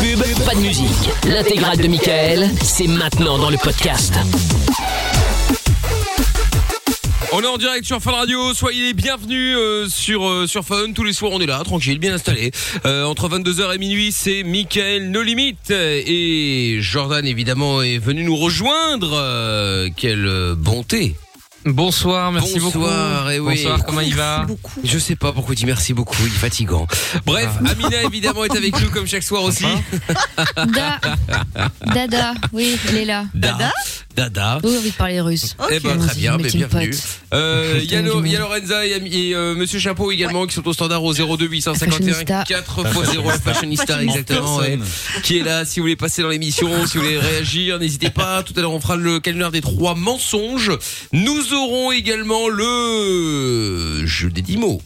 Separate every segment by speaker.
Speaker 1: pub, pas de musique. L'intégrale de Michael, c'est maintenant dans le podcast.
Speaker 2: On est en direct sur Fun Radio, soyez les bienvenus euh, sur euh, sur Fun. Tous les soirs, on est là, tranquille, bien installé. Euh, entre 22h et minuit, c'est Michael No Limite et Jordan évidemment est venu nous rejoindre. Euh, quelle euh, bonté
Speaker 3: Bonsoir, merci beaucoup.
Speaker 2: Bonsoir, eh oui.
Speaker 3: Bonsoir, comment il va
Speaker 2: Je sais pas pourquoi il dit merci beaucoup, il est fatigant. Bref,
Speaker 3: Ah.
Speaker 2: Amina évidemment est avec nous comme chaque soir aussi.
Speaker 4: Da. Dada, oui, elle est là.
Speaker 2: Dada Dada.
Speaker 4: Oui, envie de parler russe.
Speaker 2: Eh ben, très bien, mais
Speaker 4: meeting
Speaker 2: bienvenue.
Speaker 4: pot.
Speaker 2: Euh, il y a
Speaker 4: Putain,
Speaker 2: Lo-
Speaker 4: du
Speaker 2: il y a
Speaker 4: monde.
Speaker 2: Lorenza et, Ami- et, euh, Monsieur Chapeau également qui sont au standard au 02 851
Speaker 4: Fashionista.
Speaker 2: 4 x 0 Fashionista exactement ouais. qui est là si vous voulez passer dans l'émission si vous voulez réagir n'hésitez pas tout à l'heure on fera le calendrier des trois mensonges nous aurons également le jeu des 10 mots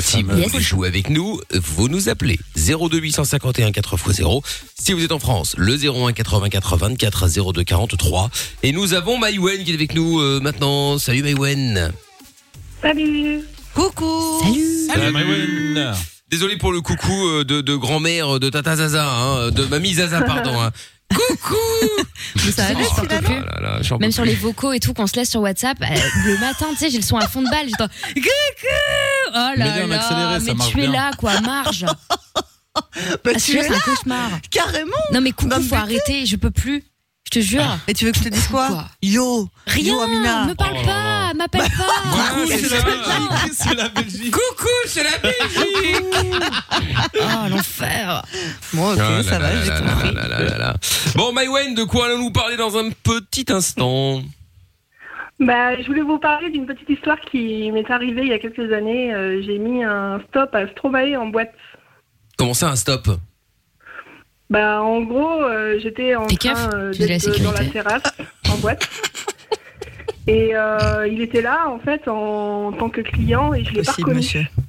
Speaker 2: si vous voulez jouer avec nous, vous nous appelez 02 851 4x0. Si vous êtes en France, le 01 84 24 02 43. Et nous avons Maïwen qui est avec nous euh, maintenant. Salut Maïwen.
Speaker 5: Salut
Speaker 4: Coucou Salut
Speaker 2: Salut Désolé pour le coucou euh, de, de grand-mère de Tata Zaza, hein, de Mamie Zaza, pardon. hein.
Speaker 4: Mais ça va, je t'entends plus.
Speaker 2: Ah là là, j'en peux
Speaker 4: Même sur
Speaker 2: plus.
Speaker 4: les vocaux et tout qu'on se laisse sur WhatsApp, euh, le matin, tu sais, j'ai le son à fond de balle, j'entends coucou Oh là
Speaker 6: Mets-le en
Speaker 4: là,
Speaker 6: accéléré, ça
Speaker 4: mais
Speaker 6: marche
Speaker 4: tu es
Speaker 6: bien.
Speaker 4: là quoi, marge.
Speaker 7: Bah,
Speaker 4: Ah,
Speaker 7: tu
Speaker 4: c'est
Speaker 7: es
Speaker 4: c'est un
Speaker 7: là,
Speaker 4: cauchemar.
Speaker 7: carrément.
Speaker 4: Non mais coucou,
Speaker 7: Bah,
Speaker 4: faut
Speaker 7: putain.
Speaker 4: arrêter, je peux plus. Je te jure.
Speaker 7: Et tu veux que je te dise quoi
Speaker 4: Quoi
Speaker 7: Yo
Speaker 4: Rien,
Speaker 6: Oh,
Speaker 7: Yo, Amina.
Speaker 4: Ah, me parle pas, m'appelle pas.
Speaker 2: Ah, Oh. c'est ça.
Speaker 6: C'est la Belgique.
Speaker 2: Coucou, c'est la Belgique
Speaker 4: Oh l'enfer.
Speaker 7: Bon, ok,
Speaker 2: Ah là
Speaker 7: ça
Speaker 2: là
Speaker 7: va,
Speaker 2: là
Speaker 7: j'ai
Speaker 2: là
Speaker 7: compris.
Speaker 2: là là là là. Bon, Maïwen, de quoi allons-nous parler dans un petit instant
Speaker 5: bah, Je voulais vous parler d'une petite histoire qui m'est arrivée il y a quelques années. Euh, J'ai mis un stop à Stromae en boîte.
Speaker 2: Comment ça, un stop
Speaker 7: Ah.
Speaker 5: Bah, en gros, euh, j'étais en
Speaker 4: Fais
Speaker 5: train
Speaker 4: gaffe,
Speaker 5: euh,
Speaker 4: tu dis la
Speaker 5: d'être euh, dans la
Speaker 4: sécurité.
Speaker 5: terrasse en boîte. Et euh, il était là, en fait, en tant que client, et je l'ai pas
Speaker 7: Possible,
Speaker 5: reconnu.
Speaker 7: monsieur. Oh.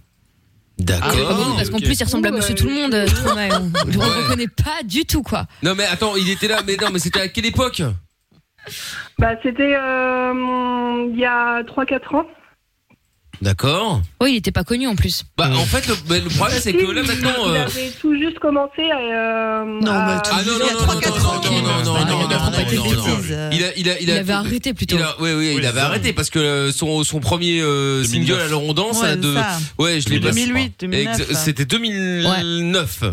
Speaker 2: D'accord.
Speaker 4: parce qu'en plus, il ressemble à Monsieur Tout le Monde. euh, Stromae. On on
Speaker 2: Ouais.
Speaker 4: reconnaît pas du tout quoi.
Speaker 2: Non mais attends, il était là, mais non, mais c'était à quelle époque
Speaker 5: Bah, C'était euh, il y a 3-4 ans.
Speaker 2: D'accord.
Speaker 4: Oh, il était pas connu en plus.
Speaker 6: Mm.
Speaker 2: Bah en fait, le, mais le problème c'est que là maintenant.
Speaker 5: Il
Speaker 2: euh,
Speaker 5: avait tout juste commencé à... euh,
Speaker 7: Non,
Speaker 5: à-
Speaker 7: bah, tout
Speaker 2: Ah non
Speaker 7: Il y
Speaker 2: non
Speaker 7: a
Speaker 2: non
Speaker 7: trois,
Speaker 2: non
Speaker 7: quatre ans qu'il est
Speaker 2: non non
Speaker 7: mort.
Speaker 2: non
Speaker 7: Ah,
Speaker 2: non non
Speaker 7: il a pas
Speaker 2: non
Speaker 7: fait de
Speaker 2: non non.
Speaker 7: bêtises, euh.
Speaker 2: Il a il a il
Speaker 4: Il
Speaker 2: a.
Speaker 4: avait arrêté plutôt.
Speaker 2: Il a, oui, oui, il
Speaker 6: Oui,
Speaker 2: avait
Speaker 6: c'est ça.
Speaker 2: arrêté parce que euh, son, son premier euh,
Speaker 6: 2009.
Speaker 2: single alors on danse
Speaker 7: Ouais,
Speaker 2: ça de
Speaker 7: ça.
Speaker 2: ouais je l'ai pas
Speaker 7: 2008, 2009,
Speaker 2: Ex-
Speaker 7: ça.
Speaker 2: c'était 2009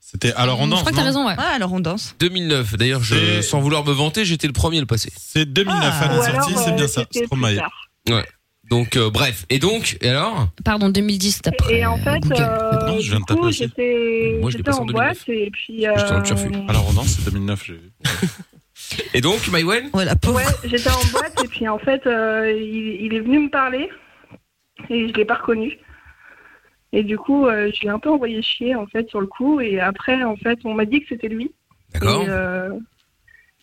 Speaker 6: C'était alors on
Speaker 4: Je
Speaker 6: danse.
Speaker 4: crois que t'as
Speaker 6: non
Speaker 4: raison, ouais.
Speaker 7: Ouais, alors on danse.
Speaker 2: 2009 d'ailleurs je
Speaker 6: C'est-
Speaker 2: sans vouloir me vanter j'étais le premier à le passer
Speaker 6: C'est 2009
Speaker 7: Ah.
Speaker 6: à
Speaker 5: Ou
Speaker 6: la
Speaker 5: alors,
Speaker 6: sortie, c'est
Speaker 5: euh,
Speaker 6: bien ça.
Speaker 5: c'était plus
Speaker 6: Stromae.
Speaker 5: tard.
Speaker 2: donc euh, bref et donc et alors
Speaker 4: Pardon, 2010 après.
Speaker 5: Et en fait,
Speaker 4: Google.
Speaker 5: euh,
Speaker 6: Non, je viens de
Speaker 5: du
Speaker 6: taper
Speaker 5: coup,
Speaker 6: aussi.
Speaker 5: j'étais
Speaker 2: Moi, je l'ai
Speaker 5: j'étais
Speaker 2: passé
Speaker 5: en
Speaker 2: en
Speaker 5: boîte et puis euh,
Speaker 2: Je suis en turfu.
Speaker 6: Alors on danse, c'est 2009. j'ai-
Speaker 2: et donc Maïwen
Speaker 7: Ouais, la pauvre.
Speaker 5: ouais, j'étais en boîte et puis en fait, euh, il, il est venu me parler et je l'ai pas reconnu. Et du coup, euh, je l'ai un peu envoyé chier en fait sur le coup et après, en fait, on m'a dit que c'était lui.
Speaker 2: d'accord
Speaker 5: Et, euh,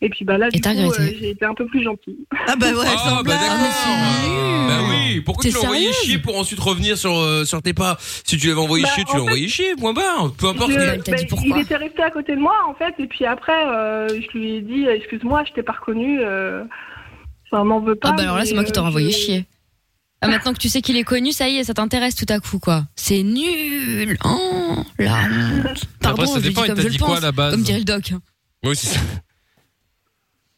Speaker 5: et puis bah là, du
Speaker 4: t'as
Speaker 5: coup,
Speaker 4: regretté.
Speaker 5: euh, j'ai été un peu plus gentille.
Speaker 7: Ah bah ouais,
Speaker 2: Ah,
Speaker 7: sans
Speaker 2: bah
Speaker 7: blague.
Speaker 2: d'accord. Bah oui, pourquoi
Speaker 4: Mmh. T'es
Speaker 2: tu l'as envoyé
Speaker 4: sérieuse
Speaker 2: chier pour ensuite revenir sur, euh, sur tes pas Si tu l'avais envoyé
Speaker 5: Bah,
Speaker 2: chier, tu
Speaker 5: en
Speaker 2: l'as
Speaker 5: fait-
Speaker 2: envoyé chier, point barre. Peu importe.
Speaker 5: Je-
Speaker 4: Elle t'a
Speaker 5: bah,
Speaker 4: dit pourquoi
Speaker 5: il était resté à côté de moi en fait et puis après, euh, je lui ai dit excuse-moi, je t'ai pas reconnu. euh, Enfin, m'en veux pas.
Speaker 4: Ah bah alors là, c'est
Speaker 5: mais,
Speaker 4: moi qui t'ai
Speaker 5: euh,
Speaker 4: renvoyé
Speaker 5: je-
Speaker 4: chier. Ah, maintenant que tu sais qu'il est connu, ça y est, ça t'intéresse tout à coup, quoi. C'est nul. Oh, la honte. Pardon,
Speaker 3: Après, ça
Speaker 4: je le dis
Speaker 3: dépend, il
Speaker 4: comme
Speaker 3: t'a
Speaker 4: je le
Speaker 3: dit quoi
Speaker 4: pense.
Speaker 3: à la base
Speaker 4: Comme dirait le doc.
Speaker 2: Oui, c'est ça.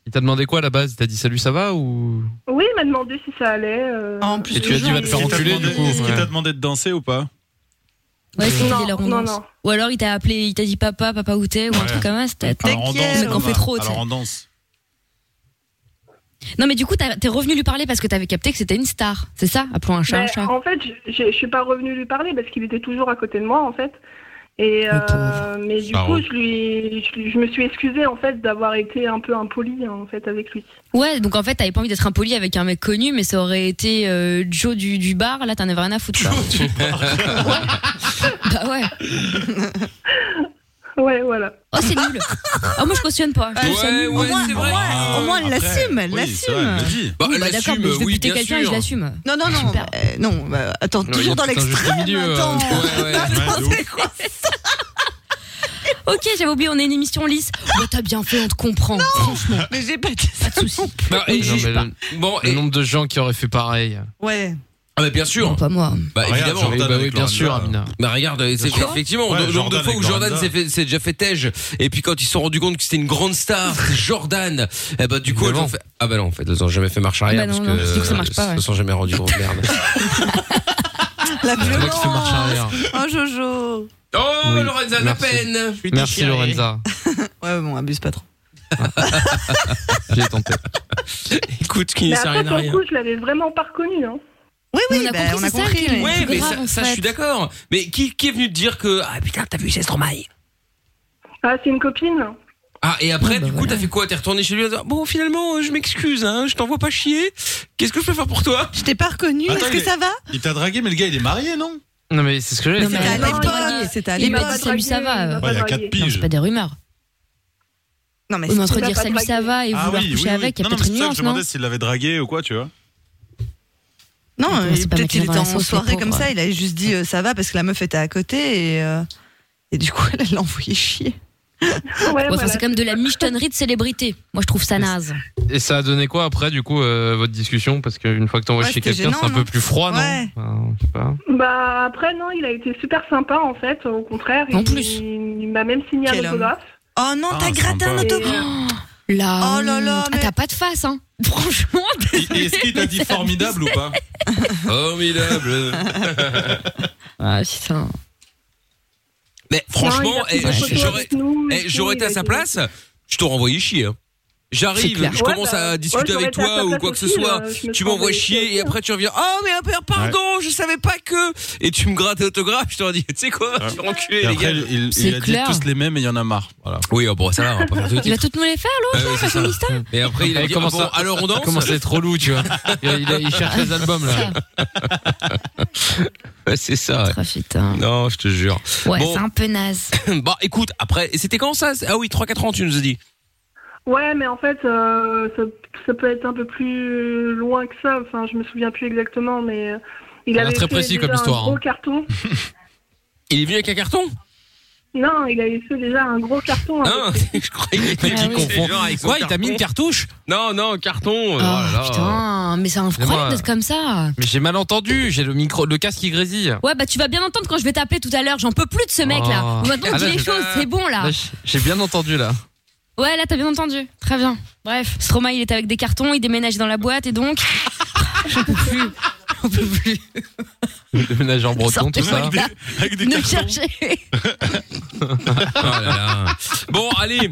Speaker 3: Il t'a demandé quoi à la base Il t'a dit salut, ça va ou
Speaker 5: Oui, il m'a demandé si ça allait. euh,
Speaker 7: Ah, en plus,
Speaker 3: Et tu as dit, va te faire
Speaker 6: Est-ce qu'il t'a
Speaker 3: enculer,
Speaker 6: demandé-
Speaker 3: du coup,
Speaker 6: Est-ce qu'il
Speaker 3: ouais.
Speaker 6: t'a demandé de danser ou pas
Speaker 4: Ouais, c'est
Speaker 5: Non,
Speaker 4: qu'il est la
Speaker 5: non,
Speaker 4: rondance.
Speaker 5: non.
Speaker 4: Ou alors il t'a appelé, il t'a dit papa, papa où t'es, ou un
Speaker 6: Ouais.
Speaker 4: truc comme ça. c'était-
Speaker 6: Alors on
Speaker 7: T'inquiète,
Speaker 6: danse.
Speaker 7: mec,
Speaker 4: on fait trop, tu sais.
Speaker 6: Alors on danse.
Speaker 4: Non mais du coup, t'as- t'es revenu lui parler parce que t'avais capté que c'était une star. C'est ça Appelons un chat
Speaker 5: Ben,
Speaker 4: un chat.
Speaker 5: En fait, je- je je suis pas revenue lui parler parce qu'il était toujours à côté de moi, en fait. Et euh, mais du coup,
Speaker 6: Pardon.
Speaker 5: je, lui, je, lui- je me suis excusée en fait d'avoir été un peu impolie hein, en fait avec lui.
Speaker 4: Ouais, donc en fait, t'avais pas envie d'être impoli avec un mec connu, mais ça aurait été euh, Joe du, du bar. Là, t'en avais rien à foutre. quoi. bah ouais.
Speaker 5: Ouais, voilà.
Speaker 4: Oh, c'est nul. Oh, moi, je cautionne pas. Je cautionne
Speaker 2: Ouais,
Speaker 4: nul.
Speaker 2: ouais,
Speaker 7: moins-
Speaker 2: c'est vrai.
Speaker 7: Au moins, elle
Speaker 6: Après,
Speaker 7: l'assume, elle
Speaker 6: oui, c'est vrai, elle
Speaker 7: l'assume.
Speaker 6: le dit.
Speaker 2: Bah,
Speaker 4: Oui,
Speaker 2: elle
Speaker 4: bah, d'accord,
Speaker 2: assume,
Speaker 4: mais je vais
Speaker 2: oui,
Speaker 4: buter
Speaker 2: bien
Speaker 4: quelqu'un et je
Speaker 2: sûr.
Speaker 4: l'assume.
Speaker 7: Non, non, non.
Speaker 4: Super.
Speaker 7: euh, non, bah, attends,
Speaker 3: Non,
Speaker 7: toujours
Speaker 3: il y a
Speaker 7: dans
Speaker 3: tout un juste
Speaker 7: l'extrême.
Speaker 3: milieu, euh,
Speaker 7: attends.
Speaker 2: Ouais, ouais.
Speaker 7: Attends,
Speaker 6: Ouais, de ouf.
Speaker 7: c'est quoi
Speaker 4: Ok, j'avais oublié, on est une émission lisse. Bah, t'as bien fait, on te comprend. Franchement,
Speaker 7: Mais j'ai pas dit ça.
Speaker 4: pas de souci.
Speaker 2: Bah, et
Speaker 3: Non,
Speaker 2: juste-
Speaker 3: mais le,
Speaker 2: bon,
Speaker 3: le
Speaker 2: et,
Speaker 3: nombre de gens qui auraient fait pareil.
Speaker 7: Ouais.
Speaker 2: Ah bah bien sûr.
Speaker 4: pas moi.
Speaker 2: Bah
Speaker 6: Regarde,
Speaker 2: évidemment.
Speaker 6: Jordan
Speaker 8: Bah oui,
Speaker 6: avec
Speaker 8: bien
Speaker 6: Lorenza.
Speaker 8: sûr, Amina.
Speaker 2: Bah regarde, c'est
Speaker 6: sûr.
Speaker 2: effectivement
Speaker 6: Ouais,
Speaker 2: le nombre de
Speaker 6: Jordan
Speaker 2: fois où
Speaker 6: avec
Speaker 2: Jordan
Speaker 6: Lorenza.
Speaker 2: s'est fait- s'est déjà fait tège et puis quand ils se sont rendus compte que c'était une grande star, c'est Jordan, eh bah du coup elles
Speaker 8: Évidemment.
Speaker 2: ont fait ah bah non en fait elles ont jamais fait marche
Speaker 4: Bah
Speaker 2: arrière
Speaker 4: non,
Speaker 2: parce
Speaker 4: non,
Speaker 2: que
Speaker 4: c'est que ça marche pas,
Speaker 2: elles
Speaker 4: ouais.
Speaker 2: se sont jamais rendues compte merde.
Speaker 7: La
Speaker 8: C'est moi qui fais marche
Speaker 7: violence.
Speaker 8: arrière.
Speaker 7: Oh Jojo.
Speaker 2: Oh
Speaker 8: Oui,
Speaker 2: Lorenza la
Speaker 8: merci.
Speaker 2: peine.
Speaker 8: Merci
Speaker 7: déchirée.
Speaker 8: Lorenza.
Speaker 7: Ouais, bon, abuse pas trop.
Speaker 8: J'ai tenté.
Speaker 2: Écoute qui
Speaker 9: Mais
Speaker 2: ne sert
Speaker 9: après,
Speaker 2: rien à
Speaker 9: sur le
Speaker 2: rien.
Speaker 9: coup, je l'avais vraiment pas reconnu. Hein.
Speaker 7: Oui,
Speaker 4: Mais
Speaker 7: oui,
Speaker 4: on a
Speaker 7: bah,
Speaker 4: compris, c'est ça qui est-
Speaker 7: ouais.
Speaker 2: Ouais,
Speaker 4: C'est
Speaker 2: mais
Speaker 4: grave,
Speaker 2: ça,
Speaker 4: en
Speaker 2: ça,
Speaker 4: fait.
Speaker 2: je suis d'accord. Mais qui, qui est venu te dire que ah putain t'as vu c'est Stromae
Speaker 9: Ah, c'est une copine.
Speaker 2: Ah et après
Speaker 4: Ouais, bah
Speaker 2: du coup
Speaker 4: voilà.
Speaker 2: t'as fait quoi T'es retourné chez lui en disant, bon finalement euh, je m'excuse hein je t'envoie pas chier qu'est-ce que je peux faire pour toi
Speaker 7: Je t'ai pas reconnu.
Speaker 6: Attends,
Speaker 7: Est-ce que
Speaker 6: il est-
Speaker 7: ça va
Speaker 6: Il t'a dragué, mais le gars, il est marié, non
Speaker 8: Non, mais c'est ce que j'ai.
Speaker 4: Non, mais
Speaker 7: C'était à
Speaker 4: elle m'a
Speaker 7: l'époque.
Speaker 4: dragué.
Speaker 7: C'était à
Speaker 4: Il m'a
Speaker 7: l'époque.
Speaker 4: dit, Eh, salut, ça va.
Speaker 9: Il m'a
Speaker 6: Ouais,
Speaker 9: pas
Speaker 6: Il y a
Speaker 9: dragué.
Speaker 6: 4
Speaker 4: Non, c'est
Speaker 6: piges.
Speaker 4: pas des rumeurs.
Speaker 7: Non, mais
Speaker 4: Oui, mais entre
Speaker 9: Il a
Speaker 4: dire
Speaker 9: pas
Speaker 4: salut,
Speaker 9: dragué.
Speaker 4: ça va et
Speaker 6: Ah
Speaker 4: vouloir
Speaker 6: oui, oui,
Speaker 4: coucher
Speaker 6: oui.
Speaker 4: avec, il y a
Speaker 6: Non, non,
Speaker 4: peut-être
Speaker 6: mais
Speaker 4: une
Speaker 6: c'est ça que
Speaker 4: nuance,
Speaker 6: Je
Speaker 4: non
Speaker 6: demandais s'il l'avait dragué ou quoi, tu vois.
Speaker 7: Non,
Speaker 4: Ouais,
Speaker 7: euh,
Speaker 4: c'est pas
Speaker 7: peut-être
Speaker 4: Michael
Speaker 7: il était
Speaker 4: dans la
Speaker 7: en
Speaker 4: sauce,
Speaker 7: soirée
Speaker 4: les
Speaker 7: comme
Speaker 4: pauvres.
Speaker 7: ça, il avait juste dit euh, ça va parce que la meuf était à côté et, euh, et du coup elle l'a envoyé chier.
Speaker 9: Ouais,
Speaker 4: Ouais,
Speaker 9: voilà.
Speaker 4: enfin, c'est comme de la michetonnerie de célébrité. Moi, je trouve ça naze.
Speaker 2: Ah,
Speaker 8: Et ça a donné quoi après, du coup, euh, votre discussion Parce qu'une fois que t'envoies
Speaker 7: Ouais,
Speaker 8: chez
Speaker 7: c'était
Speaker 8: quelqu'un, c'est
Speaker 7: gênant,
Speaker 8: un peu
Speaker 7: non
Speaker 8: plus froid,
Speaker 7: Ouais.
Speaker 8: non Enfin, je sais pas.
Speaker 9: Bah après non, il a été super sympa en fait, au contraire.
Speaker 4: En
Speaker 9: il,
Speaker 4: plus.
Speaker 9: il m'a même signé
Speaker 7: Quel
Speaker 9: un
Speaker 7: homme.
Speaker 9: autographe.
Speaker 7: Oh non,
Speaker 6: Ah,
Speaker 7: t'as gratté
Speaker 6: sympa.
Speaker 7: un
Speaker 9: Et,
Speaker 7: autographe.
Speaker 9: euh,
Speaker 4: Là,
Speaker 7: Oh là là,
Speaker 4: hum,
Speaker 7: mais-
Speaker 4: ah, t'as pas de face, hein. Franchement,
Speaker 6: Et- et Est-ce qu'il t'a dit formidable ou pas
Speaker 2: Formidable.
Speaker 4: Ah, putain.
Speaker 2: Mais
Speaker 9: non,
Speaker 2: franchement,
Speaker 9: il a pris
Speaker 2: eh,
Speaker 9: des photos
Speaker 2: j'aurais
Speaker 9: avec nous, et
Speaker 2: eh, j'aurais
Speaker 9: tout,
Speaker 2: été à
Speaker 9: il
Speaker 2: sa
Speaker 9: était-
Speaker 2: place, je t'aurais envoyé chier. hein.
Speaker 4: C'est
Speaker 2: J'arrive,
Speaker 4: clair.
Speaker 2: je commence
Speaker 9: Ouais, bah,
Speaker 2: à discuter
Speaker 9: ouais,
Speaker 2: avec
Speaker 9: j'aurais été à
Speaker 2: toi
Speaker 9: sa
Speaker 2: ou
Speaker 9: place
Speaker 2: quoi que ce
Speaker 9: aussi,
Speaker 2: soit.
Speaker 9: euh, je me
Speaker 2: Tu
Speaker 9: serais
Speaker 2: m'envoies
Speaker 9: envoyée
Speaker 2: chier
Speaker 9: chier.
Speaker 2: et après tu reviens. Oh mais euh, pardon, je savais pas que. Et tu me grattes autographe, je t'aurais dit. Tu sais quoi,
Speaker 6: Ouais.
Speaker 2: je suis enculé
Speaker 6: Et
Speaker 2: les
Speaker 6: après,
Speaker 2: gars.
Speaker 6: il, il
Speaker 4: C'est
Speaker 6: a
Speaker 4: clair.
Speaker 6: dit tous les mêmes et il y en a marre. Voilà.
Speaker 2: Oui, oh, bon ça va, on va pas faire tout de
Speaker 4: Il va
Speaker 2: suite.
Speaker 4: toutes nous les faire,
Speaker 2: Ah ouais,
Speaker 4: l'autre,
Speaker 2: c'est ça.
Speaker 4: fashionista
Speaker 2: Et après il a
Speaker 8: Elle
Speaker 2: dit ah
Speaker 8: commence
Speaker 2: bon,
Speaker 8: à-
Speaker 2: alors on
Speaker 8: Ça
Speaker 2: danse.
Speaker 8: commence à être relou, tu vois. Il, il- il cherche les albums, là.
Speaker 2: Ouais, C'est ça. ouais.
Speaker 4: Ah, putain.
Speaker 2: Non, je te jure.
Speaker 4: Ouais,
Speaker 2: Bon.
Speaker 4: c'est un peu naze.
Speaker 2: Bon, écoute, après, et c'était quand ça Ah oui, 3-4 ans, tu nous as dit.
Speaker 9: Ouais, mais en fait, euh, ça, ça peut être un peu plus loin que ça. Enfin, je me souviens plus exactement, mais euh, il
Speaker 8: Ça a l'air
Speaker 9: avait
Speaker 8: très
Speaker 9: fait
Speaker 8: précis
Speaker 9: déjà
Speaker 8: comme histoire,
Speaker 9: un gros
Speaker 8: hein.
Speaker 9: carton.
Speaker 2: Il est venu avec un carton
Speaker 9: Non, il avait fait déjà un gros carton. avec
Speaker 2: Hein Je croyais
Speaker 8: Mec,
Speaker 2: qu'il
Speaker 4: Ah
Speaker 8: il
Speaker 4: oui.
Speaker 8: confond.
Speaker 2: Genre avec son
Speaker 8: Quoi, il t'a mis une cartouche
Speaker 2: Non, non, carton. euh,
Speaker 4: Ah,
Speaker 2: oh là là.
Speaker 4: putain, mais c'est
Speaker 8: Excusez-moi.
Speaker 4: incroyable d'être comme ça.
Speaker 8: Mais j'ai mal entendu, j'ai le micro, le casque qui grésille.
Speaker 4: Ouais, bah tu vas bien entendre quand je vais t'appeler tout à l'heure. J'en peux plus de ce mec là.
Speaker 8: Oh.
Speaker 4: Bon, maintenant,
Speaker 8: Ah,
Speaker 4: on dit
Speaker 8: là,
Speaker 4: les
Speaker 8: je-
Speaker 4: choses, c'est bon là.
Speaker 8: Là, j- j'ai bien entendu, là.
Speaker 4: Ouais, là, t'as bien entendu. Très bien. Bref, Stromae, il était avec des cartons, il déménageait dans la boîte et donc. J'en peux plus. J'en peux plus.
Speaker 8: Le ménageur breton, tout
Speaker 4: Sortez-moi
Speaker 8: ça.
Speaker 4: de là.
Speaker 6: Avec des
Speaker 4: Ne
Speaker 6: cartons.
Speaker 4: cherchez.
Speaker 2: Oh là là. Bon, allez.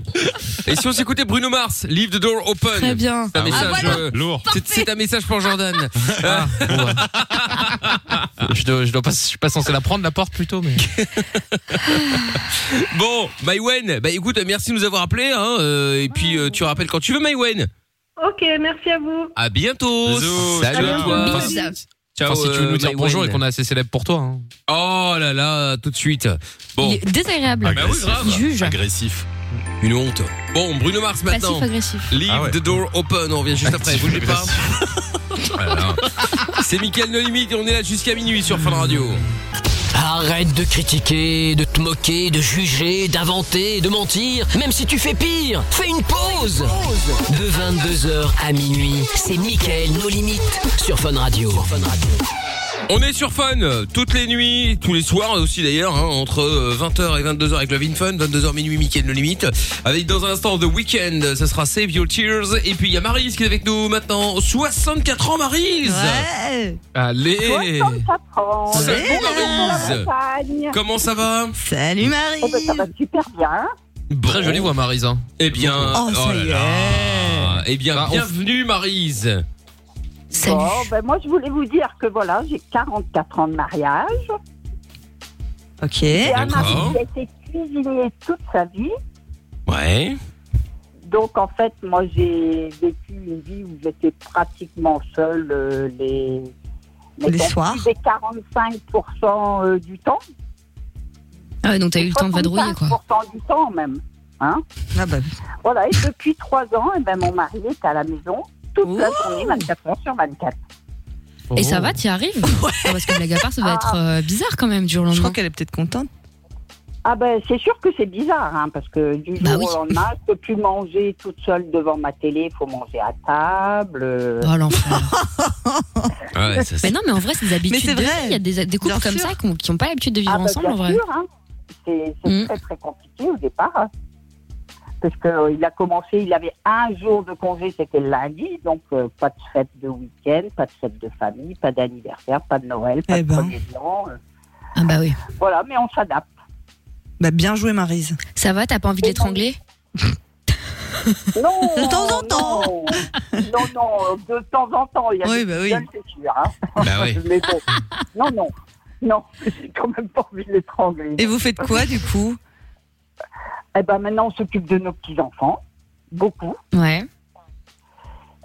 Speaker 2: Et si on s'écoutait Bruno Mars, Leave the Door Open.
Speaker 4: Très bien.
Speaker 2: C'est un
Speaker 6: Ah,
Speaker 2: message,
Speaker 4: voilà.
Speaker 2: euh,
Speaker 6: Lourd.
Speaker 2: c'est- c'est un message pour Jordan.
Speaker 8: Ah, bon, bah. je, dois, je, dois pas, je suis pas censé la prendre, la porte, plutôt, mais...
Speaker 2: Bon, Maïwen, bah écoute, merci de nous avoir appelés. Hein, euh, et puis euh, tu rappelles quand tu veux, Maïwen.
Speaker 9: nous. Ok, merci à vous.
Speaker 2: À bientôt.
Speaker 6: Bisous.
Speaker 2: Salut à
Speaker 9: Ciao.
Speaker 2: toi.
Speaker 4: Bisous.
Speaker 2: Enfin, si- Ciao,
Speaker 8: Enfin, si tu veux nous dire
Speaker 2: Maïwen.
Speaker 8: bonjour et qu'on est assez célèbre pour toi. hein.
Speaker 2: Oh là là, tout de suite. Bon,
Speaker 4: Il est désagréable.
Speaker 2: bah oui, grave.
Speaker 4: Il juge.
Speaker 6: Agressif.
Speaker 2: une honte. Bon, Bruno Mars maintenant.
Speaker 4: Passif-agressif.
Speaker 2: Leave
Speaker 6: Ah ouais.
Speaker 2: the door open, on revient juste après, bougez pas. Voilà. C'est Mickaël No Limite et on est là jusqu'à minuit sur Fun Radio.
Speaker 1: Arrête de critiquer, de te moquer, de juger, d'inventer, de mentir. Même si tu fais pire, fais une pause. De 22h à minuit, c'est Mickaël, nos limites, sur Fun Radio.
Speaker 2: On est sur Fun euh, toutes les nuits, tous les soirs aussi d'ailleurs, hein, entre 20h et 22h avec Love in Fun, 22h minuit Mickaël No Limite. Avec dans un instant The Weeknd, ça sera Save Your Tears. Et puis il y a Maryse qui est avec nous maintenant. 64 ans Maryse
Speaker 7: Ouais.
Speaker 2: Allez
Speaker 10: Oh,
Speaker 2: Salut
Speaker 7: Salut,
Speaker 2: Maryse
Speaker 10: Bretagne.
Speaker 2: Comment ça va
Speaker 7: Salut Marie.
Speaker 10: Oh, ben, ça va super bien.
Speaker 8: Très jolie voix, Marisa.
Speaker 2: Eh bien,
Speaker 7: Oh, ça
Speaker 2: là
Speaker 7: y
Speaker 2: là.
Speaker 7: est.
Speaker 2: Eh bien,
Speaker 8: Bah, on-
Speaker 2: bienvenue Maryse
Speaker 4: Salut.
Speaker 10: Bon, ben, moi, je voulais vous dire que voilà, j'ai 44 ans de mariage.
Speaker 7: Ok.
Speaker 10: J'ai un
Speaker 2: D'accord.
Speaker 10: mari qui a été cuisinier toute sa vie.
Speaker 2: Ouais.
Speaker 10: Donc, en fait, moi, j'ai vécu une vie où j'étais pratiquement seule euh, les... mettons,
Speaker 7: soirs.
Speaker 10: plus Des 45% euh, du temps.
Speaker 4: Ah ouais, donc t'as eu le temps de vadrouiller quoi.
Speaker 10: 45% du temps, même. hein.
Speaker 7: Ah bah,
Speaker 10: Voilà, et depuis 3 ans, eh ben, mon mari est à la maison toute la journée, 24 heures sur 24.
Speaker 4: Et
Speaker 7: Oh.
Speaker 4: ça va, t'y arrives Ah, Parce que blague à part, ça va être euh, bizarre quand même du jour au
Speaker 7: Ah. je
Speaker 4: lendemain.
Speaker 7: crois qu'elle est peut-être contente.
Speaker 10: Ah ben c'est sûr que c'est bizarre, hein, parce que du jour
Speaker 4: Bah oui.
Speaker 10: au lendemain, je peux plus manger toute seule devant ma télé, faut manger à table. euh.
Speaker 4: Oh l'enfer.
Speaker 2: Ouais, ça,
Speaker 4: mais
Speaker 2: c'est-
Speaker 4: non, mais en vrai, c'est des habitudes
Speaker 7: c'est
Speaker 4: de vie.
Speaker 7: vrai.
Speaker 4: Il y a des, des couples
Speaker 7: Bien
Speaker 4: comme
Speaker 7: sûr.
Speaker 4: ça qui ont- qui n'ont pas l'habitude de vivre
Speaker 10: Ah bah,
Speaker 4: ensemble, en
Speaker 10: bien
Speaker 4: vrai.
Speaker 10: sûr, hein. C'est c'est
Speaker 4: Mm.
Speaker 10: très très compliqué au départ. hein. Parce qu'il a commencé, il avait un jour de congé, c'était le lundi, donc euh, pas de fête de week-end, pas de fête de famille, pas d'anniversaire, pas de Noël, pas
Speaker 7: Eh
Speaker 10: de
Speaker 7: ben.
Speaker 10: premier de l'an, euh.
Speaker 4: Ah bah oui.
Speaker 10: Voilà, mais on s'adapte.
Speaker 7: Bah, bien joué, Marise.
Speaker 4: Ça va, t'as pas envie de l'étrangler
Speaker 10: Non,
Speaker 7: De temps en
Speaker 10: non,
Speaker 7: temps.
Speaker 10: Non, non, de temps en temps, il y a
Speaker 7: Oui,
Speaker 10: des
Speaker 7: bah
Speaker 10: petites
Speaker 7: oui.
Speaker 10: gueules, c'est sûr. hein.
Speaker 2: Bah oui.
Speaker 10: Mais bon, non, non, non, j'ai quand même pas envie de l'étrangler.
Speaker 7: Et vous faites quoi, du coup
Speaker 10: Eh ben maintenant, on s'occupe de nos petits-enfants, beaucoup.
Speaker 4: Ouais.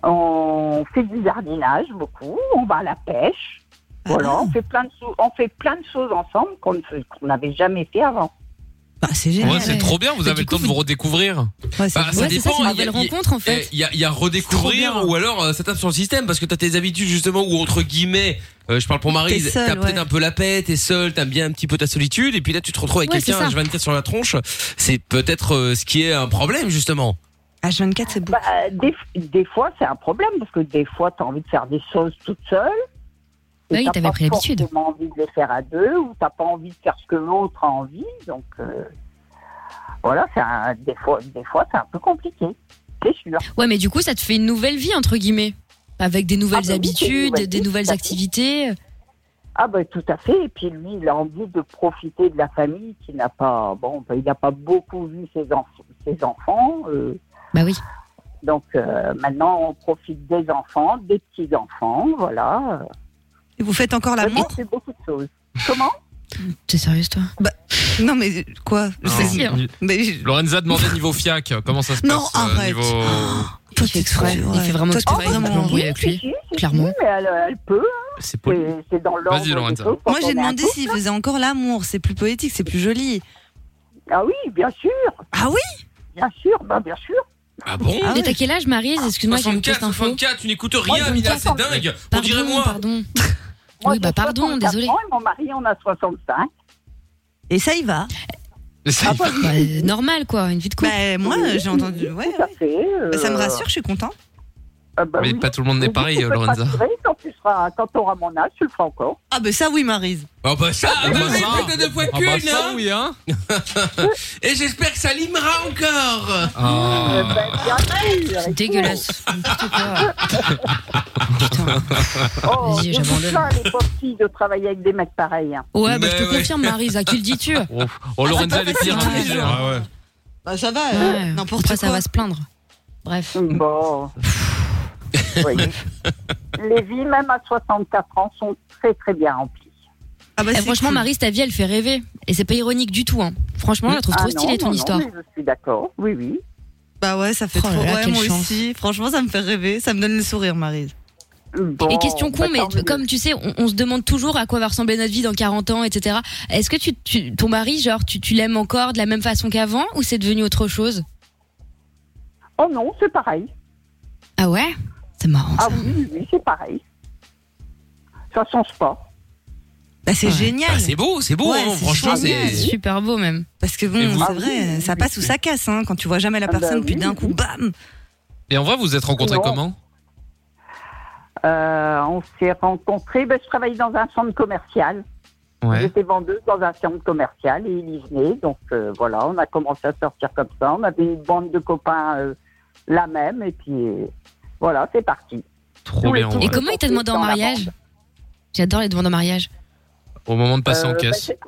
Speaker 10: On fait du jardinage, beaucoup. On va à la pêche. Voilà,
Speaker 7: Ah.
Speaker 10: on fait plein de, so- on fait plein de choses ensemble qu'on ne fait- qu'on n'avait jamais fait avant.
Speaker 7: Bah, c'est génial. Bah,
Speaker 8: Ouais, c'est trop bien, vous
Speaker 4: Mais
Speaker 8: avez
Speaker 4: du
Speaker 8: le
Speaker 4: coup,
Speaker 8: temps de
Speaker 4: vous-
Speaker 8: vous redécouvrir.
Speaker 7: Ouais, c'est
Speaker 2: Bah,
Speaker 7: génial.
Speaker 2: Ça
Speaker 4: ouais, c'est ça, c'est
Speaker 2: dépend,
Speaker 4: une
Speaker 2: il y a-
Speaker 4: nouvelle
Speaker 2: il y a-
Speaker 4: rencontre, en
Speaker 2: Eh,
Speaker 4: fait.
Speaker 2: Il y a, il y a redécouvrir
Speaker 4: bien.
Speaker 2: ou alors euh, ça tape sur le système parce que t'as tes habitudes justement où entre guillemets, euh, je parle pour Marie,
Speaker 7: T'es seule,
Speaker 2: t'as peut-être
Speaker 7: ouais.
Speaker 2: un peu la paix, t'es seul, t'aimes bien un petit peu ta solitude et puis là tu te retrouves avec
Speaker 4: Ouais, c'est
Speaker 2: quelqu'un
Speaker 4: ça.
Speaker 2: je vais me tirer sur la tronche. C'est peut-être euh, ce qui est un problème justement.
Speaker 7: H24, c'est beau.
Speaker 10: Bah, des, des fois, c'est un problème parce que des fois, tu as envie de faire des choses toute seule.
Speaker 4: Bah oui,
Speaker 10: t'as
Speaker 4: t'avais
Speaker 10: pas
Speaker 4: pris l'habitude.
Speaker 10: forcément envie de les faire à deux ou t'as pas envie de faire ce que l'autre a envie. Donc euh, voilà, c'est un- des fois, des fois, c'est un peu compliqué. C'est sûr.
Speaker 4: Ouais, mais du coup, ça te fait une nouvelle vie, entre guillemets. Avec des nouvelles
Speaker 10: Ah bah oui, c'est
Speaker 4: habitudes,
Speaker 10: une nouvelle
Speaker 4: des
Speaker 10: vie, Bah,
Speaker 4: nouvelles
Speaker 10: tout à fait.
Speaker 4: activités.
Speaker 10: Ah ben tout à fait. Et puis lui, il a envie de profiter de la famille qui n'a pas, bon, ben, il n'a pas beaucoup vu ses, enf- ses enfants. euh,
Speaker 4: Bah oui.
Speaker 10: donc euh, maintenant, on profite des enfants, des petits enfants, voilà. euh,
Speaker 7: Et vous faites encore
Speaker 10: Vraiment,
Speaker 7: l'amour
Speaker 10: c'est beaucoup de choses. Comment
Speaker 4: T'es sérieuse, toi
Speaker 7: Bah, Non, mais quoi
Speaker 8: Non.
Speaker 7: C'est-
Speaker 4: Si, hein.
Speaker 7: mais je-
Speaker 8: Lorenza demandait niveau fiac, comment ça se
Speaker 7: Non,
Speaker 8: passe euh,
Speaker 7: arrête. Ah.
Speaker 8: niveau...
Speaker 7: Toi,
Speaker 4: Il fait
Speaker 7: t'es
Speaker 4: exprès.
Speaker 7: trop-
Speaker 4: Il
Speaker 7: ouais.
Speaker 4: fait vraiment
Speaker 7: Toi, t'es
Speaker 4: exprès.
Speaker 7: vraiment-
Speaker 4: Je m'embrouille Oui, avec lui, clairement.
Speaker 10: mais elle, euh, elle peut.
Speaker 8: euh,
Speaker 10: hein.
Speaker 8: C'est poli.
Speaker 10: C'est c'est dans l'ordre.
Speaker 8: Vas-y,
Speaker 10: des
Speaker 8: Lorenza.
Speaker 10: choses quand
Speaker 7: Moi,
Speaker 10: on est
Speaker 7: j'ai
Speaker 10: un
Speaker 7: demandé
Speaker 10: couple.
Speaker 7: s'il faisait encore l'amour. C'est plus poétique, c'est plus joli.
Speaker 10: Ah oui, bien sûr,
Speaker 7: Ah oui
Speaker 10: bien sûr, ben, bien sûr.
Speaker 2: Ah Oh, bon
Speaker 7: Ah
Speaker 4: Mais
Speaker 7: ouais.
Speaker 4: t'as quel âge, Marise Excuse-moi, j'ai une
Speaker 2: 64,
Speaker 4: petite info.
Speaker 2: 64, tu n'écoutes
Speaker 10: Moi,
Speaker 2: rien,
Speaker 10: j'ai
Speaker 2: Mina, c'est
Speaker 10: 60.
Speaker 2: dingue. On
Speaker 4: Pardon,
Speaker 2: dirait moi.
Speaker 4: pardon. Oui,
Speaker 10: j'ai
Speaker 4: bah, pardon,
Speaker 10: 64
Speaker 4: désolé.
Speaker 10: Ans, et mon mari, on a 65.
Speaker 7: Et ça y va.
Speaker 10: Ah,
Speaker 8: Ça,
Speaker 4: Bah, euh, normal, quoi, une vie de couple.
Speaker 7: Bah, moi, j'ai entendu. Ouais,
Speaker 10: Tout à
Speaker 7: ouais.
Speaker 10: fait. euh,
Speaker 7: Bah, ça me rassure, je suis content.
Speaker 10: ah bah
Speaker 8: mais
Speaker 10: oui.
Speaker 8: pas tout le monde n'est
Speaker 10: Oui, tu
Speaker 8: pareil, euh,
Speaker 10: peux te
Speaker 8: Lorenza.
Speaker 10: rassurer, Quand tu seras, quand auras mon âge, tu le feras encore.
Speaker 7: Ah, bah ça, oui, Marise.
Speaker 4: Oh
Speaker 2: Ah bah ça,
Speaker 8: Ah bah
Speaker 2: deux mille
Speaker 8: ça.
Speaker 2: mètres de fois
Speaker 8: Ah
Speaker 2: qu'une,
Speaker 8: bah ça,
Speaker 2: hein.
Speaker 8: oui, hein
Speaker 2: Et j'espère que ça limera encore.
Speaker 10: Euh,
Speaker 8: Ah.
Speaker 10: bah, bien sûr, et
Speaker 4: Dégueulasse. N'importe quoi.
Speaker 10: tout. Oh,
Speaker 4: Ah, Vas-y,
Speaker 10: j'ai
Speaker 4: j'abandonne.
Speaker 10: vu ça, les pauvres filles, de travailler avec des mecs pareils. hein.
Speaker 4: Ouais, bah,
Speaker 2: Mais
Speaker 4: je te
Speaker 2: ouais.
Speaker 4: confirme, Marise, à qui le dis-tu Ouais.
Speaker 8: Oh, oh, Lorenza, elle est pire.
Speaker 4: Ah, facile.
Speaker 8: que les autres.
Speaker 6: Ah ouais.
Speaker 7: Bah, ça va, n'importe
Speaker 4: Après,
Speaker 7: quoi.
Speaker 4: ça va se plaindre. Bref.
Speaker 10: Bon. Vous voyez. Les vies, même à 64 ans, sont très très bien remplies.
Speaker 7: Ah, bah,
Speaker 4: Eh,
Speaker 7: c'est
Speaker 4: franchement,
Speaker 7: cool.
Speaker 4: Marise, ta vie, elle fait rêver. Et c'est pas ironique du tout. Hein. Franchement, je la trouve trop
Speaker 10: Ah non,
Speaker 4: stylée, ton
Speaker 10: non, non,
Speaker 4: histoire.
Speaker 10: mais je suis d'accord, oui, oui.
Speaker 7: Bah, ouais, ça fait
Speaker 4: Oh là
Speaker 7: trop.
Speaker 4: là,
Speaker 7: ouais,
Speaker 4: quelle
Speaker 7: moi
Speaker 4: chance.
Speaker 7: aussi. Franchement, ça me fait rêver. Ça me donne le sourire, Marise.
Speaker 10: Bon,
Speaker 4: Et question con,
Speaker 10: bah,
Speaker 4: mais
Speaker 10: tant mieux.
Speaker 4: comme tu sais, on, on se demande toujours à quoi va ressembler notre vie dans 40 ans, etc. Est-ce que tu, tu- ton mari, genre, tu, tu l'aimes encore de la même façon qu'avant ou c'est devenu autre chose
Speaker 10: Oh non, c'est pareil.
Speaker 4: Ah ouais C'est marrant.
Speaker 10: Ah
Speaker 4: ça.
Speaker 10: oui, oui, oui, c'est pareil. Ça change pas.
Speaker 7: Bah, c'est
Speaker 4: Ouais.
Speaker 7: génial.
Speaker 2: Bah, c'est beau, c'est beau,
Speaker 7: Ouais,
Speaker 2: hein,
Speaker 7: c'est
Speaker 2: franchement,
Speaker 7: génial.
Speaker 2: c'est.
Speaker 4: C'est super beau, même.
Speaker 7: Parce que
Speaker 2: Et
Speaker 7: bon,
Speaker 2: vous-
Speaker 7: c'est vrai, ça passe ou ça casse. Hein. Quand tu vois jamais la
Speaker 10: Ah bah
Speaker 7: personne, puis
Speaker 10: oui,
Speaker 7: d'un
Speaker 10: oui.
Speaker 7: coup, bam
Speaker 8: Et en vrai, vous vous êtes rencontrés
Speaker 10: Non.
Speaker 8: comment
Speaker 10: Euh, on s'est rencontrés, ben, je travaillais dans un centre commercial. Oh,
Speaker 8: Ouais.
Speaker 10: J'étais vendeuse dans un centre commercial et il y venait. Donc euh, voilà, on a commencé à sortir comme ça. On avait une bande de copains euh, la même et puis euh, voilà, c'est parti.
Speaker 8: Trop bien. en
Speaker 4: Et
Speaker 8: vrai.
Speaker 4: comment il t'a demandé en
Speaker 10: Dans la
Speaker 4: mariage
Speaker 10: bande.
Speaker 4: J'adore les demandes en mariage.
Speaker 8: Au moment de passer
Speaker 10: Euh,
Speaker 8: en
Speaker 2: bah,
Speaker 10: ben,
Speaker 8: caisse.
Speaker 10: c'est-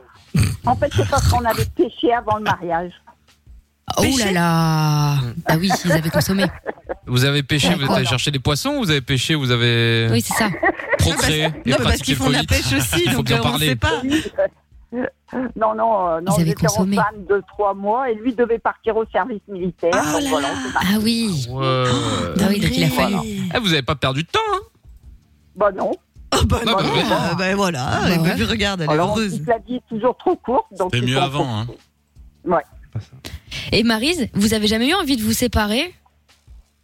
Speaker 10: en fait, c'est parce qu'on avait pêché avant le mariage.
Speaker 4: Oh
Speaker 7: Pêcher
Speaker 4: là là Ah oui, ils avaient consommé.
Speaker 8: Vous avez pêché,
Speaker 4: Ouais,
Speaker 8: vous
Speaker 4: quoi,
Speaker 8: avez cherché des poissons, ou vous avez pêché, vous
Speaker 2: Euh.
Speaker 8: avez
Speaker 4: Oui, c'est ça.
Speaker 8: procréé et
Speaker 7: Non, mais Ah, parce
Speaker 8: pratiqué
Speaker 7: qu'ils
Speaker 8: le
Speaker 7: font de la
Speaker 8: Covid.
Speaker 7: pêche aussi,
Speaker 8: Faut
Speaker 7: donc
Speaker 8: bien
Speaker 7: euh, on
Speaker 8: parler.
Speaker 7: sait pas.
Speaker 10: Non, non, euh, non,
Speaker 4: Ils avaient
Speaker 10: j'étais en
Speaker 4: consommé.
Speaker 10: panne de trois mois et lui devait partir au service militaire.
Speaker 7: Ah
Speaker 10: donc
Speaker 7: là
Speaker 10: voilà,
Speaker 7: là.
Speaker 10: on s'est mariés.
Speaker 4: Ah oui
Speaker 2: Oh, euh,
Speaker 8: Ouais.
Speaker 4: Ah oui, donc il a fallu.
Speaker 8: Eh, vous avez pas perdu de temps, hein
Speaker 10: Bah non.
Speaker 7: Ah bah
Speaker 8: Ah bah
Speaker 7: non,
Speaker 8: oui.
Speaker 7: euh, bah voilà,
Speaker 4: Ah bah
Speaker 7: et
Speaker 4: ouais.
Speaker 7: puis regarde, elle est
Speaker 10: Alors,
Speaker 7: heureuse.
Speaker 10: la vie est toujours trop courte. donc
Speaker 6: C'était
Speaker 10: il
Speaker 6: mieux
Speaker 10: faut-
Speaker 6: avant, hein.
Speaker 4: Et Marise, vous avez jamais eu envie de vous séparer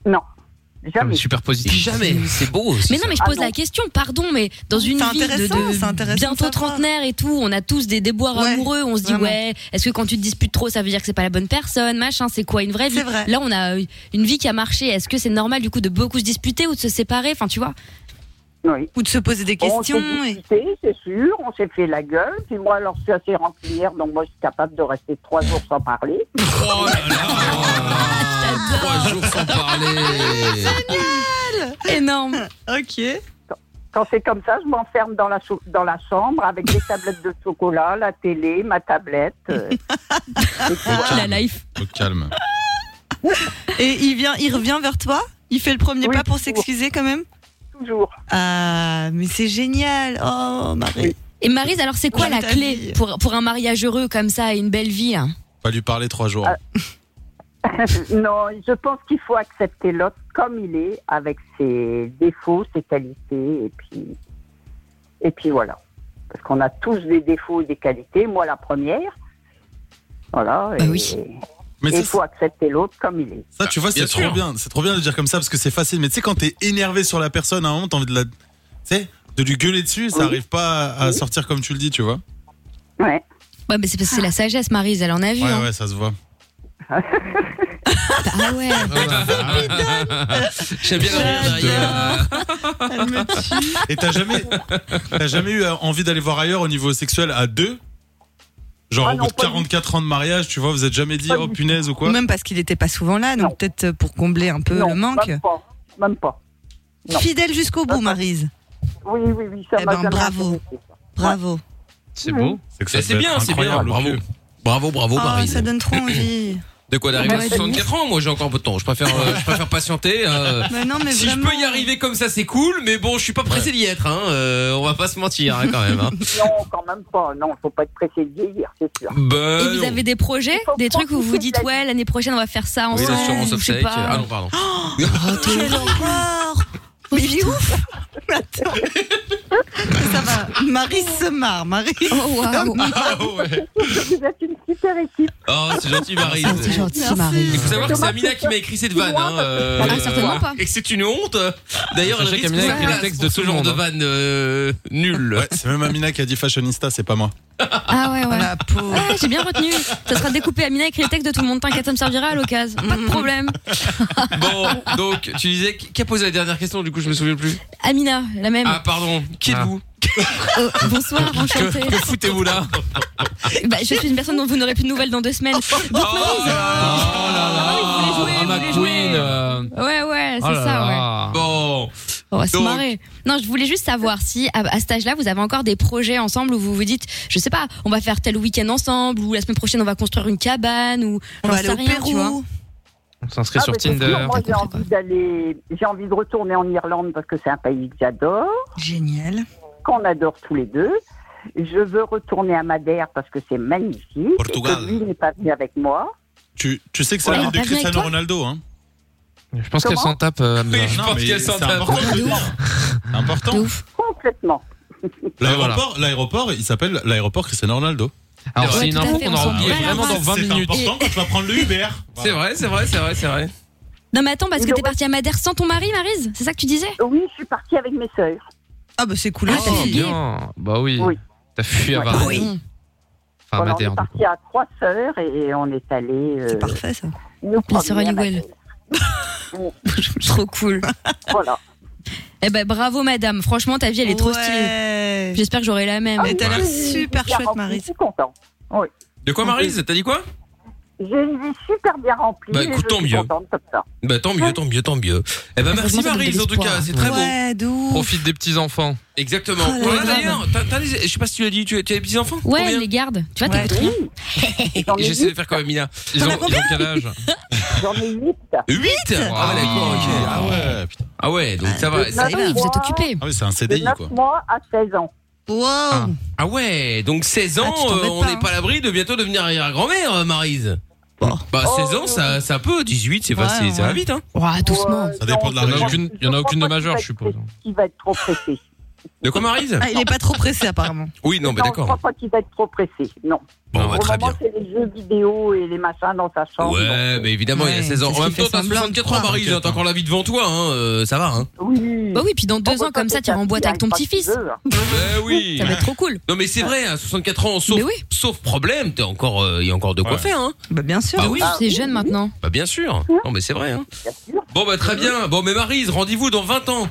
Speaker 10: Non. Jamais.
Speaker 8: Super positif.
Speaker 2: Jamais. C'est beau.
Speaker 4: Mais non, mais je
Speaker 10: Ah
Speaker 4: pose
Speaker 10: non.
Speaker 4: la question, pardon, mais dans une
Speaker 7: C'est
Speaker 4: vie de,
Speaker 7: intéressant,
Speaker 4: de
Speaker 7: c'est intéressant de
Speaker 4: bientôt
Speaker 7: savoir.
Speaker 4: trentenaire et tout, on a tous des déboires
Speaker 7: Ouais,
Speaker 4: amoureux, on se dit
Speaker 7: vraiment.
Speaker 4: ouais, est-ce que quand tu te disputes trop, ça veut dire que c'est pas la bonne personne, machin, c'est quoi une vraie vie
Speaker 7: C'est vrai.
Speaker 4: Là, on a euh, une vie qui a marché, est-ce que c'est normal du coup de beaucoup se disputer ou de se séparer Enfin, tu vois.
Speaker 10: Oui.
Speaker 7: Ou de se poser des
Speaker 10: On s'est
Speaker 7: questions. et-
Speaker 10: disputé, c'est sûr, on s'est fait la gueule. Puis moi, alors, je suis assez rancunière, donc moi, je suis capable de rester trois jours sans parler.
Speaker 2: Oh là là. Trois jours sans parler.
Speaker 4: Énorme.
Speaker 7: Ok.
Speaker 10: Quand c'est comme ça, je m'enferme dans la, chou- dans la chambre avec des tablettes de chocolat, la télé, ma tablette. euh,
Speaker 4: La life.
Speaker 6: Au calme.
Speaker 7: Et il vient, il revient vers toi. Il fait le premier
Speaker 10: Oui,
Speaker 7: pas pour
Speaker 10: toujours.
Speaker 7: s'excuser quand même.
Speaker 10: toujours.
Speaker 7: Ah, mais c'est génial. Oh, Marie.
Speaker 4: Et Marise, alors c'est quoi
Speaker 7: J'aime
Speaker 4: la
Speaker 7: ta vie.
Speaker 4: clé pour, pour un mariage heureux comme ça et une belle vie hein
Speaker 6: Pas lui parler trois
Speaker 4: Ah.
Speaker 6: jours.
Speaker 10: non, je pense qu'il faut accepter l'autre comme il est, avec ses défauts, ses qualités, et puis, et puis voilà. Parce qu'on a tous des défauts et des qualités, moi la première. Voilà.
Speaker 4: Bah
Speaker 10: et-
Speaker 4: oui.
Speaker 6: Mais
Speaker 10: et
Speaker 6: ça,
Speaker 10: il faut accepter l'autre comme il est.
Speaker 6: ça, tu vois,
Speaker 2: Bien
Speaker 6: c'est trop
Speaker 2: sûr.
Speaker 6: bien. C'est trop bien de le dire comme ça parce que c'est facile. Mais tu sais, quand t'es énervé sur la personne, à un moment, t'as envie de la. Tu sais, de lui gueuler dessus, ça
Speaker 10: Oui.
Speaker 6: arrive pas à
Speaker 10: Oui.
Speaker 6: sortir comme tu le dis, tu vois.
Speaker 10: Ouais.
Speaker 4: Ouais, mais c'est parce que c'est la sagesse, Marise, elle en a vu.
Speaker 6: Ouais,
Speaker 4: hein.
Speaker 6: ouais, ça se voit.
Speaker 4: Ah ouais.
Speaker 2: J'aime bien la rire derrière.
Speaker 7: Elle me tue.
Speaker 6: Et t'as jamais, t'as jamais eu euh, envie d'aller voir ailleurs au niveau sexuel à deux Genre
Speaker 10: Ah
Speaker 6: au
Speaker 10: non,
Speaker 6: bout de
Speaker 10: pas du-
Speaker 6: 44 ans de mariage, tu vois, vous êtes jamais dit
Speaker 10: Pas
Speaker 6: oh
Speaker 10: du-
Speaker 6: punaise ou quoi
Speaker 7: Même parce qu'il n'était pas souvent là, donc
Speaker 10: Non.
Speaker 7: peut-être pour combler un peu
Speaker 10: non,
Speaker 7: le manque.
Speaker 10: Même pas. Même pas. non.
Speaker 7: Fidèle jusqu'au bout,
Speaker 10: Attends.
Speaker 7: Marise.
Speaker 10: Oui, oui, oui, ça
Speaker 7: Eh
Speaker 10: m'a
Speaker 7: ben,
Speaker 10: jamais
Speaker 7: bravo.
Speaker 10: intéressé, ça.
Speaker 7: Bravo.
Speaker 8: C'est beau.
Speaker 6: C'est que
Speaker 2: Eh, C'est
Speaker 6: devait
Speaker 2: bien,
Speaker 6: être
Speaker 2: c'est bien.
Speaker 6: incroyable,
Speaker 2: Bravo.
Speaker 6: au cul.
Speaker 2: Bravo, bravo,
Speaker 7: Oh,
Speaker 2: Marie.
Speaker 7: ça donne trop envie.
Speaker 2: De quoi d'arriver à
Speaker 4: Ouais.
Speaker 2: 64 ans Moi, j'ai encore un peu de temps. Je préfère, euh, je préfère patienter. euh,
Speaker 7: Mais non, mais
Speaker 2: si
Speaker 7: vraiment.
Speaker 2: je peux y arriver comme ça, c'est cool. Mais bon, je suis pas pressé d'y être. Hein. euh, on va pas se mentir hein, quand même. Hein.
Speaker 10: Non, quand même pas. Non, faut pas être pressé de vieillir, c'est sûr.
Speaker 2: Bah,
Speaker 4: Et vous
Speaker 2: non.
Speaker 4: avez des projets,
Speaker 10: faut
Speaker 4: des trucs où vous vous
Speaker 10: profiter de
Speaker 4: dites
Speaker 10: la
Speaker 4: ouais l'année prochaine on va faire ça
Speaker 2: Oui,
Speaker 4: ensemble,
Speaker 2: l'assurance
Speaker 4: ou je sais
Speaker 2: obsèque.
Speaker 4: pas. Oh
Speaker 2: Ah non, pardon.
Speaker 7: Quelle horreur Mais il est ouf Attends. Ça va. Marie se marre, Marie.
Speaker 4: Oh waouh.
Speaker 10: Vous êtes une super équipe.
Speaker 2: Oh, c'est gentil, Marie.
Speaker 4: C'est gentil,
Speaker 7: Merci.
Speaker 4: Marie.
Speaker 2: Il faut savoir que c'est Amina qui m'a écrit cette vanne. Hein, euh,
Speaker 4: Ah, certainement pas.
Speaker 2: Et que c'est une honte. D'ailleurs, elle
Speaker 8: Sachez
Speaker 2: risque
Speaker 8: qu'Amina
Speaker 2: de
Speaker 8: écrit
Speaker 2: place
Speaker 8: les textes
Speaker 2: pour
Speaker 8: de
Speaker 2: ce
Speaker 8: tout le
Speaker 2: genre
Speaker 8: monde,
Speaker 2: de
Speaker 8: hein.
Speaker 2: vanne euh, nulle.
Speaker 6: Ouais, c'est même Amina qui a dit fashionista, c'est pas moi.
Speaker 4: Ah ouais, ouais.
Speaker 7: La peau.
Speaker 4: Ah, j'ai bien retenu. Ça sera découpé à Mina écrit les textes de tout le monde. T'inquiète, ça me servira à l'occasion. Mm, Pas de problème.
Speaker 2: Bon, donc, tu disais, qui qui a posé la dernière question Du coup, je me souviens plus.
Speaker 4: Amina, la même.
Speaker 2: Ah, pardon. Qui
Speaker 8: Ah.
Speaker 2: êtes-vous
Speaker 4: Oh, bonsoir, enchantée.
Speaker 2: Que foutez-vous là
Speaker 4: Bah, je suis une personne dont vous n'aurez plus de nouvelles dans deux semaines.
Speaker 2: Oh
Speaker 4: Donc, Ah oui, vous voulez jouer,
Speaker 8: Drama
Speaker 4: vous voulez
Speaker 8: Queen.
Speaker 4: jouer.
Speaker 8: euh,
Speaker 4: Ouais, ouais, c'est
Speaker 8: oh là
Speaker 4: ça, ouais.
Speaker 8: là.
Speaker 2: Bon.
Speaker 4: On va se
Speaker 2: Donc-
Speaker 4: marrer. Non, je voulais juste savoir si à, à cet âge-là, vous avez encore des projets ensemble où vous vous dites, je sais pas, on va faire tel week-end ensemble, ou la semaine prochaine on va construire une cabane, ou
Speaker 7: On
Speaker 4: j'en
Speaker 7: va
Speaker 4: sais
Speaker 7: aller au
Speaker 4: rien, tu vois.
Speaker 7: Pérou.
Speaker 8: On s'inscrit
Speaker 10: Ah,
Speaker 8: sur
Speaker 10: mais c'est sûr,
Speaker 8: Tinder. hein,
Speaker 10: Moi, j'ai
Speaker 4: T'as compris,
Speaker 10: envie d'aller, j'ai envie de retourner en Irlande parce que c'est un pays que j'adore,
Speaker 7: Génial.
Speaker 10: qu'on adore tous les deux. Je veux retourner à Madère parce que c'est magnifique.
Speaker 6: Portugal.
Speaker 10: Et que Lui n'est pas venu avec moi.
Speaker 6: Tu, tu sais que c'est
Speaker 4: Ouais,
Speaker 6: la ville
Speaker 4: on revient
Speaker 6: de
Speaker 4: avec
Speaker 6: Cristiano
Speaker 4: toi
Speaker 6: Ronaldo, hein
Speaker 8: Je pense qu'elle
Speaker 10: Comment
Speaker 8: s'en tape. euh, Amina.
Speaker 2: Oui, je pense
Speaker 6: mais
Speaker 2: qu'elle
Speaker 6: c'est
Speaker 2: s'en tape.
Speaker 6: important.
Speaker 4: De
Speaker 6: C'est important.
Speaker 4: Ah, De ouf.
Speaker 10: Complètement.
Speaker 6: L'aéroport, l'aéroport, il s'appelle l'aéroport Cristiano Ronaldo.
Speaker 8: Alors,
Speaker 4: Ouais,
Speaker 8: c'est une
Speaker 4: tout à
Speaker 8: info
Speaker 4: fait,
Speaker 8: qu'on
Speaker 4: on s'en
Speaker 8: aura oublié
Speaker 4: bat la
Speaker 8: vraiment
Speaker 4: main.
Speaker 8: dans 20
Speaker 6: C'est
Speaker 8: minutes.
Speaker 6: important quand tu vas prendre le Uber.
Speaker 2: C'est vrai, c'est vrai, c'est vrai, c'est vrai.
Speaker 4: Non, mais attends, parce que
Speaker 10: Ils
Speaker 4: t'es
Speaker 10: ont-
Speaker 4: partie à Madère sans ton mari, Marise C'est ça que tu disais
Speaker 10: Oui, je suis partie avec mes sœurs.
Speaker 7: Ah, bah c'est cool
Speaker 2: oh,
Speaker 4: Ah,
Speaker 7: aussi.
Speaker 4: t'as fait
Speaker 8: bien. Bah oui.
Speaker 10: Oui.
Speaker 8: T'as fui à
Speaker 10: Ouais.
Speaker 8: Varennes.
Speaker 7: Oui.
Speaker 4: Mmh.
Speaker 8: Enfin,
Speaker 10: Voilà, on
Speaker 8: Madère, du
Speaker 10: est
Speaker 8: coup.
Speaker 10: parti à trois sœurs et on est allé.
Speaker 7: C'est
Speaker 10: Euh,
Speaker 7: parfait ça.
Speaker 10: nous
Speaker 4: La sœur
Speaker 10: promener à
Speaker 4: Halliwell.
Speaker 10: Madère. Mm.
Speaker 4: Trop cool.
Speaker 10: Voilà.
Speaker 4: Eh ben, bravo, madame. Franchement, ta vie, elle est trop stylée.
Speaker 7: stylé.
Speaker 4: J'espère que j'aurai la même.
Speaker 7: Mais t'as l'air
Speaker 10: Ah oui,
Speaker 7: super
Speaker 10: bien
Speaker 7: chouette,
Speaker 10: rempli,
Speaker 7: Marie.
Speaker 10: Je suis contente.
Speaker 2: De quoi, Marise T'as dit quoi
Speaker 10: J'ai une vie super bien remplie.
Speaker 2: Bah,
Speaker 10: et
Speaker 2: écoute,
Speaker 10: je
Speaker 2: tant
Speaker 10: suis
Speaker 2: mieux.
Speaker 10: contente comme ça.
Speaker 2: Bah, tant mieux, tant mieux, tant mieux. Eh ben, merci,
Speaker 4: Ah, Franchement, ça
Speaker 2: Marise,
Speaker 4: donne
Speaker 2: en tout cas.
Speaker 4: l'espoir.
Speaker 2: C'est très beau.
Speaker 7: Ouais, d'où
Speaker 8: Profite des petits enfants.
Speaker 2: Exactement.
Speaker 7: Oh là
Speaker 2: Ouais,
Speaker 7: là.
Speaker 2: D'ailleurs, t'as- t'as les- je sais pas si tu l'as dit, tu, tu as des petits enfants
Speaker 4: Ouais, elle les garde. Tu vois,
Speaker 7: Ouais.
Speaker 4: t'écoutes rien.
Speaker 10: Oui, J'en ai
Speaker 2: J'essaie de
Speaker 10: huit.
Speaker 2: faire comme Mina.
Speaker 8: Ils
Speaker 7: T'en
Speaker 8: ont,
Speaker 7: as
Speaker 8: ils ont
Speaker 7: combien
Speaker 8: quel âge
Speaker 10: 8.
Speaker 2: 8 Ah ouais, d'accord, ok.
Speaker 6: Ah ouais, putain.
Speaker 2: Ah ouais, donc ça va. ça-
Speaker 4: Ah oui, vous êtes occupé.
Speaker 6: Ah ouais, c'est un
Speaker 10: De
Speaker 6: CDI
Speaker 10: 9
Speaker 6: quoi.
Speaker 10: mois à 16 ans.
Speaker 7: Wow
Speaker 2: Ah ouais, donc 16 ans,
Speaker 7: Ah, tu t'en
Speaker 2: euh,
Speaker 7: mets
Speaker 2: on
Speaker 7: pas,
Speaker 2: n'est
Speaker 7: hein.
Speaker 2: pas à l'abri de bientôt devenir arrière-grand-mère, euh, Marise.
Speaker 7: Bon.
Speaker 2: Bah,
Speaker 10: Oh.
Speaker 2: 16 ans, ça, ça peut. 18, c'est pas,
Speaker 7: Ouais,
Speaker 2: c'est-
Speaker 7: ouais.
Speaker 2: ça va vite, hein.
Speaker 4: Ouah, doucement.
Speaker 6: Ça dépend de la
Speaker 8: Il y en a
Speaker 6: région.
Speaker 8: aucune, il y en a aucune de majeure, je suppose.
Speaker 10: Qui va être trop pressé.
Speaker 2: De quoi, Marise
Speaker 7: Ah, il est pas trop pressé apparemment.
Speaker 2: Oui, non, bah
Speaker 10: non, je
Speaker 2: d'accord.
Speaker 10: crois pas qu'il va être trop pressé. Non.
Speaker 2: Bon, bah,
Speaker 10: Au
Speaker 2: très
Speaker 10: moment,
Speaker 2: bien.
Speaker 10: c'est les jeux vidéo et les machins dans sa chambre.
Speaker 2: Ouais, mais évidemment, il y a
Speaker 7: Ouais,
Speaker 2: 16 ans.
Speaker 7: c'est ce
Speaker 2: En même
Speaker 7: qui fait
Speaker 2: temps, t'as
Speaker 7: semblant de
Speaker 2: 64 ans,
Speaker 7: croire.
Speaker 2: Marie, t'as encore la vie devant toi, hein, euh, ça va, hein.
Speaker 10: Donc, oui.
Speaker 11: Bah oui, puis dans deux
Speaker 10: Oh,
Speaker 11: ans, comme ça, tu iras en boîte
Speaker 10: il
Speaker 11: avec ton
Speaker 10: arrive pas
Speaker 11: petit-fils.
Speaker 10: chez eux, hein.
Speaker 2: Ben oui.
Speaker 11: Ça va être trop cool.
Speaker 2: Non, mais c'est vrai, à 64 ans, sauf,
Speaker 11: Mais oui.
Speaker 2: sauf problème, t'es encore, euh, il y a encore de quoi
Speaker 6: Ouais.
Speaker 2: faire, hein.
Speaker 7: Bah bien sûr.
Speaker 2: Bah oui.
Speaker 10: Ah,
Speaker 11: C'est
Speaker 10: oui,
Speaker 11: jeune maintenant.
Speaker 2: Bah, bien sûr. Non, mais c'est vrai, hein.
Speaker 10: Bien sûr.
Speaker 2: Bon, bah, très bien. Bon, mais Marise, rendez-vous dans 20 ans.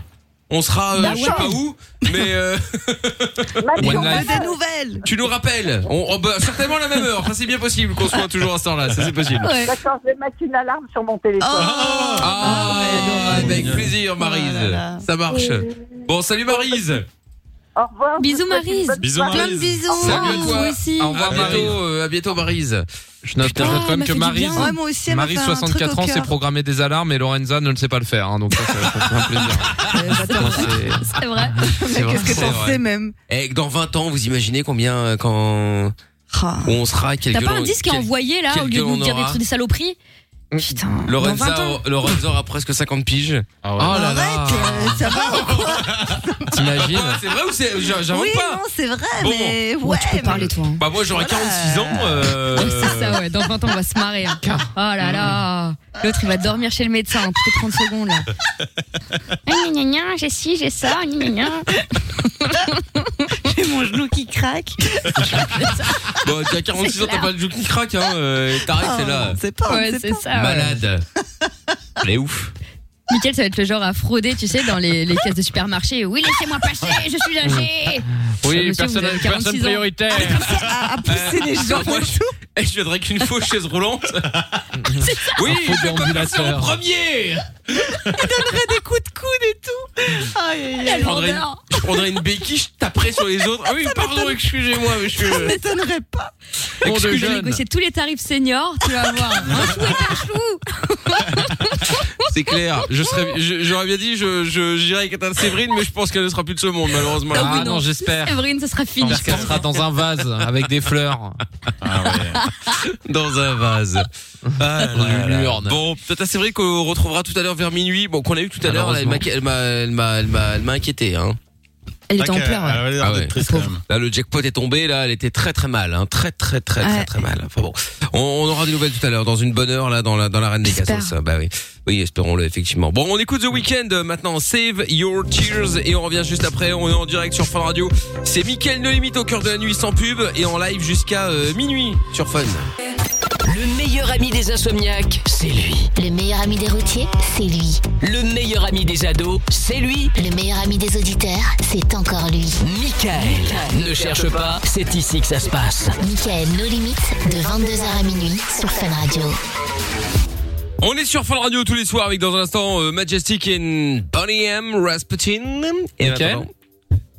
Speaker 2: On sera, euh,
Speaker 11: Bah
Speaker 2: je sais pas
Speaker 11: ouais.
Speaker 2: où, mais euh, Ah,
Speaker 10: Même si
Speaker 8: One
Speaker 10: on
Speaker 7: On
Speaker 10: va
Speaker 7: veut
Speaker 8: life.
Speaker 7: des nouvelles.
Speaker 2: tu nous rappelles. On, on- bah, certainement à la même heure. Ça, c'est bien possible qu'on soit toujours à ce temps-là. Ça, c'est possible.
Speaker 11: Ouais.
Speaker 10: D'accord, je vais mettre une alarme sur mon téléphone.
Speaker 7: Oh.
Speaker 2: Ah,
Speaker 7: Ah,
Speaker 2: bah,
Speaker 7: ouais.
Speaker 2: avec plaisir, Marise.
Speaker 7: Oh là là.
Speaker 2: Ça marche. Bon, salut, Marise.
Speaker 10: Au revoir.
Speaker 11: Bisous,
Speaker 10: je vous souhaite une
Speaker 11: Maryse.
Speaker 10: bonne
Speaker 6: Bisous,
Speaker 10: soirée.
Speaker 7: Plein de
Speaker 6: Maryse.
Speaker 7: bisous.
Speaker 2: Salut à
Speaker 11: vous
Speaker 2: toi.
Speaker 11: aussi.
Speaker 8: Au
Speaker 2: À
Speaker 8: revoir, Marie.
Speaker 2: bientôt, euh, à bientôt, Marise.
Speaker 8: Je note, je note quand
Speaker 11: elle
Speaker 8: même
Speaker 11: m'a
Speaker 8: que
Speaker 11: fait du
Speaker 8: Marie,
Speaker 11: bien.
Speaker 7: Ouais, moi aussi, elle m'a
Speaker 8: Marie
Speaker 7: fait un
Speaker 8: 64
Speaker 7: truc au
Speaker 8: ans, s'est
Speaker 7: cœur.
Speaker 8: programmé des alarmes et Lorenza ne le sait pas le faire. hein, donc ça, ça fait un plaisir. Moi, c'est- c'est
Speaker 11: C'est vrai.
Speaker 8: vrai. Eh,
Speaker 7: Qu'est-ce que
Speaker 2: C'est
Speaker 7: t'en
Speaker 2: vrai.
Speaker 7: sais même
Speaker 2: Et dans 20 ans, vous imaginez combien euh, quand
Speaker 7: Ah.
Speaker 2: où on sera quel
Speaker 11: T'as
Speaker 2: gueule
Speaker 11: pas un
Speaker 2: on-
Speaker 11: disque à
Speaker 2: quel- Mm.
Speaker 11: envoyer là
Speaker 2: quelle
Speaker 11: au lieu de
Speaker 2: gueule
Speaker 11: nous
Speaker 2: on
Speaker 11: dire des
Speaker 2: aura
Speaker 11: trucs des saloperies Putain.
Speaker 2: Lorenza,
Speaker 11: Dans 20 ans.
Speaker 2: Lorenza aura presque 50 piges.
Speaker 8: Ah ouais.
Speaker 2: Oh là
Speaker 7: Arrête,
Speaker 2: là.
Speaker 7: euh, ça va ou quoi
Speaker 8: T'imagines
Speaker 2: Ah, c'est vrai ou c'est j'a- j'invente
Speaker 7: Oui,
Speaker 2: pas
Speaker 7: non, Oh, c'est vrai,
Speaker 2: Bon.
Speaker 7: Ah, mais ouais.
Speaker 11: Ouais, tu peux
Speaker 7: mais-
Speaker 11: parler toi. hein.
Speaker 2: Bah moi j'aurai
Speaker 7: Voilà.
Speaker 2: 46 ans. euh,
Speaker 11: Ouais, Ah, c'est ça, ouais. Dans 20 ans, on va se marrer. hein. Oh là là. L'autre, il va dormir chez le médecin en toutes les 30 secondes, là. Ah, gna, gna, gna, j'ai ci, j'ai ça, gna, gna, gna.
Speaker 7: J'ai mon genou qui craque.
Speaker 2: Bon, tu as 46
Speaker 11: C'est
Speaker 2: ans, Bah, t'as
Speaker 11: clair.
Speaker 2: pas de joue qui craque hein. euh, T'arrêtes, c'est là.
Speaker 7: Oh, C'est pas,
Speaker 11: Ouais,
Speaker 7: c'est
Speaker 11: c'est
Speaker 7: pas.
Speaker 11: ça. ouais.
Speaker 2: Malade. Elle est ouf.
Speaker 11: Mickaël, ça va être le genre à frauder, tu sais, dans les, les caisses de supermarché. Oui, laissez-moi passer, je suis âgé.
Speaker 8: Oui,
Speaker 11: Monsieur,
Speaker 8: personne,
Speaker 11: vous avez 46
Speaker 8: personne
Speaker 11: ans.
Speaker 8: prioritaire.
Speaker 7: Ah, À,
Speaker 8: Ah,
Speaker 7: à pousser les gens.
Speaker 2: Euh, moi, je- Eh, je viendrai qu'une fausse chaise roulante. Oui,
Speaker 8: Un faux
Speaker 2: je vais pas passer en
Speaker 8: déambulateur.
Speaker 2: premier.
Speaker 7: des coups de coude et tout. Aïe, aïe,
Speaker 2: Je
Speaker 7: aïe.
Speaker 2: prendrai, une, je prendrai une béquille, je taperai sur les autres. Ah oui, pardon, excusez-moi, monsieur.
Speaker 7: Ah, Ça m'étonnerait pas.
Speaker 8: Bon Euh, de
Speaker 11: Je vais
Speaker 8: jeunes.
Speaker 11: négocier tous les tarifs seniors, tu vas voir. hein. Un chou et un chou.
Speaker 2: C'est clair. Je serais, je- j'aurais bien dit, je, je, j'irai avec Catherine Séverine, mais je pense qu'elle ne sera plus de ce monde, malheureusement.
Speaker 11: Ah oui,
Speaker 8: Ah
Speaker 11: non.
Speaker 8: non, j'espère.
Speaker 11: Séverine, ça sera fini.
Speaker 8: On se cassera dans un vase avec des fleurs.
Speaker 6: Ah ouais.
Speaker 2: Dans un vase. Ah,
Speaker 8: Dans une
Speaker 2: là là.
Speaker 8: urne.
Speaker 2: Bon, peut-être c'est vrai qu'on retrouvera tout à l'heure vers minuit. Bon, qu'on a eu tout à l'heure, elle m'a, elle m'a, elle m'a, elle m'a, elle m'a inquiété, hein.
Speaker 11: Elle était en pleurs.
Speaker 8: hein.
Speaker 11: ouais.
Speaker 6: Elle avait l'air
Speaker 2: Ah
Speaker 6: d'être
Speaker 2: ouais.
Speaker 6: triste quand même.
Speaker 2: Là, le jackpot est tombé. Là, elle était très très mal, hein. Très très très très
Speaker 11: Ouais.
Speaker 2: très mal. Enfin bon, on, on aura des nouvelles tout à l'heure dans une bonne heure là dans la dans la reine des
Speaker 11: J'espère.
Speaker 2: Cassos. Bah oui, oui, espérons-le effectivement. Bon, on écoute The Weeknd euh, maintenant. Save Your Tears et on revient juste après. On est en direct sur Fun Radio. C'est Mickaël No Limite au cœur de la nuit sans pub et en live jusqu'à euh, minuit sur Fun.
Speaker 1: Le meilleur ami des insomniaques, c'est lui.
Speaker 12: Le meilleur ami des routiers, c'est lui.
Speaker 1: Le meilleur ami des ados, c'est lui.
Speaker 12: Le meilleur ami des auditeurs, c'est encore lui.
Speaker 1: Michael. Ne cherche pas, c'est ici que ça se passe.
Speaker 12: Michael, nos limites, de 22h à minuit sur Fun Radio.
Speaker 2: On est sur Fun Radio tous les soirs avec dans un instant euh, Majestic and Bonnie M Rasputin. Et en
Speaker 8: Mickaël
Speaker 2: attendant-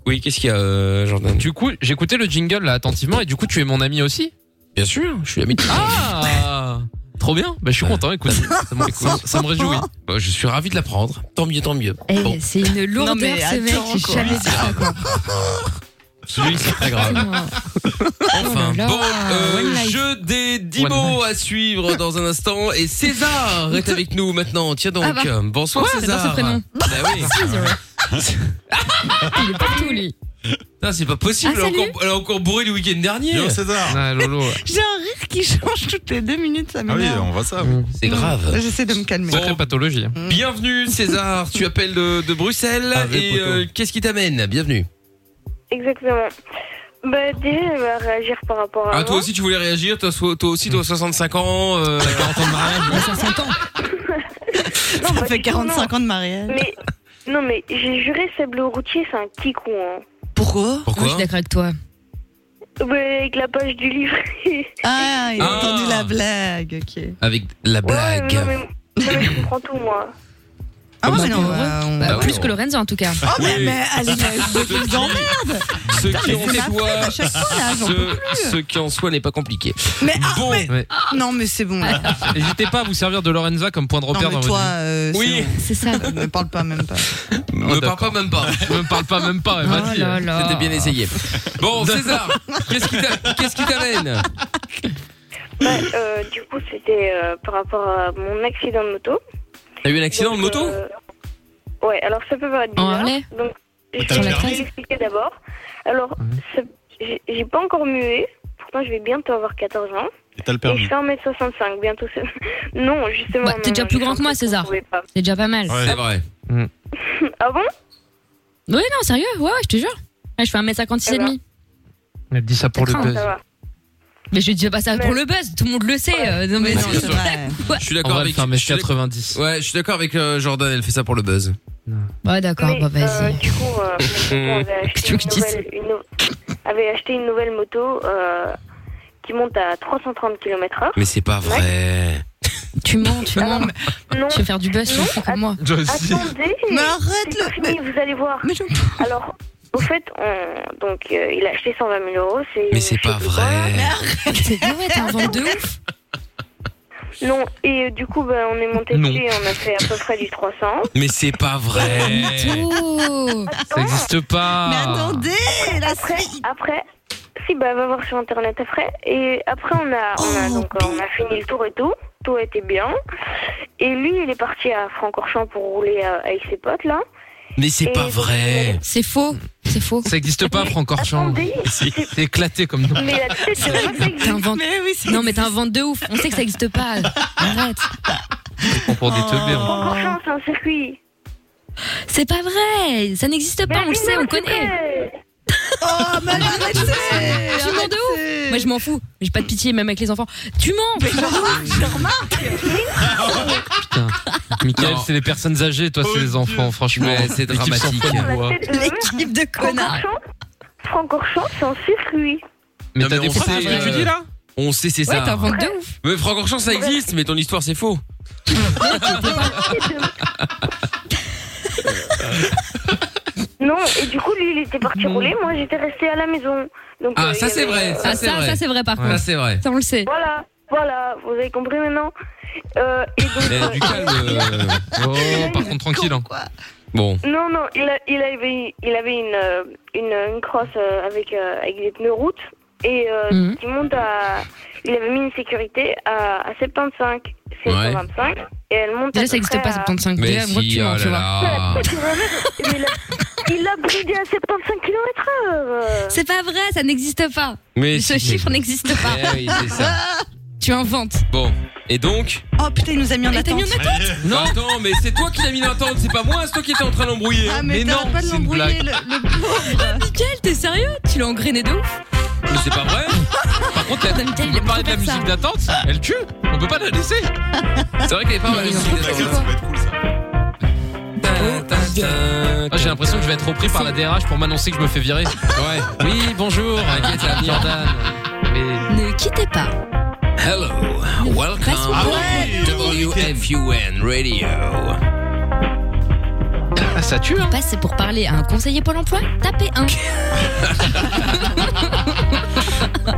Speaker 2: Oui, qu'est-ce qu'il y a, euh, Jordan
Speaker 8: Du coup, j'écoutais le jingle là attentivement et du coup, tu es mon ami aussi.
Speaker 2: Bien sûr, je suis l'ami de
Speaker 8: Ah Trop bien. Bah, je suis content. Écoute, ça me, ça- ça me réjouit.
Speaker 2: Bah, je suis ravi de l'apprendre. Tant mieux, tant mieux.
Speaker 11: Eh,
Speaker 2: Bon,
Speaker 11: C'est une
Speaker 7: Non,
Speaker 11: lourdeur
Speaker 7: mais
Speaker 11: ce mec,
Speaker 7: attends,
Speaker 11: j'ai
Speaker 7: quoi.
Speaker 11: jamais vu ça quoi.
Speaker 2: celui c'est très grave. Enfin,
Speaker 11: Oh là là,
Speaker 2: bon, euh,
Speaker 11: One Life.
Speaker 2: jeu des 10
Speaker 8: One
Speaker 2: mots à suivre dans un instant. Et César est avec nous maintenant. Tiens donc,
Speaker 11: Ah bah.
Speaker 2: euh, bonsoir
Speaker 11: Ouais, j'adore
Speaker 2: César.
Speaker 11: ce prénom.
Speaker 2: Bah oui.
Speaker 11: Il est partout lui.
Speaker 2: Putain, c'est pas possible.
Speaker 11: Ah,
Speaker 2: elle, a
Speaker 11: salut.
Speaker 2: encore, elle a encore bourré le week-end dernier.
Speaker 6: Yo César
Speaker 8: Ah, Lolo.
Speaker 7: J'ai un rire qui change toutes les deux minutes, ça
Speaker 6: Ah oui,
Speaker 7: m'énerve.
Speaker 6: on voit ça.
Speaker 2: Mm. C'est grave.
Speaker 7: J'essaie de me calmer.
Speaker 8: Sacrée
Speaker 2: bah-
Speaker 8: pathologie.
Speaker 2: Bienvenue César, tu appelles de, de Bruxelles
Speaker 8: Ah, oui,
Speaker 2: et
Speaker 8: poteau.
Speaker 2: euh, qu'est-ce qui t'amène Bienvenue.
Speaker 9: Exactement. Bah, déjà, elle va réagir par rapport à.
Speaker 2: Ah toi
Speaker 9: moi.
Speaker 2: aussi tu voulais réagir, toi, so- toi aussi toi 65 ans, euh, 40 Mm. ans de mariage.
Speaker 11: Ah, ça s'entend.
Speaker 7: Ça
Speaker 9: bah,
Speaker 7: fait
Speaker 9: du coup,
Speaker 7: 45 ans de mariage.
Speaker 9: Mais. Non, mais j'ai juré, Sable Routier, c'est un petit con. Hein.
Speaker 7: Pourquoi
Speaker 11: Moi, je
Speaker 2: Pourquoi
Speaker 11: suis d'accord avec toi.
Speaker 9: Bah, avec la page du livre.
Speaker 7: Ah, il a
Speaker 2: Ah.
Speaker 7: entendu la blague, ok.
Speaker 2: Avec la blague.
Speaker 9: non, mais, non, mais je comprends tout, moi.
Speaker 7: Ah,
Speaker 2: Comment
Speaker 7: ouais,
Speaker 2: ça,
Speaker 7: non,
Speaker 11: heureux
Speaker 7: bah, on-
Speaker 11: Bah,
Speaker 2: oui,
Speaker 11: plus
Speaker 2: on-
Speaker 11: que Lorenzo en tout cas.
Speaker 7: Oh, mais,
Speaker 2: Oui.
Speaker 7: mais allez, mais
Speaker 2: Ceux qui-
Speaker 7: vous emmerde
Speaker 2: Ceux qui
Speaker 7: mais
Speaker 2: ont
Speaker 7: c'est
Speaker 2: fait
Speaker 7: ma
Speaker 2: toi-
Speaker 7: à chaque fois, là, j'en
Speaker 2: Ce-
Speaker 7: peux
Speaker 2: ce qui en soi n'est pas compliqué.
Speaker 7: Mais, ah,
Speaker 2: Bon.
Speaker 7: mais-
Speaker 8: Ouais.
Speaker 7: non, mais c'est bon. là.
Speaker 8: N'hésitez pas à vous servir de Lorenza comme point de
Speaker 7: Non,
Speaker 8: repère
Speaker 7: mais
Speaker 8: dans
Speaker 7: toi,
Speaker 8: votre
Speaker 7: euh, c'est
Speaker 2: Oui.
Speaker 7: bon.
Speaker 11: C'est ça.
Speaker 7: Ne parle pas, même pas.
Speaker 2: Ne parle pas même pas.
Speaker 8: vie. Oh, Ne me parle pas, même pas. Elle m'a
Speaker 11: Oh
Speaker 8: dit.
Speaker 11: là là.
Speaker 2: C'était bien essayé. Bon, César, qu'est-ce qui t'a- qu'est-ce qui t'amène
Speaker 9: Bah, euh, du coup, c'était euh, par rapport à mon accident de moto.
Speaker 2: T'as eu un accident de
Speaker 9: Donc,
Speaker 2: moto
Speaker 9: euh, Ouais, alors ça peut paraître
Speaker 11: En
Speaker 9: bizarre.
Speaker 11: Harley
Speaker 9: Donc, Et
Speaker 6: Bah,
Speaker 9: je
Speaker 6: t'as Mhm.
Speaker 9: vais
Speaker 6: bien
Speaker 9: je vais
Speaker 6: raison.
Speaker 9: l'expliquer d'abord. Alors, ce- j'ai j'ai pas encore mué. Pourtant, je vais bientôt avoir 14 ans.
Speaker 6: Et t'as le
Speaker 9: Et
Speaker 6: permis.
Speaker 9: je fais 1m65. Bientôt. ce- Non, justement.
Speaker 4: Bah, t'es
Speaker 9: non,
Speaker 4: déjà
Speaker 9: non,
Speaker 4: plus
Speaker 9: je
Speaker 4: grand que moi, César.
Speaker 9: trouvais pas.
Speaker 4: C'est déjà pas mal.
Speaker 2: C'est vrai.
Speaker 9: Ah bon
Speaker 4: Oui, non, sérieux, ouais, ouais, je te jure. Ouais, je fais 1m56 et demi.
Speaker 8: Elle dit ça pour le
Speaker 4: Crains,
Speaker 8: buzz.
Speaker 4: Eh ben, ça va. Mais je dis pas ça pour le buzz, tout le monde le sait. euh, non, mais
Speaker 2: Ouais,
Speaker 4: non,
Speaker 2: bien
Speaker 4: c'est
Speaker 2: sûr.
Speaker 4: vrai.
Speaker 2: Je suis d'accord avec. je suis d'accord- Ouais, je suis d'accord avec euh, Jordan. Elle fait ça pour le buzz.
Speaker 4: Ouais, d'accord, bah vas-y.
Speaker 9: Du coup, euh, mon copain avait acheté une nouvelle- une nou- avait acheté une nouvelle moto euh, qui monte à 330 km/h.
Speaker 2: Mais c'est pas vrai.
Speaker 4: Tu mens, tu mens.
Speaker 9: Non.
Speaker 4: Tu veux faire du buzz, tu fous comme moi.
Speaker 9: Attendez,
Speaker 7: Mais arrête
Speaker 9: c'est pas fini, vous allez voir. Alors, au fait, on- donc euh, il a acheté 120 000 euros. c'est-
Speaker 2: Mais c'est pas vrai.
Speaker 4: C'est ouais, t'es un ventre de ouf.
Speaker 9: Non, et euh, du coup, bah, on est monté
Speaker 2: Non.
Speaker 9: dessus et on a fait à peu près du 300.
Speaker 2: Mais c'est pas vrai.
Speaker 4: Oh.
Speaker 9: Ah,
Speaker 2: Ça
Speaker 9: Oh.
Speaker 2: existe pas.
Speaker 9: après, après, si, bah, va voir sur internet après. Et après, on a, on a, donc, euh, on a fini le tour et tout. Tout a été bien. Et lui, il est parti à Francorchamps pour rouler euh, avec ses potes là.
Speaker 2: Mais c'est pas vrai.
Speaker 4: C'est faux. C'est faux.
Speaker 8: Ça existe pas, Francorchamps. C'est éclaté comme nom.
Speaker 9: Mais la tête de la meuf,
Speaker 4: T'es un ventre-
Speaker 7: ça
Speaker 4: non, mais t'es un ventre de ouf. On sait que ça existe pas. Arrête.
Speaker 8: Pour des teubés.
Speaker 4: oh.
Speaker 8: hein.
Speaker 9: Francorchamps, c'est un circuit.
Speaker 4: C'est pas vrai. Ça n'existe pas. On le sait, on connaît.
Speaker 7: Oh, mais
Speaker 4: Tu mens de ouf. Moi, je m'en fous. J'ai pas de pitié, même avec les enfants. Tu mens.
Speaker 8: Michael, c'est les personnes âgées, toi, c'est les enfants, franchement.
Speaker 2: Ouais, Oh c'est
Speaker 8: L'équipe sans
Speaker 2: dramatique.
Speaker 8: foi ni loi.
Speaker 7: L'équipe de connards.
Speaker 9: Francorchamps, c'est un circuit.
Speaker 8: Mais
Speaker 2: Non,
Speaker 8: t'as Oh, des
Speaker 2: mais on
Speaker 8: problèmes
Speaker 2: sait,
Speaker 8: avec ce que
Speaker 2: euh,
Speaker 8: tu dis là
Speaker 2: On sait, c'est
Speaker 4: Ouais, t'es un
Speaker 2: ça.
Speaker 4: ventre de ouf.
Speaker 2: Mais Francorchamps, ça existe, mais ton histoire, c'est faux.
Speaker 9: Non, et du coup, lui, il était parti rouler. Moi, j'étais restée à la maison. Donc,
Speaker 2: Ah,
Speaker 9: euh,
Speaker 2: ça,
Speaker 9: il y
Speaker 2: c'est
Speaker 9: avait,
Speaker 2: vrai,
Speaker 9: euh,
Speaker 2: ça, c'est vrai.
Speaker 4: par
Speaker 2: Ça, c'est vrai.
Speaker 4: Ça, on le sait.
Speaker 9: Voilà, voilà, vous avez compris maintenant. Euh, et donc,
Speaker 2: Eh,
Speaker 9: euh,
Speaker 2: du calme. euh,
Speaker 8: Oh, par contre, tranquille. hein.
Speaker 2: Bon.
Speaker 9: Non, non, il, a- il avait, il avait une, euh, une, une crosse euh, avec, euh, avec des pneus route et euh,
Speaker 7: Mhm.
Speaker 9: qui monte à. Il avait mis une sécurité à, à 75. C'est
Speaker 7: Eh.
Speaker 2: Ouais.
Speaker 9: 125 et elle monte à. peu
Speaker 4: Déjà, ça n'existe
Speaker 9: près
Speaker 4: pas,
Speaker 9: à-
Speaker 4: 75.
Speaker 2: Mais
Speaker 4: Déjà, moi,
Speaker 2: si,
Speaker 4: tu mens,
Speaker 2: oh
Speaker 4: tu
Speaker 2: là
Speaker 4: vois.
Speaker 2: là.
Speaker 9: Mais il a, il a bridé à 75 km/h.
Speaker 4: C'est pas vrai, ça n'existe pas.
Speaker 2: Mais
Speaker 4: Ce
Speaker 2: si.
Speaker 4: chiffre n'existe pas.
Speaker 2: Eh oui, c'est ça.
Speaker 4: Tu inventes.
Speaker 2: Bon. Et donc
Speaker 7: Oh putain, il nous a mis en
Speaker 4: Et t'as mis
Speaker 7: attente.
Speaker 4: en attente
Speaker 2: Non, Bah, attends, mais c'est toi qui l'as mis dans l'attente, c'est pas moi, c'est toi qui étais en train d'embrouiller.
Speaker 7: Ah, mais,
Speaker 2: non,
Speaker 7: t'arrêtes pas de
Speaker 2: c'est une
Speaker 7: l'embrouiller,
Speaker 2: blague.
Speaker 7: le, le pauvre.
Speaker 4: Ah, Mickaël, t'es sérieux Tu l'as engrainé de ouf
Speaker 2: Mais c'est pas vrai. Par
Speaker 4: Non, mais
Speaker 2: contre,
Speaker 4: Mickaël, il
Speaker 2: elle
Speaker 4: aime
Speaker 2: parlait de la
Speaker 4: trop faire
Speaker 2: musique d'attente, elle tue. On peut pas la laisser. C'est vrai qu'elle est pas mal la
Speaker 4: Mais
Speaker 2: musique
Speaker 4: non,
Speaker 2: d'attente.
Speaker 6: Ça peut être cool, ça.
Speaker 8: Ah, J'ai l'impression que je vais être repris par la DRH pour m'annoncer que je me fais virer.
Speaker 2: Ouais.
Speaker 8: Oui, bonjour.
Speaker 2: T'inquiète, ça va venir.
Speaker 8: Jordan. Mais-
Speaker 4: Ne quittez pas.
Speaker 2: Hello, welcome
Speaker 4: Passe-moi. Ah
Speaker 6: oui,
Speaker 2: WFUN Radio.
Speaker 8: Ah, ça tue, hein
Speaker 4: Passez pour parler à un conseiller Pôle emploi, tapez 1.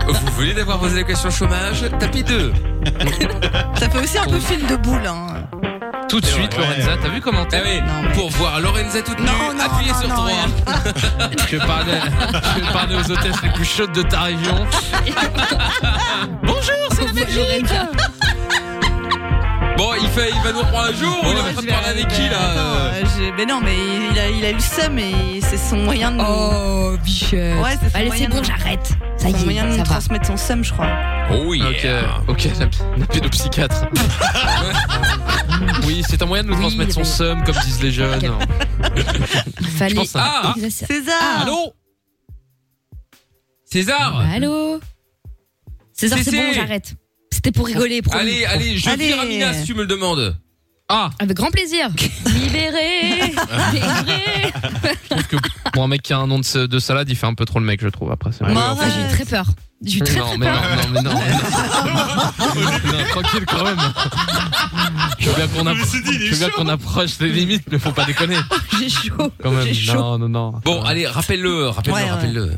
Speaker 2: Vous venez d'avoir vos allocations chômage, tapez 2.
Speaker 7: Ça fait aussi un peu film de boule, hein.
Speaker 8: Tout de suite,
Speaker 6: Ouais.
Speaker 8: Lorenza, t'as vu comment
Speaker 2: Ah
Speaker 8: t'es
Speaker 2: oui,
Speaker 7: Non, mais-
Speaker 2: pour voir Lorenza toute nue,
Speaker 7: Non, non,
Speaker 2: appuyez
Speaker 7: non,
Speaker 2: sur
Speaker 7: non,
Speaker 2: 3.
Speaker 7: rien.
Speaker 8: Je vais parler, je vais parler aux hôtesses les plus chaudes de ta région. Bonjour, c'est la Belgique
Speaker 2: Bon, il, fait, il va nous reprendre un jour ou il est en
Speaker 7: Ouais,
Speaker 2: train de
Speaker 7: je vais
Speaker 2: parler avec
Speaker 7: arriver.
Speaker 2: qui là
Speaker 7: Attends,
Speaker 2: euh
Speaker 7: euh, j'ai- Mais non, mais il a, il a eu le seum et c'est son moyen de nous,
Speaker 4: Oh, bichette.
Speaker 7: Ouais, c'est son
Speaker 4: Allez,
Speaker 7: moyen
Speaker 4: c'est bon,
Speaker 7: de-
Speaker 4: j'arrête. Ça
Speaker 7: son
Speaker 4: y
Speaker 7: moyen de
Speaker 4: est,
Speaker 7: nous
Speaker 4: ça va.
Speaker 7: transmettre son seum, je crois.
Speaker 2: Oh oui.
Speaker 8: Ok, ok, la, la pédopsychiatre. oui, c'est un moyen de nous
Speaker 4: Oui,
Speaker 8: transmettre son
Speaker 4: mais-
Speaker 8: somme, comme disent les jeunes.
Speaker 4: Fallait.
Speaker 8: pense à-
Speaker 2: Ah,
Speaker 4: Exacer-
Speaker 7: César
Speaker 2: Allô César
Speaker 4: Allô César, c'est
Speaker 2: Cécé.
Speaker 4: bon, j'arrête. C'était pour rigoler, promis.
Speaker 2: Allez, allez, je
Speaker 7: Allez.
Speaker 2: vire Amina si tu me le demandes. Ah
Speaker 4: Avec grand plaisir. Libéré. Libéré.
Speaker 8: Parce que pour un mec qui a un nom de, ce- de salade, il fait un peu trop le mec, je trouve. Après, c'est
Speaker 7: Bon,
Speaker 4: Ah, J'ai eu très peur. J'ai eu très,
Speaker 8: non,
Speaker 4: très
Speaker 8: mais non,
Speaker 4: peur.
Speaker 8: non, mais non, mais non. Non, Tranquille quand même. Je veux bien qu'on
Speaker 6: Mais c'est dit,
Speaker 8: appro-
Speaker 6: il est
Speaker 8: je veux bien
Speaker 6: chaud.
Speaker 8: qu'on approche des limites, mais faut pas déconner.
Speaker 4: J'ai chaud.
Speaker 8: Quand même.
Speaker 4: J'ai chaud.
Speaker 8: Non, non, non.
Speaker 2: Bon, allez, rappelle-le, rappelle-le,
Speaker 7: Ouais, ouais.
Speaker 2: rappelle-le.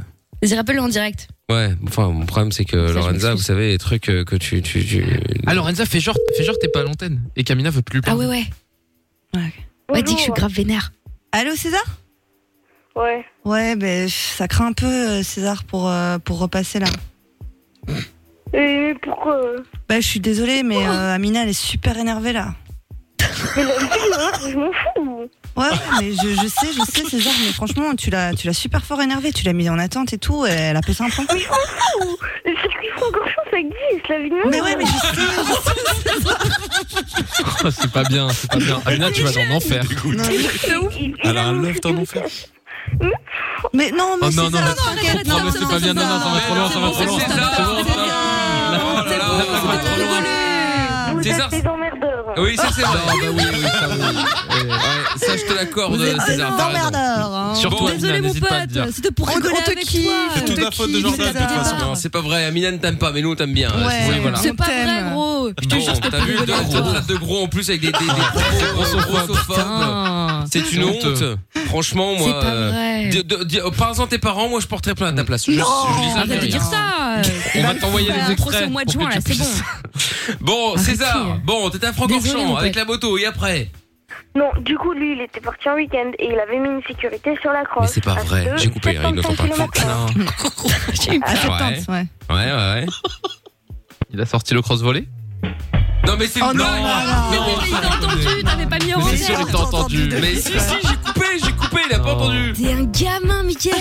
Speaker 4: Vas-y, rappelle-le en direct.
Speaker 2: Ouais, enfin, mon problème c'est que
Speaker 4: je
Speaker 2: Lorenza,
Speaker 4: m'excuse.
Speaker 2: vous savez, les trucs euh, que tu. tu, tu...
Speaker 8: Ah, Lorenza, fais genre, fais genre, t'es pas à l'antenne. Et Camina veut plus.
Speaker 4: Ah
Speaker 8: parler.
Speaker 4: ouais, ouais. Ouais,
Speaker 9: Bonjour.
Speaker 4: dis que je suis grave vénère.
Speaker 7: Allô, César
Speaker 9: Ouais.
Speaker 7: Ouais, ben pff, ça craint un peu, euh, César, pour, euh, pour repasser là.
Speaker 9: Et pourquoi euh,
Speaker 7: Bah, je suis désolée, mais euh, Amina, elle est super énervée là.
Speaker 9: mais la musique, hein, Je m'en fous. bon.
Speaker 7: Ouais, ouais, mais je, je sais, je sais, César, mais franchement, tu l'as, tu l'as super fort énervé, tu l'as mis en attente et tout, et elle a pété un plomb.
Speaker 9: Mais on s'en fout Le circuit francorchamps, ça existe, la vie de
Speaker 7: Mais ouais, mais je sais,
Speaker 8: c'est pas bien, c'est pas bien. Amina, tu vas dans l'enfer.
Speaker 6: Elle a un love ton enfer.
Speaker 7: Mais non, mais
Speaker 8: Oh non,
Speaker 7: César,
Speaker 8: non, non,
Speaker 7: t'inquiète,
Speaker 8: non,
Speaker 7: non,
Speaker 8: mais c'est
Speaker 7: non,
Speaker 8: pas bien, non, non, ça va trop loin, ça va trop loin.
Speaker 2: C'est ça. Oh là là, ça va trop loin.
Speaker 9: Vous
Speaker 2: César,
Speaker 9: êtes des emmerdeurs.
Speaker 2: Oui, ça c'est vrai.
Speaker 8: Ah bah oui, oui, ça oui.
Speaker 2: Euh, Ouais, ça, je te l'accorde, euh,
Speaker 7: Vous êtes
Speaker 2: César. t'as raison.
Speaker 7: emmerdeur, hein.
Speaker 8: Surtout, Amina,
Speaker 4: Désolé mon
Speaker 8: n'hésite
Speaker 4: pote,
Speaker 8: pas à te dire.
Speaker 4: c'était pour
Speaker 7: On-
Speaker 4: rigoler
Speaker 7: on te
Speaker 4: avec
Speaker 7: kiffe.
Speaker 4: toi.
Speaker 7: C'est
Speaker 6: toute la faute de Jordan, de toute façon.
Speaker 2: Non, c'est pas vrai. Amina ne t'aime pas, mais nous on t'aime bien.
Speaker 7: Ouais,
Speaker 8: Oui, voilà.
Speaker 4: C'est
Speaker 7: on
Speaker 4: pas
Speaker 7: t'aime.
Speaker 4: vrai gros. Je te
Speaker 2: Bon,
Speaker 4: jure, c'était
Speaker 2: t'as
Speaker 4: pour Ah,
Speaker 2: vu,
Speaker 4: rigoler
Speaker 2: t'as
Speaker 4: avec toi.
Speaker 2: de gros en plus avec des, des, des propos grossophobes.
Speaker 4: Putain.
Speaker 2: C'est une
Speaker 8: honte.
Speaker 2: honte. Franchement,
Speaker 4: C'est
Speaker 2: moi.
Speaker 4: pas
Speaker 2: euh,
Speaker 4: vrai.
Speaker 2: di- de- di- Parle-en à tes parents, moi je porterai plainte à ta place. Je- je dis ça, je
Speaker 4: Arrête de
Speaker 2: dis
Speaker 4: dire
Speaker 2: rien.
Speaker 4: ça.
Speaker 8: On va t'envoyer
Speaker 4: On fait
Speaker 8: les
Speaker 4: un procès
Speaker 8: extraits.
Speaker 4: au mois de
Speaker 8: pour
Speaker 4: juin,
Speaker 8: que
Speaker 4: là,
Speaker 8: tu
Speaker 4: c'est
Speaker 8: puisses-
Speaker 2: Bon,
Speaker 4: Arrêtez.
Speaker 2: César, bon, t'étais à
Speaker 4: Désolée, mon
Speaker 2: Francorchamps
Speaker 4: pote.
Speaker 2: avec la moto et après
Speaker 9: Non, du coup, lui, il était parti en week-end et il avait mis une sécurité sur la crosse. à deux, 75 kilomètres hein. heure.
Speaker 7: J'ai eu peur.
Speaker 2: Ouais.
Speaker 7: Acceptante, ouais.
Speaker 2: Ouais, ouais, ouais.
Speaker 8: Il a sorti le cross-volet
Speaker 2: Non, mais c'est
Speaker 7: Oh
Speaker 2: une
Speaker 7: non,
Speaker 2: blague
Speaker 7: non,
Speaker 2: Mais
Speaker 7: non.
Speaker 2: bon,
Speaker 4: Mais il t'a entendu, t'avais pas mis en
Speaker 8: Mais sûr,
Speaker 4: retard.
Speaker 8: il t'a entendu.
Speaker 2: Mais si, si, j'ai coupé, j'ai coupé, il a pas
Speaker 8: Non.
Speaker 2: entendu
Speaker 4: T'es un gamin, Mickaël.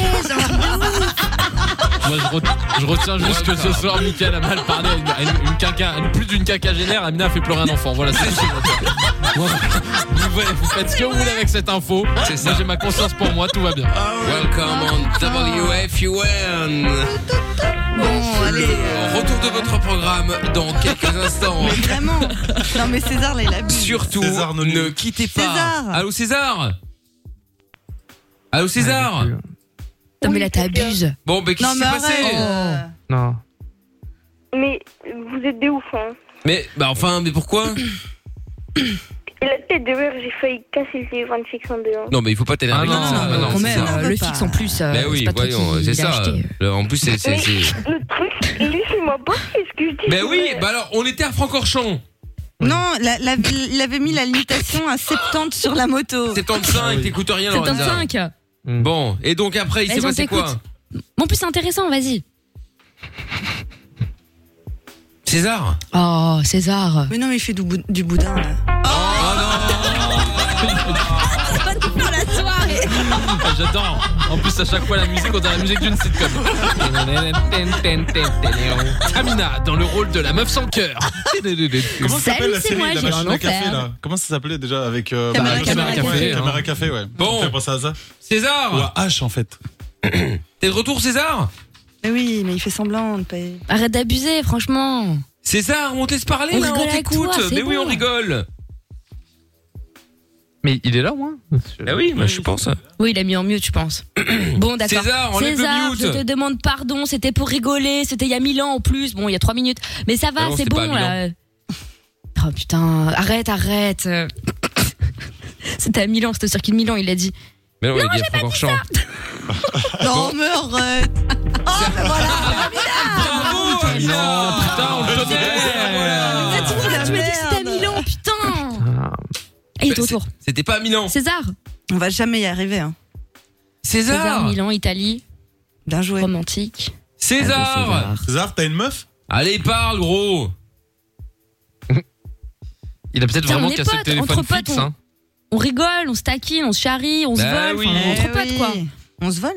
Speaker 8: Moi, je, re- je retiens juste que ce soir, Mickaël a mal parlé à une, à une- une quinca- à plus d'une quinquagénaire. Amina a fait pleurer un enfant. Voilà, c'est tout ce que je retiens. Moi, vous, vous faites ce que vous voulez avec cette info.
Speaker 2: C'est
Speaker 8: Moi,
Speaker 2: ça.
Speaker 8: j'ai ma conscience pour moi, tout va bien.
Speaker 7: Ah
Speaker 2: Welcome on WFUN
Speaker 7: Bon, allez. euh,
Speaker 2: Retour de votre programme dans quelques instants.
Speaker 7: Mais vraiment. Non, mais César, là, il a bu.
Speaker 2: Surtout,
Speaker 6: César Nolly.
Speaker 2: ne quittez pas.
Speaker 7: César.
Speaker 2: Allô César Allô César
Speaker 4: Non mais là t'abuses.
Speaker 2: Bon, ben qu'est-ce
Speaker 7: Non,
Speaker 2: qui
Speaker 7: mais
Speaker 2: s'est
Speaker 7: arrête.
Speaker 2: passé
Speaker 7: euh,
Speaker 8: Non.
Speaker 9: Oh. Mais vous êtes des ouf, hein.
Speaker 2: Mais, bah enfin, mais pourquoi
Speaker 9: Et la tête de verre, j'ai failli casser les 26 en deux. hein.
Speaker 2: Non, mais il faut pas t'énerver
Speaker 8: Ah
Speaker 2: comme
Speaker 8: non,
Speaker 2: ça.
Speaker 8: mais
Speaker 2: non,
Speaker 4: quand
Speaker 2: c'est
Speaker 4: même,
Speaker 2: ça.
Speaker 7: euh,
Speaker 4: le
Speaker 7: Pas.
Speaker 4: fixe en plus. euh,
Speaker 2: Bah oui,
Speaker 4: c'est pas toi
Speaker 2: voyons,
Speaker 4: qui
Speaker 2: c'est
Speaker 4: l'as
Speaker 2: ça.
Speaker 4: acheté.
Speaker 2: Le- En plus, c'est- c'est...
Speaker 9: Mais
Speaker 2: c'est-
Speaker 9: le truc, laissez-moi bosser ce que je dis.
Speaker 2: Ben oui,
Speaker 9: c'est vrai.
Speaker 2: bah alors, on était à Francorchamps.
Speaker 7: Non, la- la- il avait mis la limitation à 70 sur la moto.
Speaker 4: Ah
Speaker 2: 75, t'écoutes rien, Lorenza.
Speaker 4: 75.
Speaker 2: Bon, et donc après, il
Speaker 4: Vas-y,
Speaker 2: s'est
Speaker 4: on
Speaker 2: passé quoi
Speaker 4: Eh, t'écoute. Bon, en plus c'est intéressant, vas-y.
Speaker 2: César
Speaker 4: Oh, César.
Speaker 7: Mais non, mais il fait du, bou- du boudin, là.
Speaker 4: la soirée.
Speaker 8: Ah, J'adore. En plus, à chaque fois, la musique, on dirait la musique d'une sitcom. Amina, dans le rôle de la meuf sans cœur.
Speaker 6: Comment ça s'appelle
Speaker 4: Salut,
Speaker 6: la
Speaker 4: c'est
Speaker 6: série
Speaker 4: moi,
Speaker 6: de la
Speaker 4: j'ai
Speaker 6: machine
Speaker 4: un
Speaker 6: à café
Speaker 4: enfer.
Speaker 6: là Comment ça s'appelait déjà avec euh,
Speaker 7: Caméra
Speaker 6: bah,
Speaker 7: Caméra
Speaker 6: Caméra
Speaker 7: Café,
Speaker 6: café,
Speaker 8: hein.
Speaker 6: caméra café ouais.
Speaker 2: Bon.
Speaker 6: J'ai pensé à ça.
Speaker 2: César
Speaker 6: Ou à H en fait.
Speaker 2: T'es de retour, César
Speaker 7: Mais oui, mais il fait semblant de pas.
Speaker 4: Arrête d'abuser, franchement.
Speaker 2: César, on te laisse parler,
Speaker 4: On
Speaker 2: là, on
Speaker 4: rigole avec
Speaker 2: t'écoute.
Speaker 4: toi, c'est
Speaker 2: Mais oui,
Speaker 4: bon.
Speaker 2: on rigole.
Speaker 8: Mais il est là, moi
Speaker 2: Ah oui, bah, je pense.
Speaker 4: Oui, il a mis en mute, je pense. bon, d'accord.
Speaker 2: César, enlève le
Speaker 4: César,
Speaker 2: mute.
Speaker 4: je te demande pardon, c'était pour rigoler, c'était il y a mille ans en plus. Bon, il y a trois minutes. Mais ça
Speaker 2: Ah
Speaker 4: va,
Speaker 2: non,
Speaker 4: c'est
Speaker 2: c'était pas
Speaker 4: bon,
Speaker 2: à
Speaker 4: là. Oh putain, arrête, arrête. c'était à Milan, c'était au circuit de Milan, il a dit.
Speaker 2: Mais non, il y a Francorchamps.
Speaker 7: Non, mais arrête. Oh, mais voilà.
Speaker 2: Bravo,
Speaker 4: Oh
Speaker 2: Amina Putain, on le
Speaker 7: Mais
Speaker 2: connaît
Speaker 7: tu vois,
Speaker 4: Ah, tu m'as dit que c'était
Speaker 7: bah.
Speaker 4: à Milan, putain. Et il est autour.
Speaker 2: C'était pas à Milan.
Speaker 4: César.
Speaker 7: On va jamais y arriver, hein.
Speaker 4: César,
Speaker 2: César
Speaker 4: Milan, Italie,
Speaker 7: Bien joué.
Speaker 4: romantique.
Speaker 2: César
Speaker 6: César, t'as une meuf
Speaker 2: Allez, parle, gros
Speaker 8: Il a peut-être
Speaker 4: Putain,
Speaker 8: vraiment
Speaker 4: on est
Speaker 8: cassé le
Speaker 4: potes,
Speaker 8: téléphone
Speaker 4: entre potes,
Speaker 8: fixe.
Speaker 4: on-
Speaker 8: Hein.
Speaker 4: On rigole, on se taquine, on se charrie, on se
Speaker 2: Bah
Speaker 4: vole,
Speaker 2: oui.
Speaker 4: enfin,
Speaker 7: Eh
Speaker 4: entre potes, quoi.
Speaker 7: oui. On se vole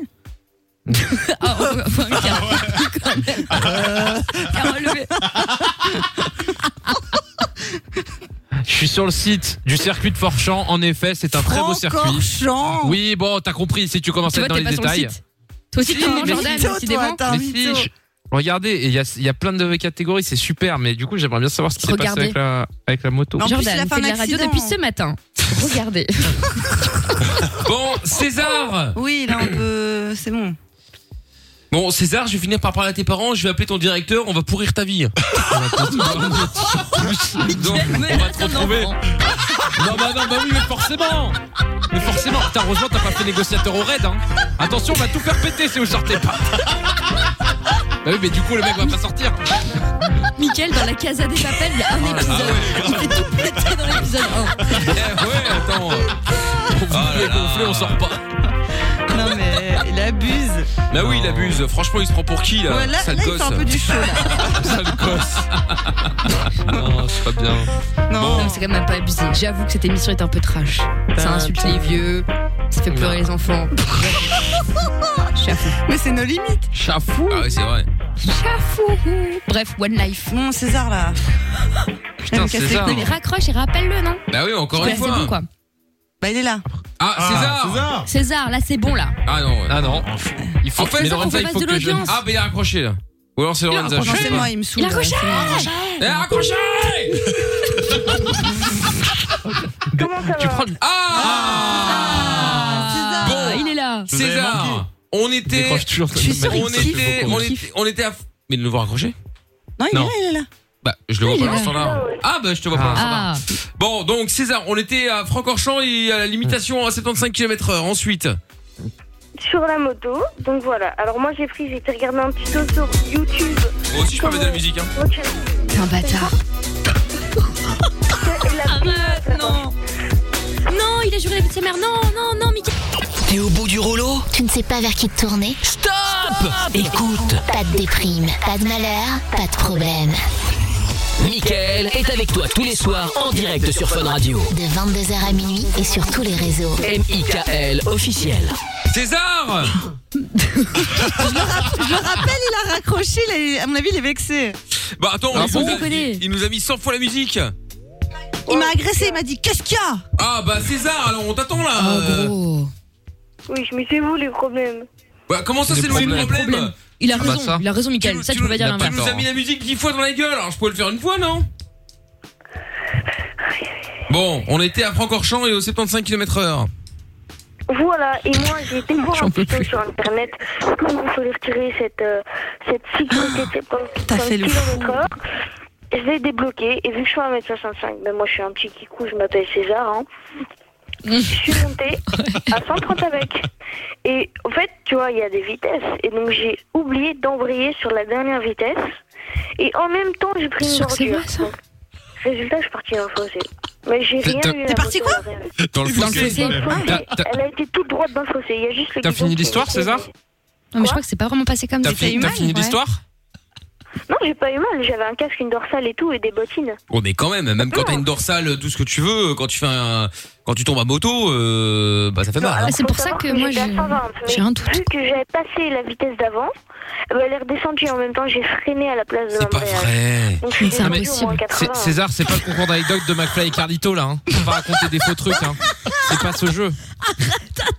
Speaker 4: Ah, oh, enfin, Mika, quand même. T'as relevé.
Speaker 8: Je suis sur le site du circuit de Forchamp. En effet, c'est un très beau circuit.
Speaker 7: Francorchamps.
Speaker 8: Oui, bon, t'as compris si tu commences
Speaker 4: Tu
Speaker 8: à
Speaker 4: vois,
Speaker 8: être dans
Speaker 4: t'es
Speaker 8: les
Speaker 4: pas sur le
Speaker 8: détails.
Speaker 4: site. Toi aussi, t'es
Speaker 7: Putain,
Speaker 4: une
Speaker 7: mais
Speaker 4: Jordan,
Speaker 7: mytho, toi,
Speaker 4: décidément.
Speaker 7: t'as un
Speaker 8: Mais
Speaker 7: mytho.
Speaker 8: si, je- Regardez, et il y a, il y a plein de catégories, c'est super, mais du coup j'aimerais bien savoir ce qui s'est passé
Speaker 4: Regardez.
Speaker 8: avec la, avec la moto.
Speaker 7: Non. En plus, il a
Speaker 4: Jordan
Speaker 7: fait
Speaker 4: fait de
Speaker 7: un
Speaker 4: la radio
Speaker 7: accident.
Speaker 4: depuis ce matin. Regardez.
Speaker 2: Bon, César
Speaker 7: Oui, là, on peut. C'est bon.
Speaker 2: Bon, César, je vais finir par parler à tes parents, je vais appeler ton directeur, on va pourrir ta vie. Donc,
Speaker 4: on va te
Speaker 8: retrouver. non, bah non, bah oui, mais forcément Mais forcément, putain, heureusement t'as pas fait négociateur au raid, hein Attention, on va tout faire péter si vous sortez pas Bah oui, mais du coup le mec va pas sortir
Speaker 4: Mickaël, dans la Casa des Papels, il y a
Speaker 7: Oh.
Speaker 4: un
Speaker 7: Ah
Speaker 4: épisode.
Speaker 2: Ah
Speaker 4: Il fait tout péter dans l'épisode
Speaker 2: eh, ouais, attends.
Speaker 8: On
Speaker 7: Ah
Speaker 2: là là.
Speaker 8: gonflé, on sort pas
Speaker 7: Non, mais il abuse.
Speaker 2: Bah oui, il abuse. Franchement, il se prend pour qui là
Speaker 7: Ouais, là,
Speaker 2: Sale
Speaker 7: là, il
Speaker 2: gosse.
Speaker 7: fait un peu du chaud. Là.
Speaker 2: Sale gosse. non, c'est pas bien.
Speaker 4: Non, mais c'est quand même pas abusé. J'avoue que cette émission est un peu trash. Ça insulte les vieux, ça fait pleurer les enfants. Chafou.
Speaker 7: Mais c'est nos limites.
Speaker 2: Chafou. Ah oui, c'est vrai.
Speaker 4: Chafou. Bref, One Life.
Speaker 7: Mon César là.
Speaker 2: Putain,
Speaker 7: me casser les
Speaker 2: César.
Speaker 7: couilles.
Speaker 4: Non, mais raccroche et rappelle-le, non
Speaker 2: Bah oui, encore
Speaker 4: Là,
Speaker 2: une
Speaker 4: c'est bon,
Speaker 2: fois.
Speaker 4: quoi.
Speaker 7: Bah il est là.
Speaker 2: Ah, César.
Speaker 4: César, là, c'est bon, là.
Speaker 2: Ah non. ouais.
Speaker 8: Ah non. Il faut
Speaker 2: En fait,
Speaker 8: mais
Speaker 2: il faut
Speaker 8: Lorenza,
Speaker 4: qu'on
Speaker 8: il
Speaker 4: fasse
Speaker 8: faut
Speaker 4: de
Speaker 8: que je.
Speaker 4: l'audience.
Speaker 2: Ah, bah il a raccroché là. Ou alors c'est Lorenza. je sais
Speaker 7: C'est
Speaker 2: pas.
Speaker 7: moi, il me saoule.
Speaker 4: Il a raccroché
Speaker 2: Eh, raccroché
Speaker 9: Comment ça
Speaker 8: Tu
Speaker 9: va
Speaker 8: prends.
Speaker 2: Ah
Speaker 7: César.
Speaker 4: Ah, il est là.
Speaker 6: Vous avez manqué.
Speaker 2: César On était.
Speaker 8: Décroche toujours cette
Speaker 4: Je suis sûre
Speaker 2: On
Speaker 4: qu'il kiffe.
Speaker 2: était. On
Speaker 4: Il
Speaker 2: était.
Speaker 4: kiffe.
Speaker 2: On était à. Mais de nouveau raccroché
Speaker 7: Non, il est
Speaker 8: Non.
Speaker 7: là, il est là.
Speaker 2: Bah, je le vois
Speaker 4: Oui,
Speaker 2: pas
Speaker 4: il est
Speaker 2: dans ce
Speaker 4: là.
Speaker 2: temps-là. Ah, bah, je te vois pas dans ce temps-là.
Speaker 4: Ah,
Speaker 2: Bon, donc César, on était à Francorchamps et à la limitation à 75 km/h. Ensuite,
Speaker 9: Sur la moto, donc voilà. Alors moi j'ai pris, j'ai été regarder un tuto sur YouTube.
Speaker 2: moi aussi je peux
Speaker 9: Comment-
Speaker 2: mettre de la musique. Hein.
Speaker 9: Ok.
Speaker 4: t'es un bâtard.
Speaker 9: La-
Speaker 4: Arrête, non. Non, il a juré la vie de sa mère. Non, non, non, Mickey.
Speaker 1: T'es au bout du rouleau
Speaker 12: Tu ne sais pas vers qui te tourner
Speaker 1: Stop Écoute,
Speaker 12: Pas de déprime, pas de malheur, pas de problème.
Speaker 1: Mickaël est avec toi tous les soirs en direct sur Fun Radio.
Speaker 12: De 22h à minuit et sur tous les réseaux.
Speaker 1: M.I.K.L. officiel.
Speaker 2: César
Speaker 7: Je le rappelle, il a raccroché. là, il- à mon avis, il est vexé.
Speaker 2: Bah attends,
Speaker 8: Ah
Speaker 2: il,
Speaker 8: bon
Speaker 2: nous a,
Speaker 4: Déconner.
Speaker 2: il nous a mis 100 fois la musique.
Speaker 7: Il m'a agressé. Il m'a dit Qu'est-ce qu'il y a
Speaker 2: Ah bah César, alors on t'attend là.
Speaker 4: Oh, gros.
Speaker 9: Oui, mais c'est vous les problèmes.
Speaker 2: Bah, comment ça
Speaker 8: Des
Speaker 2: c'est loin du
Speaker 8: problèmes.
Speaker 2: problème,
Speaker 4: Problème. Il a
Speaker 8: bah,
Speaker 4: raison,
Speaker 8: ça.
Speaker 4: il a raison,
Speaker 2: nous-
Speaker 4: Michael. Ça, tu peux
Speaker 2: nous-
Speaker 4: pas dire
Speaker 8: il a
Speaker 2: Ah, Tu
Speaker 4: l'inverse.
Speaker 8: pas
Speaker 2: nous as mis la musique 10 fois dans la gueule, alors je pouvais le faire une fois, non Bon, on était à Francorchamps et aux 75 km/h.
Speaker 9: Voilà, et moi j'ai été voir
Speaker 8: J'en
Speaker 9: un
Speaker 8: peux
Speaker 9: tuto
Speaker 8: plus.
Speaker 9: sur internet comment il faut les retirer cette, euh, cette sécurité de 75
Speaker 7: T'as fait le fou.
Speaker 9: km/h. Je l'ai débloqué et vu que je suis à 1m65, ben moi je suis un petit kikou, je m'appelle César. hein. Je suis montée à 130 avec. Et en fait, tu vois, il y a des vitesses. Et donc j'ai oublié d'embrayer sur la dernière vitesse. Et en même temps, j'ai pris une
Speaker 4: Sûr que c'est
Speaker 9: bordure.
Speaker 4: vrai, ça
Speaker 9: Donc, résultat, je suis partie dans le fossé. Mais j'ai
Speaker 2: T'es-
Speaker 9: rien
Speaker 2: t'es-
Speaker 9: eu. la
Speaker 7: t'es partie
Speaker 9: moto,
Speaker 7: quoi
Speaker 9: rien.
Speaker 2: Dans le
Speaker 4: Dans le
Speaker 2: fossé.
Speaker 4: fossé.
Speaker 9: Dans le fossé.
Speaker 8: T'as- t'as-
Speaker 9: Elle a été toute droite dans le fossé. Il y a juste le
Speaker 8: T'as
Speaker 9: guidon
Speaker 8: fini
Speaker 9: qui-
Speaker 8: l'histoire, César
Speaker 4: Non, mais je crois que c'est pas vraiment passé comme
Speaker 2: T'as
Speaker 4: ça.
Speaker 2: fini, t'as fini l'histoire
Speaker 9: Non, j'ai pas eu mal. J'avais un casque, une dorsale et tout, et des bottines.
Speaker 2: On est Oh, quand même, même quand
Speaker 4: Oh.
Speaker 2: t'as une dorsale, euh, tout ce que tu veux, quand tu fais un, quand tu tombes à moto, euh, bah ça fait mal. hein.
Speaker 4: Ah, c'est
Speaker 9: Faut
Speaker 4: pour ça
Speaker 9: savoir
Speaker 4: que moi,
Speaker 9: j'étais à
Speaker 4: je-
Speaker 9: 120,
Speaker 4: j'ai
Speaker 9: mais
Speaker 4: un doute.
Speaker 9: Vu que j'avais passé la vitesse d'avant, euh, elle est redescendue et en même temps j'ai freiné à la place de
Speaker 2: C'est pas
Speaker 9: l'embrayage.
Speaker 2: vrai.
Speaker 9: Donc, je suis
Speaker 4: Mais c'est
Speaker 9: descendue au moins
Speaker 4: impossible.
Speaker 9: 80.
Speaker 8: C'est- César, c'est pas le concours d'anecdotes de McFly et Carlito là. Hein. On va raconter des faux trucs. Hein. C'est pas ce jeu.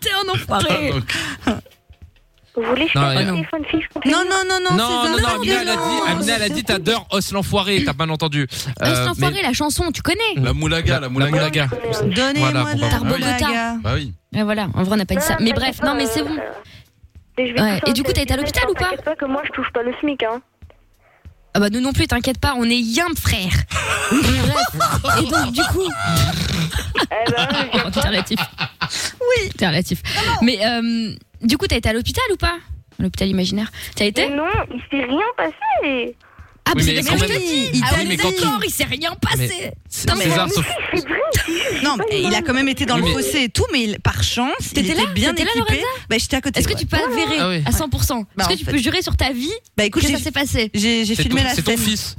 Speaker 4: T'es un enfoiré.
Speaker 9: Vous voulez que je
Speaker 8: Ah, Non,
Speaker 9: passe
Speaker 8: non.
Speaker 9: le téléphone si je continue
Speaker 7: Non, non, non, non.
Speaker 8: Non, non,
Speaker 7: César,
Speaker 8: non, Amina,
Speaker 7: violence.
Speaker 8: elle a dit, Amina, elle a dit t'as d'heure, os l'enfoiré. T'as mal entendu.
Speaker 4: Ah,
Speaker 8: Euh,
Speaker 4: c'est
Speaker 8: mais-
Speaker 4: enfoiré, la chanson, tu connais.
Speaker 6: La moulaga, la
Speaker 8: La
Speaker 6: moulaga.
Speaker 8: moulaga.
Speaker 7: Donnez-moi
Speaker 8: Voilà,
Speaker 7: de la
Speaker 4: comprends.
Speaker 7: moulaga.
Speaker 6: Bah oui.
Speaker 4: Et voilà, en vrai, on n'a pas dit ça. Mais bref, non, mais c'est bon. Ouais. Et du coup, t'as été à l'hôpital ou pas
Speaker 9: T'inquiète pas que moi je touche pas le SMIC. Hein.
Speaker 4: Ah bah nous non plus, t'inquiète pas, on est yimp frère. Bref. Et donc du coup,
Speaker 9: Eh ben, j'ai-
Speaker 4: oh, tout est relatif. Oui, tout est relatif. Mais euh, du coup, t'as été à l'hôpital ou pas À L'hôpital imaginaire. T'as
Speaker 9: mais
Speaker 4: été
Speaker 9: non, il s'est rien passé.
Speaker 4: Ah
Speaker 8: Oui,
Speaker 4: bah,
Speaker 8: mais
Speaker 4: c'est
Speaker 8: quand
Speaker 4: ce que
Speaker 8: même-
Speaker 4: je te
Speaker 7: il
Speaker 4: dis. Ah
Speaker 7: t'a
Speaker 4: ouais,
Speaker 8: dit.
Speaker 4: d'accord, il s'est rien passé.
Speaker 8: Mais-
Speaker 4: Non, mais-
Speaker 8: César, sauf.
Speaker 9: C'est vrai.
Speaker 7: Non, mais il a quand même été dans
Speaker 8: Oui,
Speaker 7: le
Speaker 8: mais-
Speaker 7: fossé et tout, mais il- par chance, il
Speaker 4: T'étais
Speaker 7: était
Speaker 4: là
Speaker 7: bien
Speaker 4: T'étais là,
Speaker 7: équipé. Bah, j'étais à côté.
Speaker 4: Est-ce que
Speaker 7: ouais.
Speaker 4: tu peux avérer
Speaker 8: Ah oui.
Speaker 4: à 100%
Speaker 7: Bah,
Speaker 4: Est-ce
Speaker 7: en
Speaker 4: que tu
Speaker 7: fait-
Speaker 4: peux jurer sur ta vie
Speaker 7: Bah, écoute,
Speaker 4: que
Speaker 7: j'ai
Speaker 4: ça s'est passé
Speaker 7: j'ai- j'ai
Speaker 8: C'est
Speaker 7: filmé
Speaker 8: ton-
Speaker 7: la
Speaker 8: c'est ton
Speaker 7: scène.
Speaker 8: fils.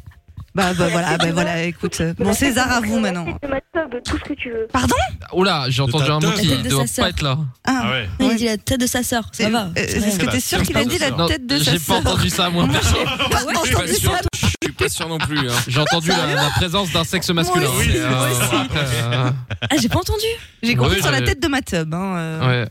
Speaker 7: Bah, bah voilà, bah voilà, écoute. euh, Bon, César, à vous maintenant.
Speaker 9: De ma teub, tout ce que tu veux.
Speaker 7: Pardon
Speaker 8: Oula, j'ai entendu
Speaker 6: ta
Speaker 8: un mot
Speaker 6: teuf.
Speaker 8: qui
Speaker 4: Peut-être de
Speaker 8: doit
Speaker 4: sa sœur.
Speaker 8: pas être là.
Speaker 7: Ah,
Speaker 6: ouais.
Speaker 7: Ouais.
Speaker 4: Il dit la tête de sa sœur,
Speaker 7: C'est-
Speaker 4: ça va.
Speaker 7: euh, Est-ce que t'es sûr qu'il a dit la
Speaker 8: Non,
Speaker 7: tête de sa
Speaker 8: J'ai pas
Speaker 7: sœur
Speaker 8: entendu ça moi. perso.
Speaker 7: Pas
Speaker 2: Je suis pas
Speaker 7: entendu
Speaker 2: sûr,
Speaker 7: ça.
Speaker 2: je suis pas sûr non plus. hein.
Speaker 8: J'ai entendu la, la présence d'un sexe masculin.
Speaker 7: aussi,
Speaker 8: mais, euh,
Speaker 7: moi aussi.
Speaker 8: après, euh,
Speaker 4: Ah, j'ai pas entendu.
Speaker 7: J'ai compris
Speaker 8: Ouais,
Speaker 7: sur la
Speaker 8: j'avais-
Speaker 7: tête de ma tub. Hein, euh.
Speaker 8: ouais.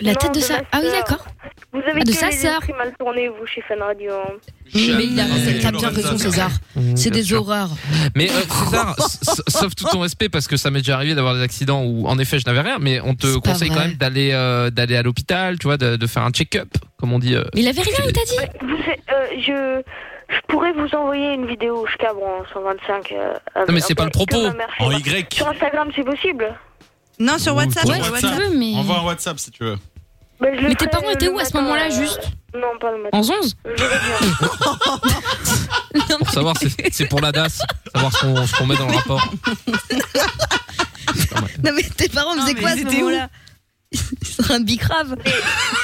Speaker 4: La
Speaker 9: Non,
Speaker 4: tête de
Speaker 9: de
Speaker 4: sa
Speaker 9: ma
Speaker 4: Ah oui,
Speaker 9: sœur.
Speaker 4: d'accord.
Speaker 9: Vous avez
Speaker 4: Ah, de
Speaker 9: que
Speaker 4: sa
Speaker 9: les
Speaker 4: sœur.
Speaker 9: esprits mal tournés, vous, chez Fan Radio. hein.
Speaker 4: Mais il a
Speaker 6: Jamais.
Speaker 4: t'as bien raison César. C'est des horreurs.
Speaker 8: Mm. Mais euh, César, s- s- sauf tout ton respect parce que ça m'est déjà arrivé d'avoir des accidents où en effet je n'avais rien, mais on te
Speaker 4: C'est pas
Speaker 8: conseille quand
Speaker 4: vrai.
Speaker 8: même d'aller euh, d'aller à l'hôpital, tu vois, de, de faire un check-up, comme on dit. euh.
Speaker 4: Mais il avait rien, il t'a dit.
Speaker 9: Vous êtes- euh, je, je pourrais vous envoyer une vidéo, je cabre en 125. euh, avec-
Speaker 8: mais c'est pas le propos.
Speaker 9: que ma mère fait.
Speaker 6: En Y.
Speaker 9: Sur Instagram, c'est possible
Speaker 7: Non, sur
Speaker 8: Ouh,
Speaker 7: WhatsApp.
Speaker 6: sur
Speaker 7: ouais,
Speaker 4: si
Speaker 6: WhatsApp.
Speaker 4: tu veux, mais.
Speaker 6: Envoie un WhatsApp si tu veux.
Speaker 9: Ben, je le
Speaker 4: Mais tes
Speaker 9: ferai
Speaker 4: parents
Speaker 9: le
Speaker 4: étaient où à ce
Speaker 9: matin,
Speaker 4: moment-là,
Speaker 9: euh,
Speaker 4: juste
Speaker 9: Non, pas le matin.
Speaker 4: En 11
Speaker 9: Je vais bien.
Speaker 4: Non,
Speaker 8: Pour savoir, c'est c'est pour la DAS, savoir ce qu'on ce qu'on met dans le rapport.
Speaker 4: mais tes parents
Speaker 7: Non, mais ils étaient où
Speaker 4: sur un bicrave.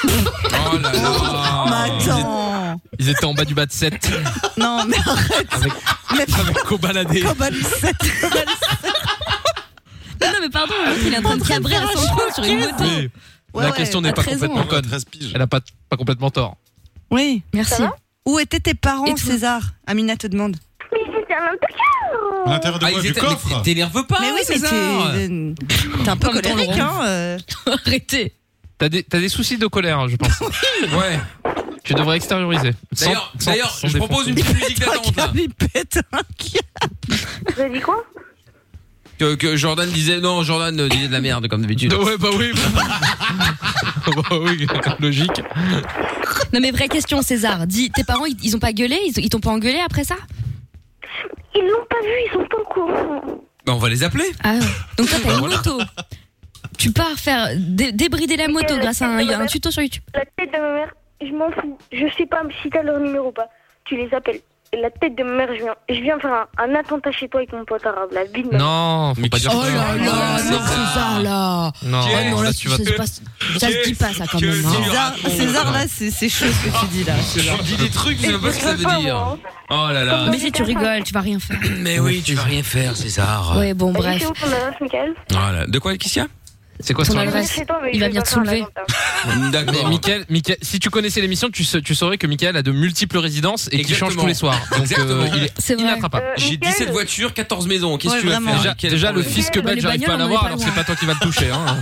Speaker 8: Oh là là.
Speaker 7: Mais attends.
Speaker 8: Ils étaient en bas du bas de 7.
Speaker 7: Non, mais arrête. Mais
Speaker 8: Avec Cobaladé.
Speaker 7: Cobal 7.
Speaker 4: Non, non, mais pardon, l'autre, il est en train de cabrer à 130 sur une moto.
Speaker 8: la
Speaker 7: ouais,
Speaker 8: question n'est
Speaker 4: t'as
Speaker 8: pas
Speaker 4: raison.
Speaker 8: complètement conne. Elle a pas, pas complètement tort.
Speaker 7: Oui.
Speaker 4: Merci.
Speaker 7: Où étaient tes
Speaker 4: Et
Speaker 7: parents,
Speaker 4: toi
Speaker 7: César Amina te demande.
Speaker 13: À l'intérieur de
Speaker 2: Ah,
Speaker 13: quoi
Speaker 2: ils
Speaker 13: Du
Speaker 2: étaient-
Speaker 13: coffre
Speaker 2: mais T'énerve pas,
Speaker 7: mais oui, mais
Speaker 2: César.
Speaker 7: t'es t'es un peu
Speaker 4: Comme dans le rond.
Speaker 7: colérique, hein. euh.
Speaker 4: Arrêtez.
Speaker 8: T'as des, t'as des soucis de colère, je pense. ouais. Tu devrais extérioriser. Sans-
Speaker 2: D'ailleurs,
Speaker 8: sans-
Speaker 2: d'ailleurs,
Speaker 8: sans
Speaker 2: je
Speaker 8: défense.
Speaker 2: propose une petite musique d'attente. là.
Speaker 7: Il pète un câble.
Speaker 9: Vous avez dit quoi
Speaker 2: Que, que Jordan disait non, Jordan euh, disait de la merde comme d'habitude.
Speaker 8: Ouais, bah oui. bah oui, logique.
Speaker 4: Non, mais vraie question, César. Dis, tes parents, ils, ils ont pas gueulé Ils, ils t'ont pas engueulé après ça
Speaker 9: Ils l'ont pas vu, ils sont pas au courant.
Speaker 2: Bah, on va les appeler.
Speaker 4: Ah, ouais. donc toi, t'as une moto. Tu pars faire dé- débrider la moto grâce à un, un tuto sur YouTube.
Speaker 9: La tête de ma mère, je m'en fous. Je sais pas si t'as leur numéro ou pas. Tu les appelles. Et la tête de ma mère, je viens, je viens faire un, un attentat chez toi avec mon pote arabe. La vie de ma mère.
Speaker 8: Non, faut
Speaker 2: Mais
Speaker 8: pas
Speaker 2: qui-
Speaker 8: dire
Speaker 2: Oh
Speaker 8: ça.
Speaker 2: là là, non,
Speaker 7: Ah.
Speaker 2: César,
Speaker 4: là.
Speaker 8: Non,
Speaker 2: Oh
Speaker 4: non, là,
Speaker 8: là,
Speaker 4: tu
Speaker 8: tu vas
Speaker 4: ça,
Speaker 8: te
Speaker 4: se passe- ça se dit pas, ça, quand
Speaker 2: Que
Speaker 4: même. hein.
Speaker 2: dire
Speaker 7: César,
Speaker 2: Ah,
Speaker 7: César, là, c'est c'est chaud ce que tu dis là.
Speaker 2: Je dis des trucs, je sais pas ce que ça veut dire. Oh là là.
Speaker 4: Mais si tu rigoles, tu vas rien faire.
Speaker 2: Mais oui, tu vas rien faire, César.
Speaker 4: Ouais, bon,
Speaker 9: Bref.
Speaker 4: bref.
Speaker 9: C'est où ton adresse, Michael
Speaker 2: Voilà. De quoi, qu'est-ce qu'il y a
Speaker 8: C'est quoi
Speaker 4: Ton
Speaker 8: son
Speaker 4: adresse.
Speaker 9: Je sais pas, mais
Speaker 4: Il
Speaker 9: je
Speaker 4: va
Speaker 9: vais
Speaker 4: venir
Speaker 9: pas
Speaker 4: te
Speaker 9: faire un
Speaker 4: soulever.
Speaker 9: attentat.
Speaker 8: Mais
Speaker 2: D'accord.
Speaker 8: Mickaël, Mickaël- si tu connaissais l'émission, tu, sa- tu saurais que Mickaël a de multiples résidences et qu'il
Speaker 2: Exactement.
Speaker 8: change tous les soirs. Donc euh,
Speaker 2: Exactement.
Speaker 8: il est
Speaker 4: C'est vrai.
Speaker 8: inattrapable.
Speaker 9: Euh,
Speaker 2: J'ai
Speaker 9: Michael,
Speaker 2: 17 voitures, 14 maisons. Qu'est-ce que
Speaker 7: Ouais,
Speaker 2: tu vas
Speaker 7: vraiment.
Speaker 2: faire
Speaker 8: Déjà,
Speaker 2: Quel
Speaker 8: déjà le
Speaker 2: problème
Speaker 8: fisc
Speaker 9: Bah,
Speaker 8: belge,
Speaker 4: les
Speaker 8: j'arrive pas à
Speaker 4: bagnoles, on est
Speaker 8: l'avoir,
Speaker 4: pas
Speaker 8: alors
Speaker 4: loin.
Speaker 8: c'est pas toi qui vas le toucher. Hein.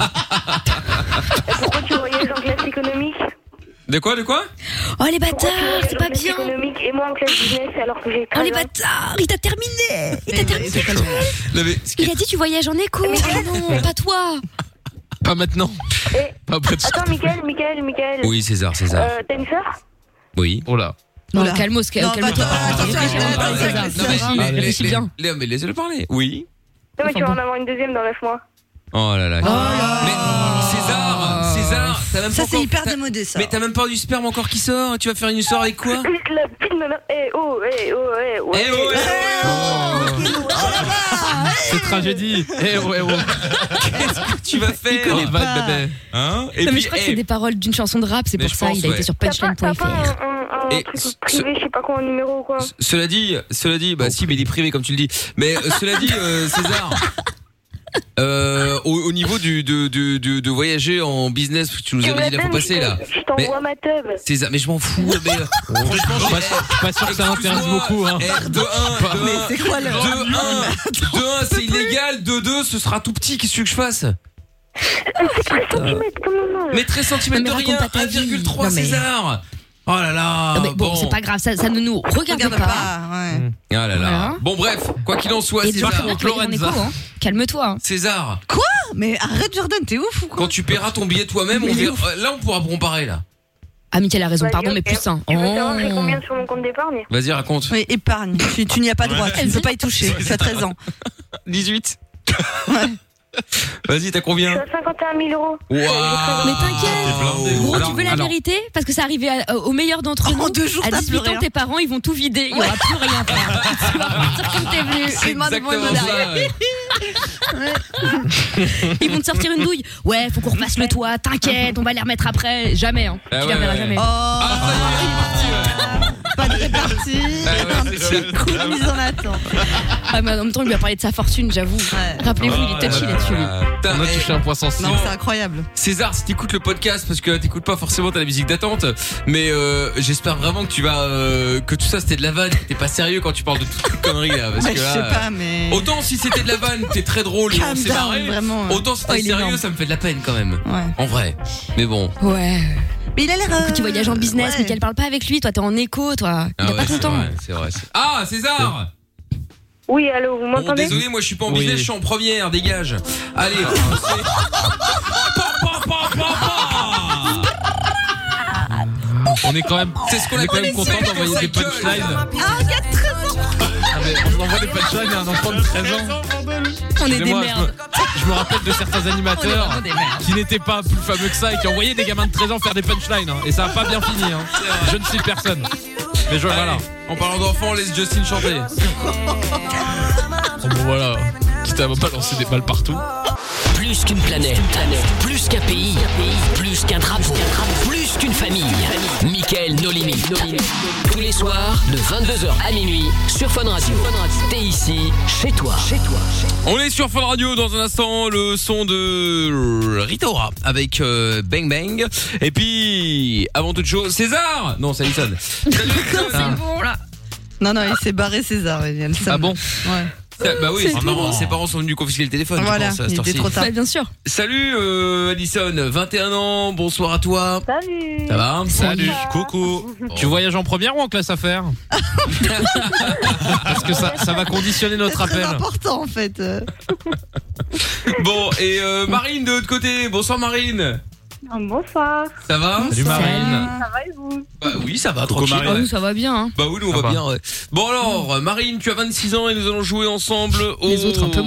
Speaker 9: Pourquoi tu voyages en classe économique
Speaker 2: De quoi, de quoi
Speaker 4: Oh les
Speaker 9: Pourquoi tu
Speaker 4: bâtards,
Speaker 9: voyages
Speaker 4: c'est
Speaker 9: en
Speaker 4: pas
Speaker 9: classe
Speaker 4: bien.
Speaker 9: économique et moi en classe business alors que j'ai
Speaker 4: Oh
Speaker 9: 13
Speaker 4: les
Speaker 9: ans
Speaker 4: bâtards, il t'a terminé. Il t'a terminé.
Speaker 2: Non, mais ce qui-
Speaker 4: Il a dit tu voyages en écho. Ah non, pas toi.
Speaker 8: Pas maintenant.
Speaker 9: Eh,
Speaker 8: Pas après de ça.
Speaker 9: Attends, Michael, Michael, Michael.
Speaker 2: Oui, César, César.
Speaker 9: Euh, T'as une sœur
Speaker 2: Oui.
Speaker 8: Oh là.
Speaker 4: Non,
Speaker 7: Oula.
Speaker 4: calmos, cal-
Speaker 7: Non,
Speaker 4: calme-toi.
Speaker 7: bah, attends,
Speaker 4: Réfléchis,
Speaker 8: Ah,
Speaker 7: attends,
Speaker 4: on
Speaker 7: attends,
Speaker 4: parle,
Speaker 7: attends,
Speaker 4: César.
Speaker 7: attends,
Speaker 4: Non, mais-
Speaker 7: attends,
Speaker 2: mais-
Speaker 4: Réfléchis
Speaker 2: mais-
Speaker 4: bien.
Speaker 2: Léo, mais laissez-le parler. Oui.
Speaker 9: Non, mais
Speaker 4: Enfin
Speaker 9: tu vas en
Speaker 4: bon.
Speaker 9: avoir une deuxième dans 9 mois.
Speaker 2: Oh là là. Mais César, César, Ah, t'as même pas
Speaker 7: Ça, c'est
Speaker 2: encore-
Speaker 7: hyper
Speaker 2: t'as-
Speaker 7: démodé ça.
Speaker 2: Mais t'as même pas du sperme encore qui sort. Tu vas faire une histoire avec quoi
Speaker 9: La petite maman. Eh oh, eh oh, eh oh.
Speaker 2: Eh oh, eh oh.
Speaker 8: C'est tragédie. Eh ouais, ouais.
Speaker 2: Qu'est-ce que tu vas faire Oh,
Speaker 8: Les vannes, bébé.
Speaker 2: Hein Et
Speaker 4: Non, mais
Speaker 2: puis,
Speaker 4: je crois que
Speaker 2: eh,
Speaker 4: c'est des paroles d'une chanson de rap, c'est
Speaker 2: Mais
Speaker 4: pour
Speaker 2: je
Speaker 4: ça,
Speaker 2: pense,
Speaker 4: il a
Speaker 2: ouais.
Speaker 4: été sur
Speaker 9: T'as pas, t'as pas
Speaker 4: punchline.fr.
Speaker 9: un, un, un
Speaker 2: Et ce-
Speaker 9: truc privé, je sais pas quoi, un numéro ou quoi
Speaker 2: ce- cela dit, cela dit, bah si, mais il est privé comme tu le dis. Mais euh, cela dit, euh, César. euh, au, au niveau du, de, de, de, de voyager en business, parce que tu nous avais dit là, faut passer là.
Speaker 9: Je t'envoie ma teub.
Speaker 2: César, mais je m'en fous. Mais,
Speaker 4: euh,
Speaker 2: franchement,
Speaker 8: Je suis pas sûr- je suis pas sûr que ça intéresse
Speaker 2: Excuse-moi.
Speaker 8: beaucoup. Hein.
Speaker 2: Eh, de 1, de 1,
Speaker 7: C'est quoi le.
Speaker 2: De 1, de 1 c'est illégal, de 2 ce sera tout petit, qu'est-ce que tu veux que je fasse
Speaker 4: Euh,
Speaker 9: Centimètres, comment non
Speaker 2: Mais 13 cm de
Speaker 4: Non, mais
Speaker 2: rien,
Speaker 4: raconte pas ta vie.
Speaker 2: 1,3
Speaker 4: Non, mais-
Speaker 2: César Oh là là
Speaker 4: Non, Ah, mais bon,
Speaker 2: bon.
Speaker 4: c'est pas grave, ça, ça ne nous regarde,
Speaker 7: Regarde
Speaker 4: pas.
Speaker 7: pas, ouais.
Speaker 2: Ah là là.
Speaker 4: Voilà.
Speaker 2: Bon bref, quoi qu'il en soit,
Speaker 4: Et donc,
Speaker 2: César,
Speaker 4: on va en écho, hein. Calme-toi. hein.
Speaker 2: César,
Speaker 7: Mais arrête, Jordan, t'es ouf ou quoi
Speaker 2: quand tu paieras ton billet toi-même, on
Speaker 7: Mais
Speaker 2: verra- euh, là on pourra comparer là.
Speaker 4: Ah, Mickaël a raison,
Speaker 9: Vas-y,
Speaker 4: pardon,
Speaker 9: ok.
Speaker 4: mais plus sain.
Speaker 9: Bah, Tu veux savoir j'ai
Speaker 4: Oh.
Speaker 9: combien sur mon compte d'épargne
Speaker 2: Vas-y, raconte.
Speaker 7: Oui, épargne. Tu, tu n'y as pas droit. Tu ne peux pas y toucher. Tu as 13 ans.
Speaker 2: 18 Vas-y, t'as combien
Speaker 9: Je suis à 51 000 euros.
Speaker 2: Waouh
Speaker 4: Mais t'inquiète, gros, Oh, tu veux la
Speaker 2: Oh, alors, Oh,
Speaker 4: vérité Parce que ça arrivait à- au meilleur d'entre
Speaker 7: En
Speaker 4: nous.
Speaker 7: deux jours,
Speaker 4: à
Speaker 7: t'as
Speaker 4: 18
Speaker 7: plus
Speaker 2: hein.
Speaker 4: ans,
Speaker 7: rien.
Speaker 4: tes parents, ils vont tout vider. Il n'y aura plus rien. frère. tu vas partir comme t'es venu.
Speaker 2: C'est
Speaker 4: Une main devant, une main
Speaker 2: exactement
Speaker 4: derrière.
Speaker 2: ça. ouais.
Speaker 4: Ils vont te sortir une douille. Ouais, faut qu'on repasse le toit. T'inquiète, on va les remettre après. Jamais. Hein.
Speaker 2: Ah
Speaker 4: tu
Speaker 2: ouais, Ah,
Speaker 4: la verras
Speaker 2: ouais.
Speaker 4: jamais.
Speaker 7: Oh, pas de répartie.
Speaker 2: Ah
Speaker 7: Un
Speaker 2: ouais, c'est
Speaker 7: petit coup de mise Oh, en attente.
Speaker 4: Ah, mais en même temps, il lui a parlé de sa fortune, j'avoue.
Speaker 7: Ouais.
Speaker 4: Rappelez-vous, il est touchy là-dessus. lui.
Speaker 2: Ah, putain,
Speaker 8: On a
Speaker 2: eh,
Speaker 8: touché un point sensible.
Speaker 7: Non, c'est incroyable.
Speaker 2: César, si t'écoutes le podcast, parce que t'écoutes pas forcément, t'as la musique d'attente, mais euh, j'espère vraiment que tu vas, euh, que tout ça c'était de la vanne, que t'es pas sérieux quand tu parles de toutes ces conneries là, parce
Speaker 7: Ouais,
Speaker 2: que
Speaker 7: je
Speaker 2: là,
Speaker 7: sais pas, mais.
Speaker 2: euh, autant si c'était de la vanne, t'es très drôle et on
Speaker 7: Calm
Speaker 2: s'est
Speaker 7: down,
Speaker 2: marré,
Speaker 7: vraiment.
Speaker 2: autant si t'es
Speaker 7: Oh, il est
Speaker 2: sérieux,
Speaker 7: énorme.
Speaker 2: ça me fait de la peine quand même,
Speaker 7: Ouais.
Speaker 2: en vrai. Mais bon,
Speaker 4: Ouais.
Speaker 7: Mais il a l'air. euh,
Speaker 4: Tu voyages en business,
Speaker 7: ouais.
Speaker 4: mais qu'elle parle pas avec lui. Toi, t'es en écho, toi. Il
Speaker 2: Ah
Speaker 4: a
Speaker 2: ouais,
Speaker 4: pas ton
Speaker 2: c'est
Speaker 4: temps.
Speaker 2: vrai, c'est vrai. c'est- Ah César,
Speaker 9: Oui, allô, vous
Speaker 2: Bon,
Speaker 9: m'entendez
Speaker 2: désolé, moi je suis pas en
Speaker 8: Oui.
Speaker 2: business, je suis en première, dégage. Allez. on se fait- Pa, pa, pa, pa, pa.
Speaker 8: On est quand même,
Speaker 2: C'est ce qu'on
Speaker 8: on est quand
Speaker 2: appelle
Speaker 8: même
Speaker 2: une
Speaker 8: content
Speaker 2: semaine
Speaker 8: d'envoyer
Speaker 2: dans
Speaker 8: des
Speaker 2: sa gueule.
Speaker 8: punchlines. Ah, mais on envoie des punchlines à un enfant de 13 ans.
Speaker 4: On est des
Speaker 8: Excusez-moi,
Speaker 4: merdes.
Speaker 8: Je me rappelle de certains animateurs
Speaker 4: vraiment des merdes.
Speaker 8: qui n'étaient pas plus fameux que ça et qui envoyaient des gamins de 13 ans faire des punchlines. hein. Et ça a pas bien fini. hein. Je ne suis personne. Mais je, voilà.
Speaker 2: Allez, En parlant d'enfant, laisse Justin chanter.
Speaker 8: Bon, voilà. Quitte à pas lancer des balles partout.
Speaker 1: Plus qu'une planète, plus qu'un pays, plus qu'un drapeau, plus qu'une famille. Mickaël nos limites. Tous les soirs de 22h à minuit sur Fun Radio. T'es ici, chez toi. Chez toi.
Speaker 2: On est sur Fun Radio dans un instant le son de Rita Ora avec euh, Bang Bang et puis avant toute chose César non c'est Alison Ah.
Speaker 7: c'est bon là. Non, non, il s'est barré César, il vient de Ah bon Ouais.
Speaker 2: C'est- bah oui
Speaker 7: C'est
Speaker 2: ses
Speaker 7: tout.
Speaker 2: parents, ses parents sont venus confisquer le téléphone je
Speaker 7: Voilà,
Speaker 2: pense, à cette
Speaker 7: il était
Speaker 2: heure-ci.
Speaker 7: trop tard. Bah, bien sûr.
Speaker 2: Salut euh, Alison 21 ans bonsoir à toi
Speaker 10: Salut
Speaker 2: ça va
Speaker 8: Salut.
Speaker 2: coucou
Speaker 8: Tu voyages en première ou en classe affaires Parce que ça, ça va conditionner notre
Speaker 7: Très
Speaker 8: appel.
Speaker 7: important en fait. euh.
Speaker 2: bon et euh, Marine de l'autre côté bonsoir Marine
Speaker 9: Bonsoir.
Speaker 2: ça va
Speaker 9: Ça va et vous
Speaker 2: bah oui ça va
Speaker 6: Coucou,
Speaker 2: tranquille
Speaker 6: Marine.
Speaker 2: ouais.
Speaker 4: Ça va bien, hein.
Speaker 2: Bah oui, nous on va bien. ouais. Bon alors, Marine, tu as 26 ans et nous allons jouer ensemble au
Speaker 4: Mm. Les autres, un peu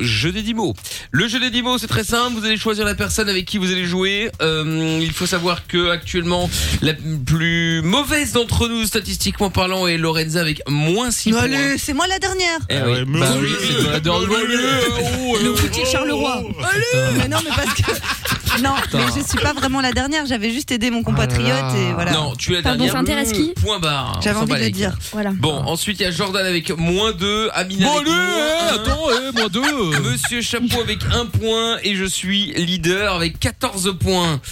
Speaker 2: jeu des 10 mots. Le jeu des 10 mots, c'est très simple, vous allez choisir la personne avec qui vous allez jouer. Euh, il faut savoir que actuellement la plus mauvaise d'entre nous statistiquement parlant est Lorenza avec moins 6 points.
Speaker 7: Allez, c'est moi la dernière.
Speaker 2: Eh oui. Bah oui, c'est toi, dans le
Speaker 7: Le foutier de Charleroi.
Speaker 4: Ah
Speaker 7: Allez Mais non, mais parce que. Non,
Speaker 2: Putain.
Speaker 7: mais je suis pas vraiment la dernière, j'avais juste aidé mon compatriote et voilà.
Speaker 2: Ah. Non, tu es la
Speaker 7: Pardon,
Speaker 2: dernière. Mmh,
Speaker 7: ça intéresse qui
Speaker 2: Point barre.
Speaker 7: J'avais
Speaker 2: On s'en
Speaker 7: envie
Speaker 2: bat
Speaker 7: de le
Speaker 2: les
Speaker 7: dire. Voilà.
Speaker 2: Bon,
Speaker 8: Ah.
Speaker 2: ensuite il y a Jordan avec moins 2, Amina
Speaker 8: Bon,
Speaker 2: avec
Speaker 8: allez,
Speaker 2: moins
Speaker 8: eh, attends, eh, moins 2.
Speaker 2: Monsieur Chapeau avec 1 point et je suis leader avec 14 points. Tu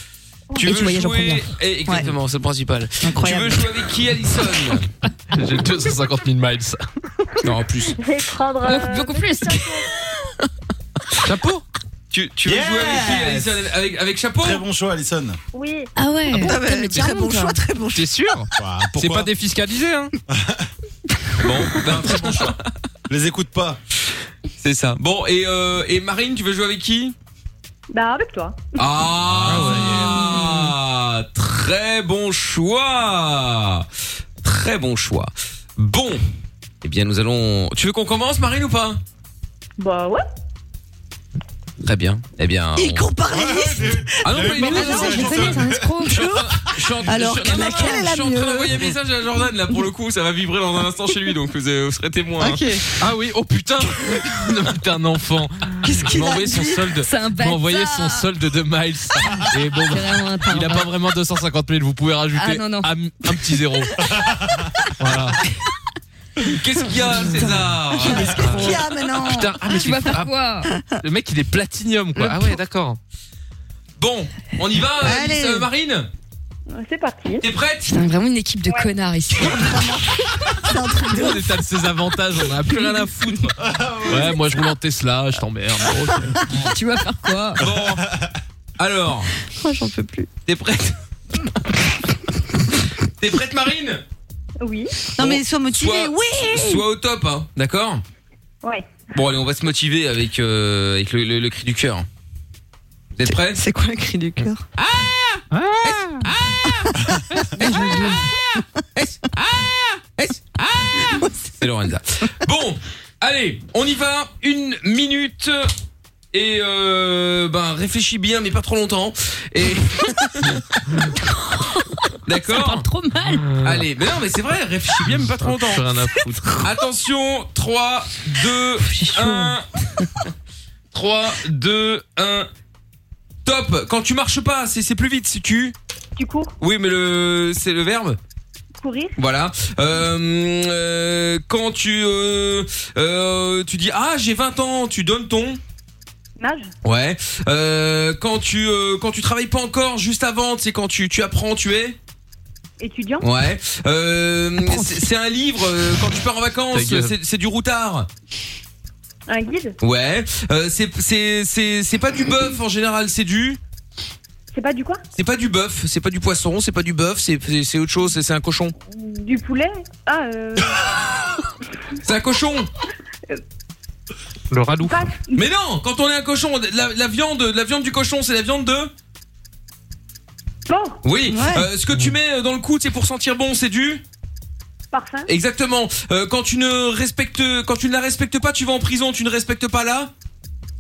Speaker 8: Oh. Et
Speaker 2: veux
Speaker 8: tu voyages en
Speaker 2: jouer
Speaker 8: première.
Speaker 2: Eh, Exactement, c'est le principal.
Speaker 8: Incroyable.
Speaker 2: Tu veux jouer avec qui Alison
Speaker 8: J'ai 250 000 miles.
Speaker 2: Non, en plus.
Speaker 5: Je vais prendre. euh, beaucoup plus.
Speaker 2: Chapeau Tu, tu veux
Speaker 6: Yes.
Speaker 2: jouer avec qui Alison avec, avec Chapeau
Speaker 6: Très bon choix, Alison.
Speaker 5: Oui.
Speaker 4: Ah ouais.
Speaker 7: Ah bah, très bon choix, très bon
Speaker 8: T'es sûr
Speaker 6: Bah,
Speaker 8: C'est pas défiscalisé, hein
Speaker 2: Bon, ben, très bon choix.
Speaker 6: Les écoute pas.
Speaker 2: C'est ça. Bon, et, euh, et Marine, tu veux jouer avec qui
Speaker 9: Bah, avec toi.
Speaker 2: Ah, très bon choix. Très bon choix. Bon. Eh bien, nous allons. Tu veux qu'on commence, Marine, ou pas
Speaker 9: Bah, ouais.
Speaker 2: Très bien. Eh bien.
Speaker 7: Il
Speaker 2: on-
Speaker 7: compare les listes.
Speaker 2: Ah non, pas
Speaker 7: Mais
Speaker 2: une
Speaker 7: non,
Speaker 2: minute,
Speaker 7: je
Speaker 2: je
Speaker 7: sais,
Speaker 2: suis en-
Speaker 7: c'est un escroc.
Speaker 2: je suis en- je suis en-
Speaker 7: Alors,
Speaker 2: je suis en- non,
Speaker 7: laquelle est la
Speaker 2: Je suis en train
Speaker 7: mieux
Speaker 2: d'envoyer un message à Jordan, là, pour le coup. Ça va vibrer dans un instant chez lui, donc vous, euh, vous serez témoin.
Speaker 8: Ok. Ah oui, oh putain Non, mais T'es un enfant.
Speaker 7: Qu'est-ce
Speaker 8: qu'il a envoyé son solde.
Speaker 4: C'est un
Speaker 8: il m'a envoyé son solde de miles. Et bon, bah,
Speaker 4: C'est vraiment un tarant.
Speaker 8: il a pas vraiment 250 000. Vous pouvez rajouter
Speaker 4: Ah, non, non.
Speaker 8: Un, un petit zéro. voilà.
Speaker 2: Qu'est-ce qu'il y a, César
Speaker 7: Qu'est-ce qu'il y a maintenant
Speaker 8: Putain, ah, mais
Speaker 4: Tu vas
Speaker 8: c'est-
Speaker 4: faire
Speaker 8: ah,
Speaker 4: quoi
Speaker 8: Le mec, il est platinium, quoi.
Speaker 7: Le
Speaker 8: Ah ouais, d'accord.
Speaker 2: Bon, on y va, euh,
Speaker 7: Allez.
Speaker 2: Alice, euh, Marine
Speaker 9: C'est parti.
Speaker 2: T'es prête
Speaker 4: Putain, vraiment une équipe de connards ici.
Speaker 7: C'est un truc de
Speaker 8: On est à de ses avantages, on a plus rien à foutre. Ouais, moi je roule en Tesla, je t'emmerde. Ok.
Speaker 4: tu vas faire quoi
Speaker 2: Bon. Alors,
Speaker 7: Oh, j'en peux plus.
Speaker 2: t'es prête T'es prête, Marine
Speaker 9: Oui.
Speaker 7: Non,
Speaker 2: Bon,
Speaker 7: mais sois motivé,
Speaker 2: soit-
Speaker 7: oui
Speaker 2: Sois au top, hein, d'accord
Speaker 9: Ouais.
Speaker 2: Bon, allez, on va se motiver avec, euh, avec le, le- le cri du cœur. Vous êtes prêts Ah!
Speaker 7: C'est quoi le cri du cœur
Speaker 2: C'est Lorenza. Bon, allez, on y va. Une minute. Et euh, ben réfléchis bien, mais pas trop longtemps. Et d'accord.
Speaker 4: Trop mal.
Speaker 2: Allez, mais non, mais c'est vrai, réfléchis bien, mais pas trop longtemps.
Speaker 8: Plus rien à foutre.
Speaker 2: Attention, 3, 2, 1. 3, 2, 1. Top Quand tu marches pas, c'est c'est plus vite si tu...
Speaker 9: Tu cours,
Speaker 2: Oui, mais le c'est le verbe.
Speaker 9: courir.
Speaker 2: Voilà. Euh, euh, quand tu... euh, euh, tu dis, ah, j'ai 20 ans, tu donnes ton...
Speaker 9: Nage
Speaker 2: Ouais. Euh, quand tu euh, quand tu travailles pas encore, juste avant, c'est quand tu, tu apprends, tu es.
Speaker 9: Étudiant
Speaker 2: Ouais. Euh, c'est c'est un livre. euh, quand tu pars en vacances,
Speaker 8: Ta gueule.
Speaker 2: c'est c'est du routard.
Speaker 9: Un guide
Speaker 2: Ouais, euh, c'est c'est c'est c'est pas du bœuf en général, c'est du
Speaker 9: C'est pas du quoi
Speaker 2: c'est pas du bœuf, c'est pas du poisson, c'est pas du bœuf, c'est c'est- c'est autre chose, c'est- c'est un cochon.
Speaker 9: Du poulet Ah, euh.
Speaker 2: C'est un cochon.
Speaker 8: Le ralou.
Speaker 9: Pas
Speaker 2: Mais non, quand on est un cochon, la, la viande, la viande du cochon, c'est la viande de
Speaker 9: bon,
Speaker 2: Oui.
Speaker 7: Ouais.
Speaker 2: Euh, ce que tu mets dans le cou, c'est pour sentir bon, c'est du
Speaker 9: parfum.
Speaker 2: Exactement. Euh, quand tu ne respectes quand tu ne la respectes pas, tu vas en prison, tu ne respectes pas là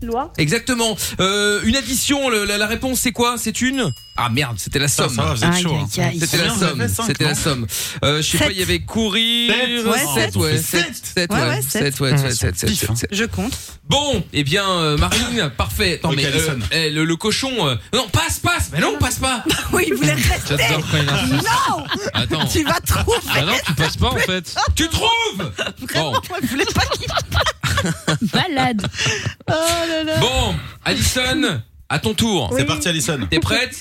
Speaker 9: Loi.
Speaker 2: Exactement. Euh, une addition, le- la, la réponse c'est quoi C'est une Ah merde, c'était la
Speaker 6: Ça,
Speaker 2: somme.
Speaker 6: ça va, vous êtes Aïe, chaud, hein. aïe, aïe.
Speaker 2: C'était la
Speaker 6: Combien vous
Speaker 2: somme.
Speaker 6: avez cinq,
Speaker 2: C'était la
Speaker 6: non
Speaker 2: somme. Euh, je sais pas, il y avait courir.
Speaker 6: Sept, ouais, sept,
Speaker 2: ouais,
Speaker 6: sept.
Speaker 2: sept, sept,
Speaker 7: Ouais,
Speaker 2: ouais,
Speaker 7: ouais, sept.
Speaker 2: sept, ouais,
Speaker 7: Ouais,
Speaker 2: sept, sept, sept, sept, sept.
Speaker 7: Je compte.
Speaker 2: Bon, eh bien, euh, Marine, parfait. Attends,
Speaker 6: Ok,
Speaker 2: mais euh,
Speaker 6: Alison.
Speaker 2: eh, le, le cochon. euh, Non, passe, passe. Mais non, passe pas.
Speaker 7: oui, il voulait rester.
Speaker 2: J'adore quand il insiste.
Speaker 7: Non
Speaker 2: Attends.
Speaker 7: Tu vas trouver.
Speaker 2: Ah non, tu passes pas en fait. Tu trouves Bon,
Speaker 7: Je voulais pas qu'il
Speaker 11: Balade.
Speaker 7: Oh là là.
Speaker 2: bon, Alison, à ton tour.
Speaker 6: C'est parti, Alison.
Speaker 2: T'es prête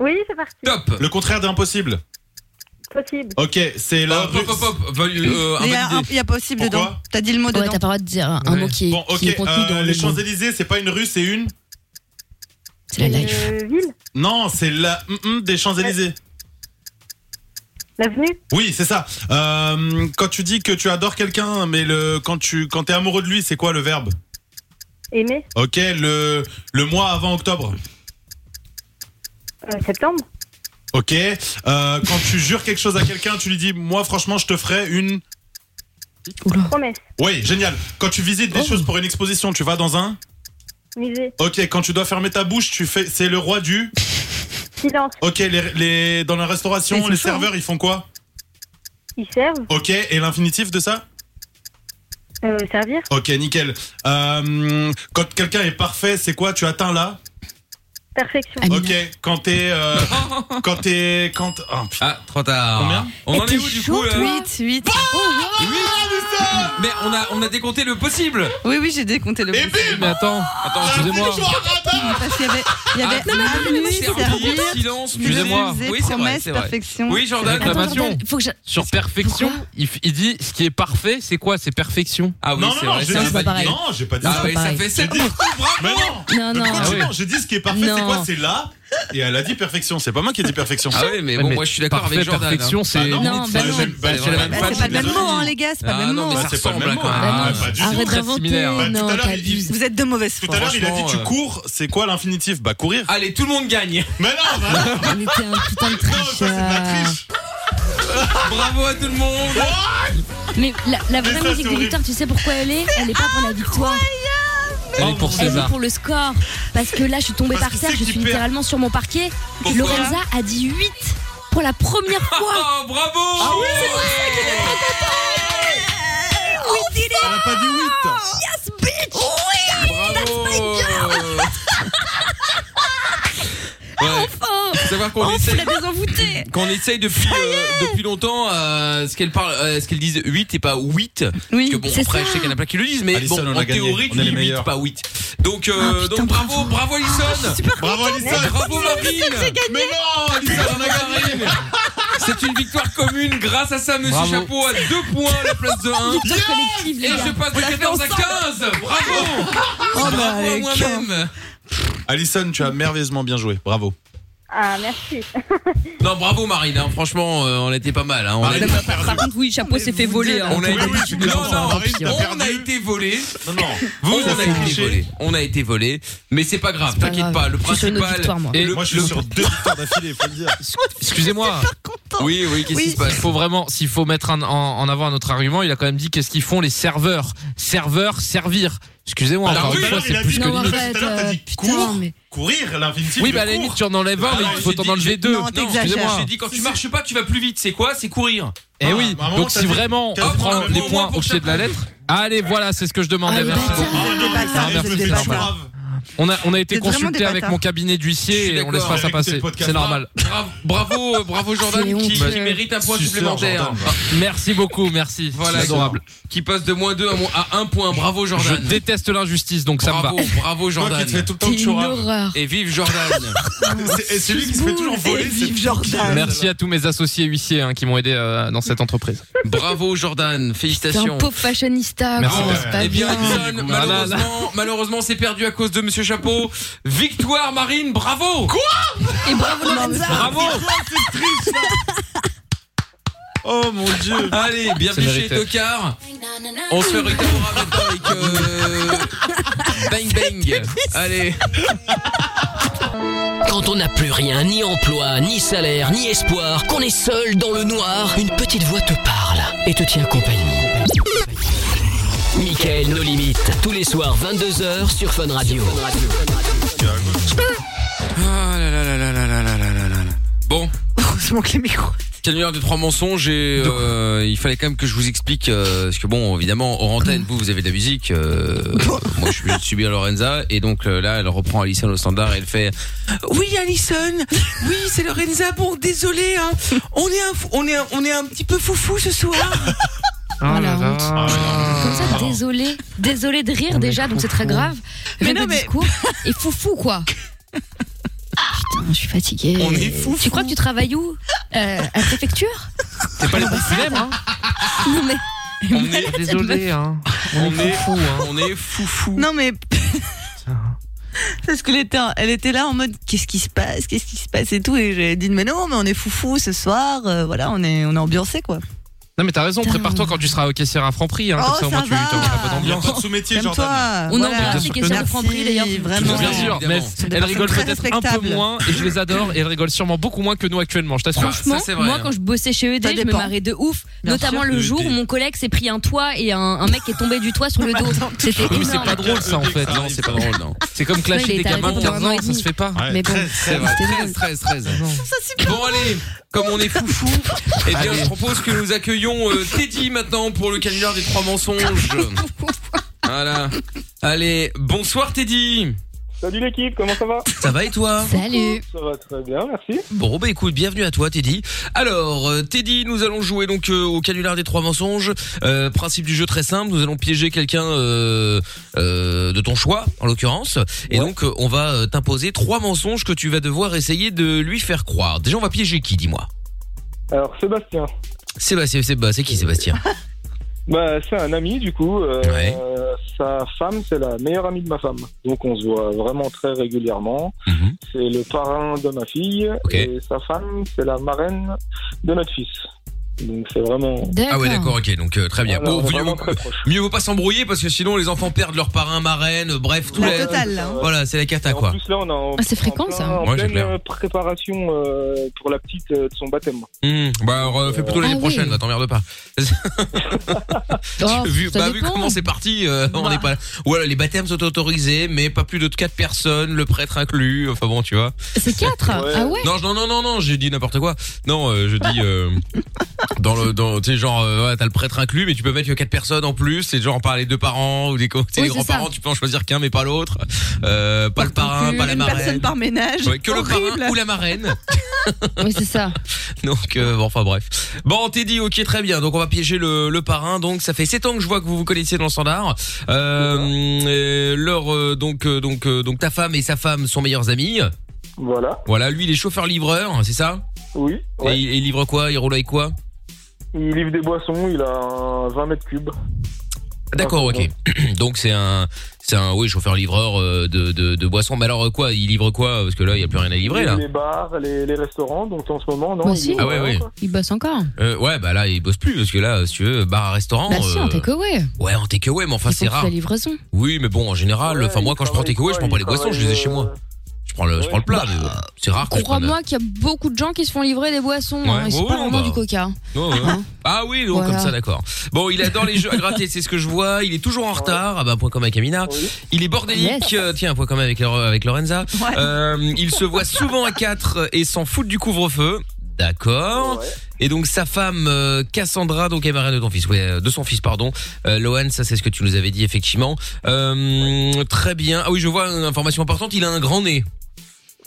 Speaker 5: Oui, c'est parti.
Speaker 2: Top.
Speaker 6: Le contraire d'impossible.
Speaker 5: Possible.
Speaker 6: Ok, c'est la.
Speaker 2: Hop, hop, hop, hop. Val- euh,
Speaker 7: Il y a,
Speaker 2: invalidé.
Speaker 7: un- il y a possible
Speaker 6: Pourquoi
Speaker 7: dedans. T'as dit le mot dedans.
Speaker 11: t'as pas le droit de dire un mot qui est,
Speaker 6: Bon, ok,
Speaker 11: qui est contenu
Speaker 6: euh,
Speaker 11: dans le
Speaker 6: les
Speaker 11: mot.
Speaker 6: Champs-Élysées, c'est pas une rue, c'est une.
Speaker 11: C'est la life.
Speaker 5: Euh, ville.
Speaker 6: Non, c'est la hum, hum des Champs-Élysées.
Speaker 5: L'avenue.
Speaker 6: Oui, c'est ça. Euh, quand tu dis que tu adores quelqu'un, mais le quand tu quand t'es amoureux de lui, c'est quoi le verbe
Speaker 5: Aimer.
Speaker 6: Ok, le le mois avant octobre.
Speaker 5: Euh, septembre.
Speaker 6: Ok. Euh, quand tu jures quelque chose à quelqu'un, tu lui dis moi franchement je te ferai une.
Speaker 5: Promesse.
Speaker 6: Oui, génial. Quand tu visites
Speaker 5: Oh.
Speaker 6: des choses pour une exposition, tu vas dans un.
Speaker 5: Musée.
Speaker 6: Ok. Quand tu dois fermer ta bouche, tu fais c'est le roi du.
Speaker 5: Silence.
Speaker 6: Ok. Les, les dans la
Speaker 5: Mais
Speaker 6: restauration,
Speaker 5: c'est
Speaker 6: les
Speaker 5: chaud, hein.
Speaker 6: serveurs ils font quoi
Speaker 5: Ils servent.
Speaker 6: Ok. Et l'infinitif de ça
Speaker 5: Euh, servir.
Speaker 6: Ok, nickel. Euh, quand quelqu'un est parfait, c'est quoi Tu atteins là
Speaker 5: Perfection.
Speaker 6: Ok, quand t'es. euh, quand t'es. Quand. Oh, putain.
Speaker 2: Ah, trop tard.
Speaker 6: Combien
Speaker 2: On en est où du coup là
Speaker 7: 8, 8.
Speaker 6: Oh,
Speaker 2: Mais on a, on a décompté le possible.
Speaker 7: Oui, oui, j'ai décompté le
Speaker 6: Et
Speaker 7: mot.
Speaker 6: bim Ah,
Speaker 8: Mais attends, attends,
Speaker 7: Ah,
Speaker 8: excusez-moi.
Speaker 7: Parce qu'il y avait,
Speaker 2: Ah,
Speaker 7: il y avait avenue,
Speaker 2: Servir,
Speaker 7: servir,
Speaker 2: silence,
Speaker 8: Excusez-moi.
Speaker 7: musée,
Speaker 2: Oui, c'est vrai,
Speaker 7: promesse,
Speaker 2: c'est vrai.
Speaker 7: perfection.
Speaker 2: Oui, Jordan.
Speaker 8: Attends.
Speaker 11: Attends,
Speaker 8: Information.
Speaker 11: Jordan, faut que je...
Speaker 8: Sur perfection, il, f- il dit ce qui est parfait, c'est quoi C'est perfection.
Speaker 2: Ah oui,
Speaker 6: non,
Speaker 2: c'est
Speaker 6: non,
Speaker 2: vrai.
Speaker 6: non, j'ai
Speaker 2: ça,
Speaker 6: dit
Speaker 2: c'est
Speaker 11: pas
Speaker 6: ça.
Speaker 11: pareil.
Speaker 6: Non, j'ai pas dit
Speaker 2: Ah,
Speaker 6: ça.
Speaker 2: oui, ça
Speaker 11: pareil.
Speaker 2: fait
Speaker 6: J'ai
Speaker 2: sept.
Speaker 6: dit. Mais non
Speaker 11: Non, non.
Speaker 6: Pourquoi tu
Speaker 8: Ah oui.
Speaker 6: mens J'ai dit ce qui est parfait, c'est
Speaker 11: Non.
Speaker 6: quoi C'est là. Et elle a dit perfection. C'est pas moi qui ai dit perfection.
Speaker 2: Ah oui, mais bon,
Speaker 8: Mais
Speaker 2: moi je suis d'accord
Speaker 8: parfait,
Speaker 2: avec Jordan. hein.
Speaker 8: perfection,
Speaker 6: Ah
Speaker 8: c'est.
Speaker 11: non, bah non.
Speaker 6: bah,
Speaker 2: C'est vrai.
Speaker 7: Bah,
Speaker 2: Pas
Speaker 7: c'est pas
Speaker 2: du
Speaker 7: le même
Speaker 2: tout.
Speaker 7: mot, hein, les gars, c'est pas
Speaker 2: Ah,
Speaker 7: le même
Speaker 2: non,
Speaker 7: mot.
Speaker 2: mais
Speaker 7: hein.
Speaker 2: ça
Speaker 6: C'est pas le
Speaker 2: ressemble
Speaker 6: même
Speaker 2: hein,
Speaker 6: mot.
Speaker 2: quand
Speaker 11: Bah
Speaker 2: même.
Speaker 11: non,
Speaker 6: pas du tout.
Speaker 11: arrête
Speaker 8: Très
Speaker 11: d'inventer.
Speaker 8: similaire. Bah,
Speaker 6: tout à
Speaker 11: Non,
Speaker 6: l'heure, il-
Speaker 11: t'abuses.
Speaker 7: Vous êtes de mauvaise foi.
Speaker 6: Tout à l'heure, il a dit
Speaker 2: franchement,
Speaker 6: tu
Speaker 2: euh.
Speaker 6: cours, c'est quoi l'infinitif Bah courir.
Speaker 2: Allez, tout le monde gagne.
Speaker 6: Mais non, bah, non,
Speaker 11: Mais t'es un putain de
Speaker 2: Ah,
Speaker 6: ça, c'est de la
Speaker 11: tricheur.
Speaker 6: triche.
Speaker 2: Bravo à tout le monde.
Speaker 11: Mais la, la
Speaker 6: Mais
Speaker 11: vraie
Speaker 6: ça, c'est
Speaker 11: musique de
Speaker 6: horrible.
Speaker 11: victoire, tu sais pourquoi elle est Elle est pas pour la victoire,
Speaker 8: Elle est pour
Speaker 11: elle est
Speaker 8: César.
Speaker 11: pour le score. Parce que là, je suis tombée
Speaker 6: Parce
Speaker 11: par
Speaker 6: que
Speaker 11: terre,
Speaker 6: c'est
Speaker 11: je
Speaker 6: qui
Speaker 11: suis
Speaker 6: perd.
Speaker 11: littéralement sur mon parquet.
Speaker 2: Pourquoi
Speaker 11: Lorenza a dit 8 pour la première fois. Ah
Speaker 2: Oh, bravo.
Speaker 6: Elle a pas dit 8.
Speaker 2: Bravo. Ouais,
Speaker 11: Oh,
Speaker 2: faut savoir qu'on
Speaker 11: on
Speaker 2: essaye
Speaker 11: l'a désenvoûtée
Speaker 2: qu'on essaye depuis euh, depuis longtemps euh, ce qu'elle parle euh, ce qu'elle dise 8 et pas 8
Speaker 7: Oui,
Speaker 2: parce que bon
Speaker 11: c'est
Speaker 2: après
Speaker 11: ça.
Speaker 2: je sais qu'il y en a plein qui le disent mais
Speaker 6: Alison,
Speaker 2: bon
Speaker 6: on
Speaker 2: en
Speaker 6: a gagné.
Speaker 2: théorie
Speaker 6: On
Speaker 2: tu
Speaker 6: est les
Speaker 2: dis 8
Speaker 6: meilleurs.
Speaker 2: pas 8 donc euh,
Speaker 11: Ah, putain,
Speaker 2: donc bravo bravo Alison
Speaker 6: Bravo Alison.
Speaker 2: bravo Marine
Speaker 6: Mais non, Alison, on a gagné.
Speaker 2: c'est une victoire commune grâce à ça monsieur
Speaker 8: Bravo.
Speaker 2: chapeau à 2 points à la place de 1
Speaker 11: Victoire collective, les
Speaker 2: et je
Speaker 11: gars.
Speaker 2: passe de 14 à 15 bravo
Speaker 7: Oh, bah,
Speaker 2: bravo à
Speaker 7: les
Speaker 2: moi-même
Speaker 6: Alison, tu as merveilleusement bien joué. Bravo.
Speaker 5: Ah, merci.
Speaker 2: non bravo Marine hein, franchement euh, on était pas mal hein, on a
Speaker 6: Marine,
Speaker 2: été-
Speaker 6: t'as perdu.
Speaker 11: contre, oui, Chapeau s'est fait voler. hein.
Speaker 2: on a
Speaker 6: Oui,
Speaker 2: été
Speaker 6: oui, tu
Speaker 2: non,
Speaker 6: commences.
Speaker 2: non,
Speaker 6: Marine, t'as
Speaker 2: hein. on a
Speaker 6: perdu.
Speaker 2: été volé
Speaker 6: Non, non.
Speaker 2: Vous, on,
Speaker 6: Ça,
Speaker 2: a
Speaker 6: c'est
Speaker 2: été
Speaker 6: cliché.
Speaker 2: volé. On a été volé, mais c'est pas grave, t'inquiète
Speaker 11: grave.
Speaker 2: pas. Le
Speaker 11: Je suis sur une autre
Speaker 2: principal.
Speaker 11: victoire, moi.
Speaker 2: Et le,
Speaker 6: Moi, je suis
Speaker 2: le-
Speaker 6: sur deux victoires d'affilée, faut le dire.
Speaker 8: Excusez-moi.
Speaker 2: Oui, oui, qu'est-ce qui
Speaker 7: Oui.
Speaker 2: se passe
Speaker 8: S'il faut vraiment, s'il faut mettre un- en, en avant un autre argument, il a quand même dit qu'est-ce qu'ils font les serveurs. Serveurs, servir. Excusez-moi,
Speaker 6: Alors
Speaker 8: encore
Speaker 6: Ah, oui,
Speaker 8: une fois,
Speaker 6: il a
Speaker 8: c'est plus
Speaker 6: dit
Speaker 8: que
Speaker 11: Non,
Speaker 6: en
Speaker 8: limite.
Speaker 6: fait,
Speaker 11: arrête.
Speaker 6: tout à l'heure, t'as
Speaker 11: euh,
Speaker 6: dit
Speaker 11: Putain,
Speaker 6: cours.
Speaker 11: mais.
Speaker 6: Courir, l'infinitif.
Speaker 8: Oui,
Speaker 6: de
Speaker 8: bah à la
Speaker 6: cours.
Speaker 8: limite, tu en enlèves un,
Speaker 6: Ah
Speaker 8: mais
Speaker 6: non,
Speaker 8: il faut
Speaker 6: j'ai
Speaker 8: t'en
Speaker 6: dit-
Speaker 8: enlever
Speaker 6: j'ai-
Speaker 8: deux.
Speaker 7: non, t'exagères.
Speaker 8: excusez-moi.
Speaker 2: J'ai dit quand tu marches pas, tu vas plus vite. C'est quoi C'est courir.
Speaker 8: Eh
Speaker 6: Ah,
Speaker 8: oui,
Speaker 6: à un moment,
Speaker 8: donc
Speaker 6: t'as
Speaker 8: si
Speaker 6: dit
Speaker 8: vraiment on
Speaker 6: quasiment
Speaker 8: prend
Speaker 6: le même
Speaker 8: les
Speaker 6: mot
Speaker 8: points
Speaker 2: pour
Speaker 8: au pied de la lettre. Allez, voilà, c'est ce que je demandais.
Speaker 11: Ah,
Speaker 8: Merci
Speaker 11: bâtard.
Speaker 8: beaucoup.
Speaker 6: Oh,
Speaker 7: Des bâtards.
Speaker 6: non, je me fais
Speaker 8: C'est normal.
Speaker 6: grave.
Speaker 8: On a, on a été
Speaker 7: Vous êtes vraiment
Speaker 8: consulté
Speaker 7: des
Speaker 8: avec
Speaker 7: bâtards.
Speaker 8: mon cabinet
Speaker 2: Je suis
Speaker 8: d'huissier et on laisse
Speaker 2: d'accord,
Speaker 8: pas ça
Speaker 6: écoutez le
Speaker 8: passer.
Speaker 6: podcast.
Speaker 8: C'est normal.
Speaker 2: Bravo, bravo, euh, bravo Jordan
Speaker 11: Ah, C'est
Speaker 2: qui
Speaker 11: honteux.
Speaker 2: mérite un point
Speaker 6: Suceur,
Speaker 2: supplémentaire.
Speaker 6: Jordan. bah.
Speaker 2: Ah,
Speaker 8: Merci beaucoup, merci.
Speaker 2: Voilà,
Speaker 8: C'est adorable.
Speaker 2: Qui passe de moins 2 à, moins- à 1 point. Bravo
Speaker 8: Je
Speaker 2: Jordan.
Speaker 8: déteste l'injustice, donc ça me va.
Speaker 2: bravo, bravo
Speaker 6: Toi qui te fais
Speaker 2: Jordan.
Speaker 6: tout le temps
Speaker 11: T'es une
Speaker 6: chourave.
Speaker 11: horreur.
Speaker 2: Et vive Jordan.
Speaker 6: C'est et c'est lui qui se fait toujours
Speaker 7: Et
Speaker 6: voler.
Speaker 7: vive Jordan.
Speaker 8: Merci à tous mes associés huissiers hein, qui m'ont aidé euh, dans cette entreprise.
Speaker 2: bravo Jordan.
Speaker 11: T'es
Speaker 2: Félicitations.
Speaker 11: un pauvre fashionista. Oh,
Speaker 8: Merci.
Speaker 11: quoi, c'est
Speaker 6: Ouais.
Speaker 11: pas
Speaker 2: Eh bien,
Speaker 11: bien.
Speaker 2: Alison,
Speaker 8: Voilà,
Speaker 2: malheureusement, malheureusement, c'est perdu à cause de Monsieur Chapeau. Victoire Marine, bravo
Speaker 11: Et bravo Lorenza.
Speaker 2: Bravo
Speaker 6: Oh mon dieu.
Speaker 2: Allez, bienvenue
Speaker 8: C'est
Speaker 2: chez
Speaker 8: mérité.
Speaker 2: Tocard. On se fait Ricamora maintenant avec euh, Bang Bang. Allez.
Speaker 1: Quand on n'a plus rien, ni emploi, ni salaire, ni espoir, qu'on est seul dans le noir, une petite voix te parle et te tient compagnie. Mickaël, nos limites. Tous les soirs, 22h sur Fun Radio.
Speaker 2: Ah là là là là là là là là là là. Bon.
Speaker 7: Heureusement que les micros.
Speaker 2: Canular de trois mensonges et euh, il fallait quand même que je vous explique euh, parce que bon évidemment hors antenne vous vous avez de la musique euh, moi je suis obligé de subir Lorenza et donc euh, là elle reprend Alison au standard et elle fait
Speaker 14: Oui, Alison. Oui, c'est Lorenza. Bon, désolé. hein. On est un, fou- on est, un- on est un petit peu foufou ce soir.
Speaker 2: Oh
Speaker 8: Ah la honte. Ah.
Speaker 11: Comme ça, désolé, désolé de rire déjà, donc c'est très grave. Mais non, mais discours et foufou quoi. Putain, je suis fatiguée.
Speaker 8: On est foufou.
Speaker 11: Tu crois que tu travailles où Euh, À la préfecture bah,
Speaker 8: C'est pas les bons filets,
Speaker 2: hein
Speaker 8: moi.
Speaker 11: Non mais.
Speaker 2: On est
Speaker 8: Désolé, hein.
Speaker 2: on est
Speaker 8: foufou, hein.
Speaker 2: on est foufou.
Speaker 7: Non mais parce qu'elle était, en- elle était là en mode qu'est-ce qui se passe, qu'est-ce qui se passe et tout et j'ai dit mais non mais on est foufou ce soir, euh, voilà on est on est ambiancé quoi.
Speaker 8: Non, mais t'as raison, prépare-toi quand tu seras au caissière à Franprix. Hein,
Speaker 7: Oh,
Speaker 8: comme ça, au moins,
Speaker 7: ça
Speaker 8: tu auras la bonne
Speaker 6: Il y a
Speaker 8: ambiance.
Speaker 6: encore de sous-métier,
Speaker 7: Calme-toi.
Speaker 6: Jordan.
Speaker 11: On
Speaker 7: Voilà.
Speaker 11: a embrassé
Speaker 7: Bien sûr
Speaker 11: qui
Speaker 7: que
Speaker 11: sont
Speaker 7: non.
Speaker 11: de Franprix d'ailleurs.
Speaker 7: Merci, vraiment.
Speaker 8: Bien sûr, mais
Speaker 7: Évidemment.
Speaker 8: elle rigole
Speaker 7: Très
Speaker 8: peut-être un peu
Speaker 7: respectables.
Speaker 8: moins et je les adore et elle rigole sûrement beaucoup moins que nous actuellement, je t'assure.
Speaker 11: Franchement,
Speaker 6: hein.
Speaker 2: hein.
Speaker 11: moi quand je bossais chez ED,
Speaker 7: Ça
Speaker 11: je me
Speaker 7: dépend.
Speaker 11: marrais de ouf.
Speaker 8: Bien
Speaker 11: notamment
Speaker 8: sûr.
Speaker 11: le jour où mon collègue s'est pris un toit et un, un mec est tombé du toit sur le dos. C'était
Speaker 8: Oui, mais c'est
Speaker 11: énorme.
Speaker 8: pas drôle ça en fait.
Speaker 2: Non, c'est pas drôle non.
Speaker 8: C'est comme
Speaker 11: Ouais,
Speaker 8: clasher
Speaker 11: il
Speaker 8: des
Speaker 11: était
Speaker 8: gamins de
Speaker 11: arrêté
Speaker 8: 15
Speaker 11: pendant un
Speaker 8: ans,
Speaker 11: an et
Speaker 8: ça se
Speaker 11: demi.
Speaker 8: fait pas.
Speaker 11: Mais bon,
Speaker 2: C'est vrai,
Speaker 11: c'était
Speaker 2: 13 13 13. Bon allez, comme on est foufou, eh bien je propose que nous accueillions euh, Teddy maintenant pour le canular des trois mensonges. Voilà. Allez, bonsoir Teddy.
Speaker 15: Salut l'équipe, comment ça va
Speaker 2: Ça va et toi
Speaker 11: Salut.
Speaker 15: Ça va très bien, merci.
Speaker 2: Bon bah écoute, bienvenue à toi Teddy. Alors euh, Teddy, nous allons jouer donc euh, au canular des trois mensonges. Euh, principe du jeu très simple, nous allons piéger quelqu'un euh, euh, de ton choix en l'occurrence, et donc euh, on va euh, t'imposer trois mensonges que tu vas devoir essayer de lui faire croire. Déjà on va piéger qui, dis-moi.
Speaker 15: Alors Sébastien,
Speaker 2: Sébastien, Sébastien, c'est qui Sébastien
Speaker 15: bah, c'est un ami du coup. euh,
Speaker 2: Ouais.
Speaker 15: euh, sa femme, c'est la meilleure amie de ma femme. Donc on se voit vraiment très régulièrement.
Speaker 8: Mhm.
Speaker 15: C'est le parrain de ma fille et sa femme, c'est la marraine de notre fils. Donc c'est vraiment...
Speaker 2: Ah ouais d'accord ok donc euh, très bien.
Speaker 15: Voilà, on
Speaker 2: Bon,
Speaker 15: est
Speaker 2: mieux,
Speaker 15: vraiment
Speaker 2: vaut- mieux vaut pas s'embrouiller parce que sinon les enfants perdent leur parrain, marraine, euh, bref tout
Speaker 15: La
Speaker 2: la-
Speaker 15: totale, hein.
Speaker 2: Voilà c'est la cata quoi.
Speaker 15: En plus là on est en,
Speaker 11: Ah, c'est fréquent,
Speaker 15: en plein-
Speaker 11: ça.
Speaker 15: en
Speaker 2: Ouais, c'est
Speaker 15: pleine
Speaker 2: clair.
Speaker 15: euh, préparation euh, pour la petite euh, de son baptême.
Speaker 2: Hmm, bah alors, euh, fais plutôt l'année
Speaker 15: Ah oui.
Speaker 2: prochaine, va, t'emmerde pas. vu,
Speaker 15: ça
Speaker 2: bah, vu
Speaker 15: dépend.
Speaker 2: comment c'est parti, euh, on n'est pas. Voilà, les baptêmes sont autorisés, mais pas plus de 4 personnes, le prêtre inclus. Enfin bon, tu vois.
Speaker 11: C'est 4 Ah ouais
Speaker 2: Non, je- non, non, non, non, j'ai dit n'importe quoi. Non, euh, je dis euh, dans le, dans, tu sais, genre, euh, ouais, t'as le prêtre inclus, mais tu peux mettre que quatre personnes en plus. C'est genre par les deux parents ou des, co- tu sais,
Speaker 7: Oui,
Speaker 2: les
Speaker 7: c'est
Speaker 2: grands-parents,
Speaker 7: ça.
Speaker 2: tu peux en choisir qu'un, mais pas l'autre. Euh, pas le parrain, pas la
Speaker 7: une personne
Speaker 2: marraine.
Speaker 7: par ménage.
Speaker 2: Ouais, que le
Speaker 7: Horrible.
Speaker 2: parrain ou la marraine.
Speaker 11: Oui, c'est ça.
Speaker 2: Donc, euh, bon, enfin bref. Bon, Teddy, ok, très bien. Donc, on va piéger le, le parrain. Donc, ça fait 7 ans que je vois que vous vous connaissiez dans le standard. Euh, euh, leur, euh, donc, euh, donc, euh, donc, ta femme et sa femme sont meilleures amies.
Speaker 15: Voilà,
Speaker 2: Voilà, lui, il est chauffeur-livreur, c'est ça
Speaker 15: oui.
Speaker 2: Et il, il livre quoi Il roule avec quoi
Speaker 15: Il livre des boissons, il a un 20 mètres cubes.
Speaker 2: D'accord, ok. Donc, c'est un, c'est un, oui, chauffeur-livreur euh, de, de, de boissons. Mais alors, euh, quoi Il livre quoi Parce que là, il n'y a plus rien à livrer, là.
Speaker 15: Les bars, les, les restaurants, donc en ce moment, non
Speaker 11: Moi
Speaker 15: il-
Speaker 11: aussi.
Speaker 15: euh,
Speaker 2: Ah ouais, ouais.
Speaker 11: Bah, Il bosse encore.
Speaker 2: Euh, ouais, bah là, il bosse plus, parce que là, si tu veux, bar-restaurant.
Speaker 11: Bah si, en
Speaker 2: euh,
Speaker 11: takeaway.
Speaker 2: Ouais, en takeaway, mais enfin,
Speaker 11: Ils font
Speaker 2: c'est
Speaker 11: de
Speaker 2: rare.
Speaker 11: la livraison.
Speaker 2: Oui, mais bon, en général, enfin moi quand je prends takeaway, je prends pas les boissons, je les ai chez moi. Je prends le, je prends le plat, mais euh, c'est rare que je prenne.
Speaker 11: Crois-moi qu'il y a beaucoup de gens qui se font livrer des boissons.
Speaker 2: Ouais,
Speaker 11: hein, et c'est
Speaker 2: ouais,
Speaker 11: pas
Speaker 2: ouais,
Speaker 11: vraiment
Speaker 2: bah.
Speaker 11: du coca.
Speaker 2: Ouais, ouais. Ah oui, donc
Speaker 11: Voilà.
Speaker 2: comme ça, d'accord. Bon, il adore les jeux à gratter, c'est ce que je vois. Il est toujours en retard. Ah bah point commun avec Amina. Il est bordélique. euh, Tiens, point commun avec, Lore- avec Lorenza. Euh, il se voit souvent à 4 et s'en fout du couvre-feu. D'accord. Et donc sa femme euh, Cassandra, donc est marraine de ton fils, ouais, euh, de son fils, pardon. Euh, Lohan, ça c'est ce que tu nous avais dit effectivement. Euh, Très bien. Ah oui, je vois une information importante. Il a un grand nez.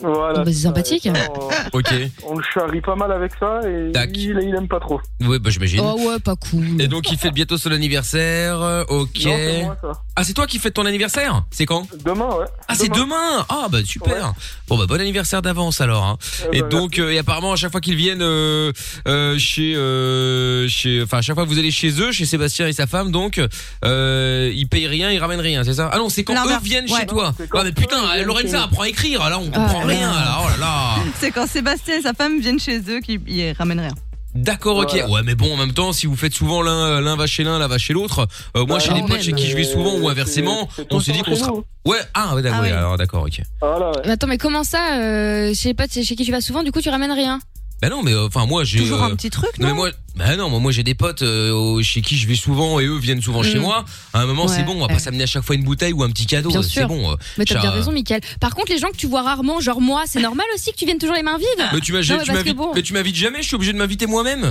Speaker 15: Voilà.
Speaker 11: Bah, c'est sympathique.
Speaker 2: Ok.
Speaker 15: On le charrie pas mal avec ça et lui, il, il aime pas trop.
Speaker 2: Oui, bah j'imagine.
Speaker 11: Oh ouais, pas cool.
Speaker 2: Et donc il fête bientôt son anniversaire. euh, Ok.
Speaker 15: Non, c'est moi, ça.
Speaker 2: ah c'est toi qui fêtes ton anniversaire C'est quand
Speaker 15: Demain, ouais.
Speaker 2: Ah c'est demain Ah bah super. Bon bah bon anniversaire d'avance alors. hein.
Speaker 15: Eh
Speaker 2: et
Speaker 15: ben,
Speaker 2: donc euh, et apparemment à chaque fois qu'ils viennent euh, euh, chez euh, chez enfin à chaque fois que vous allez chez eux chez Sébastien et sa femme donc euh, ils payent rien ils ramènent rien c'est ça Ah non c'est quand eux
Speaker 7: L'inverse,
Speaker 2: viennent
Speaker 7: ouais.
Speaker 2: chez toi.
Speaker 7: C'est quand
Speaker 2: Ah mais putain
Speaker 7: eux, ils
Speaker 2: euh,
Speaker 7: viennent
Speaker 2: Lorenza
Speaker 7: chez-
Speaker 2: apprend à écrire là on
Speaker 7: Ah,
Speaker 2: comprend
Speaker 7: là,
Speaker 2: rien
Speaker 7: là.
Speaker 2: là oh là là.
Speaker 7: C'est quand Sébastien et sa femme viennent chez eux qu'ils ils ramènent rien.
Speaker 2: D'accord, ok.
Speaker 7: Voilà.
Speaker 2: Ouais, mais bon, en même temps, si vous faites souvent l'un, l'un va chez l'un, l'un va chez l'autre. euh, moi,
Speaker 15: Bah,
Speaker 2: chez les
Speaker 15: non,
Speaker 2: potes chez qui je vis
Speaker 15: mais
Speaker 2: souvent ou
Speaker 15: c'est-
Speaker 2: inversement,
Speaker 15: c'est tout
Speaker 2: on
Speaker 15: le
Speaker 2: s'est dit
Speaker 15: temps
Speaker 2: qu'on
Speaker 15: chez
Speaker 2: sera.
Speaker 15: nous.
Speaker 2: Ouais, ah, ouais, d'accord,
Speaker 15: Ah
Speaker 2: oui,
Speaker 15: ouais.
Speaker 2: alors d'accord, ok.
Speaker 8: Ah
Speaker 11: Bah,
Speaker 15: Voilà,
Speaker 11: Mais attends, mais comment ça euh, Je sais pas, tu sais chez qui tu vas souvent, du coup tu ramènes rien.
Speaker 2: Bah non, mais euh, enfin moi j'ai
Speaker 7: Toujours un
Speaker 2: euh,
Speaker 7: petit truc,
Speaker 2: mais
Speaker 7: non
Speaker 2: moi, bah non, moi, moi, j'ai des potes euh, au- chez qui je vais souvent et eux viennent souvent chez
Speaker 4: Mm.
Speaker 2: moi. À un moment,
Speaker 4: Ouais,
Speaker 2: c'est bon, on va pas
Speaker 4: ouais.
Speaker 2: s'amener à chaque fois une bouteille ou un petit cadeau.
Speaker 4: Bien
Speaker 2: c'est
Speaker 4: sûr.
Speaker 2: bon. euh,
Speaker 4: Mais t'as
Speaker 2: genre,
Speaker 4: bien
Speaker 2: euh,
Speaker 4: raison, Michael. Par contre, les gens que tu vois rarement, genre moi, c'est normal aussi que tu viennes toujours les mains vides.
Speaker 2: Mais tu m'as-
Speaker 4: Non,
Speaker 2: tu
Speaker 4: mais parce que
Speaker 2: m'invites,
Speaker 4: bon,
Speaker 2: mais tu m'invites jamais. Je suis obligé de m'inviter moi-même.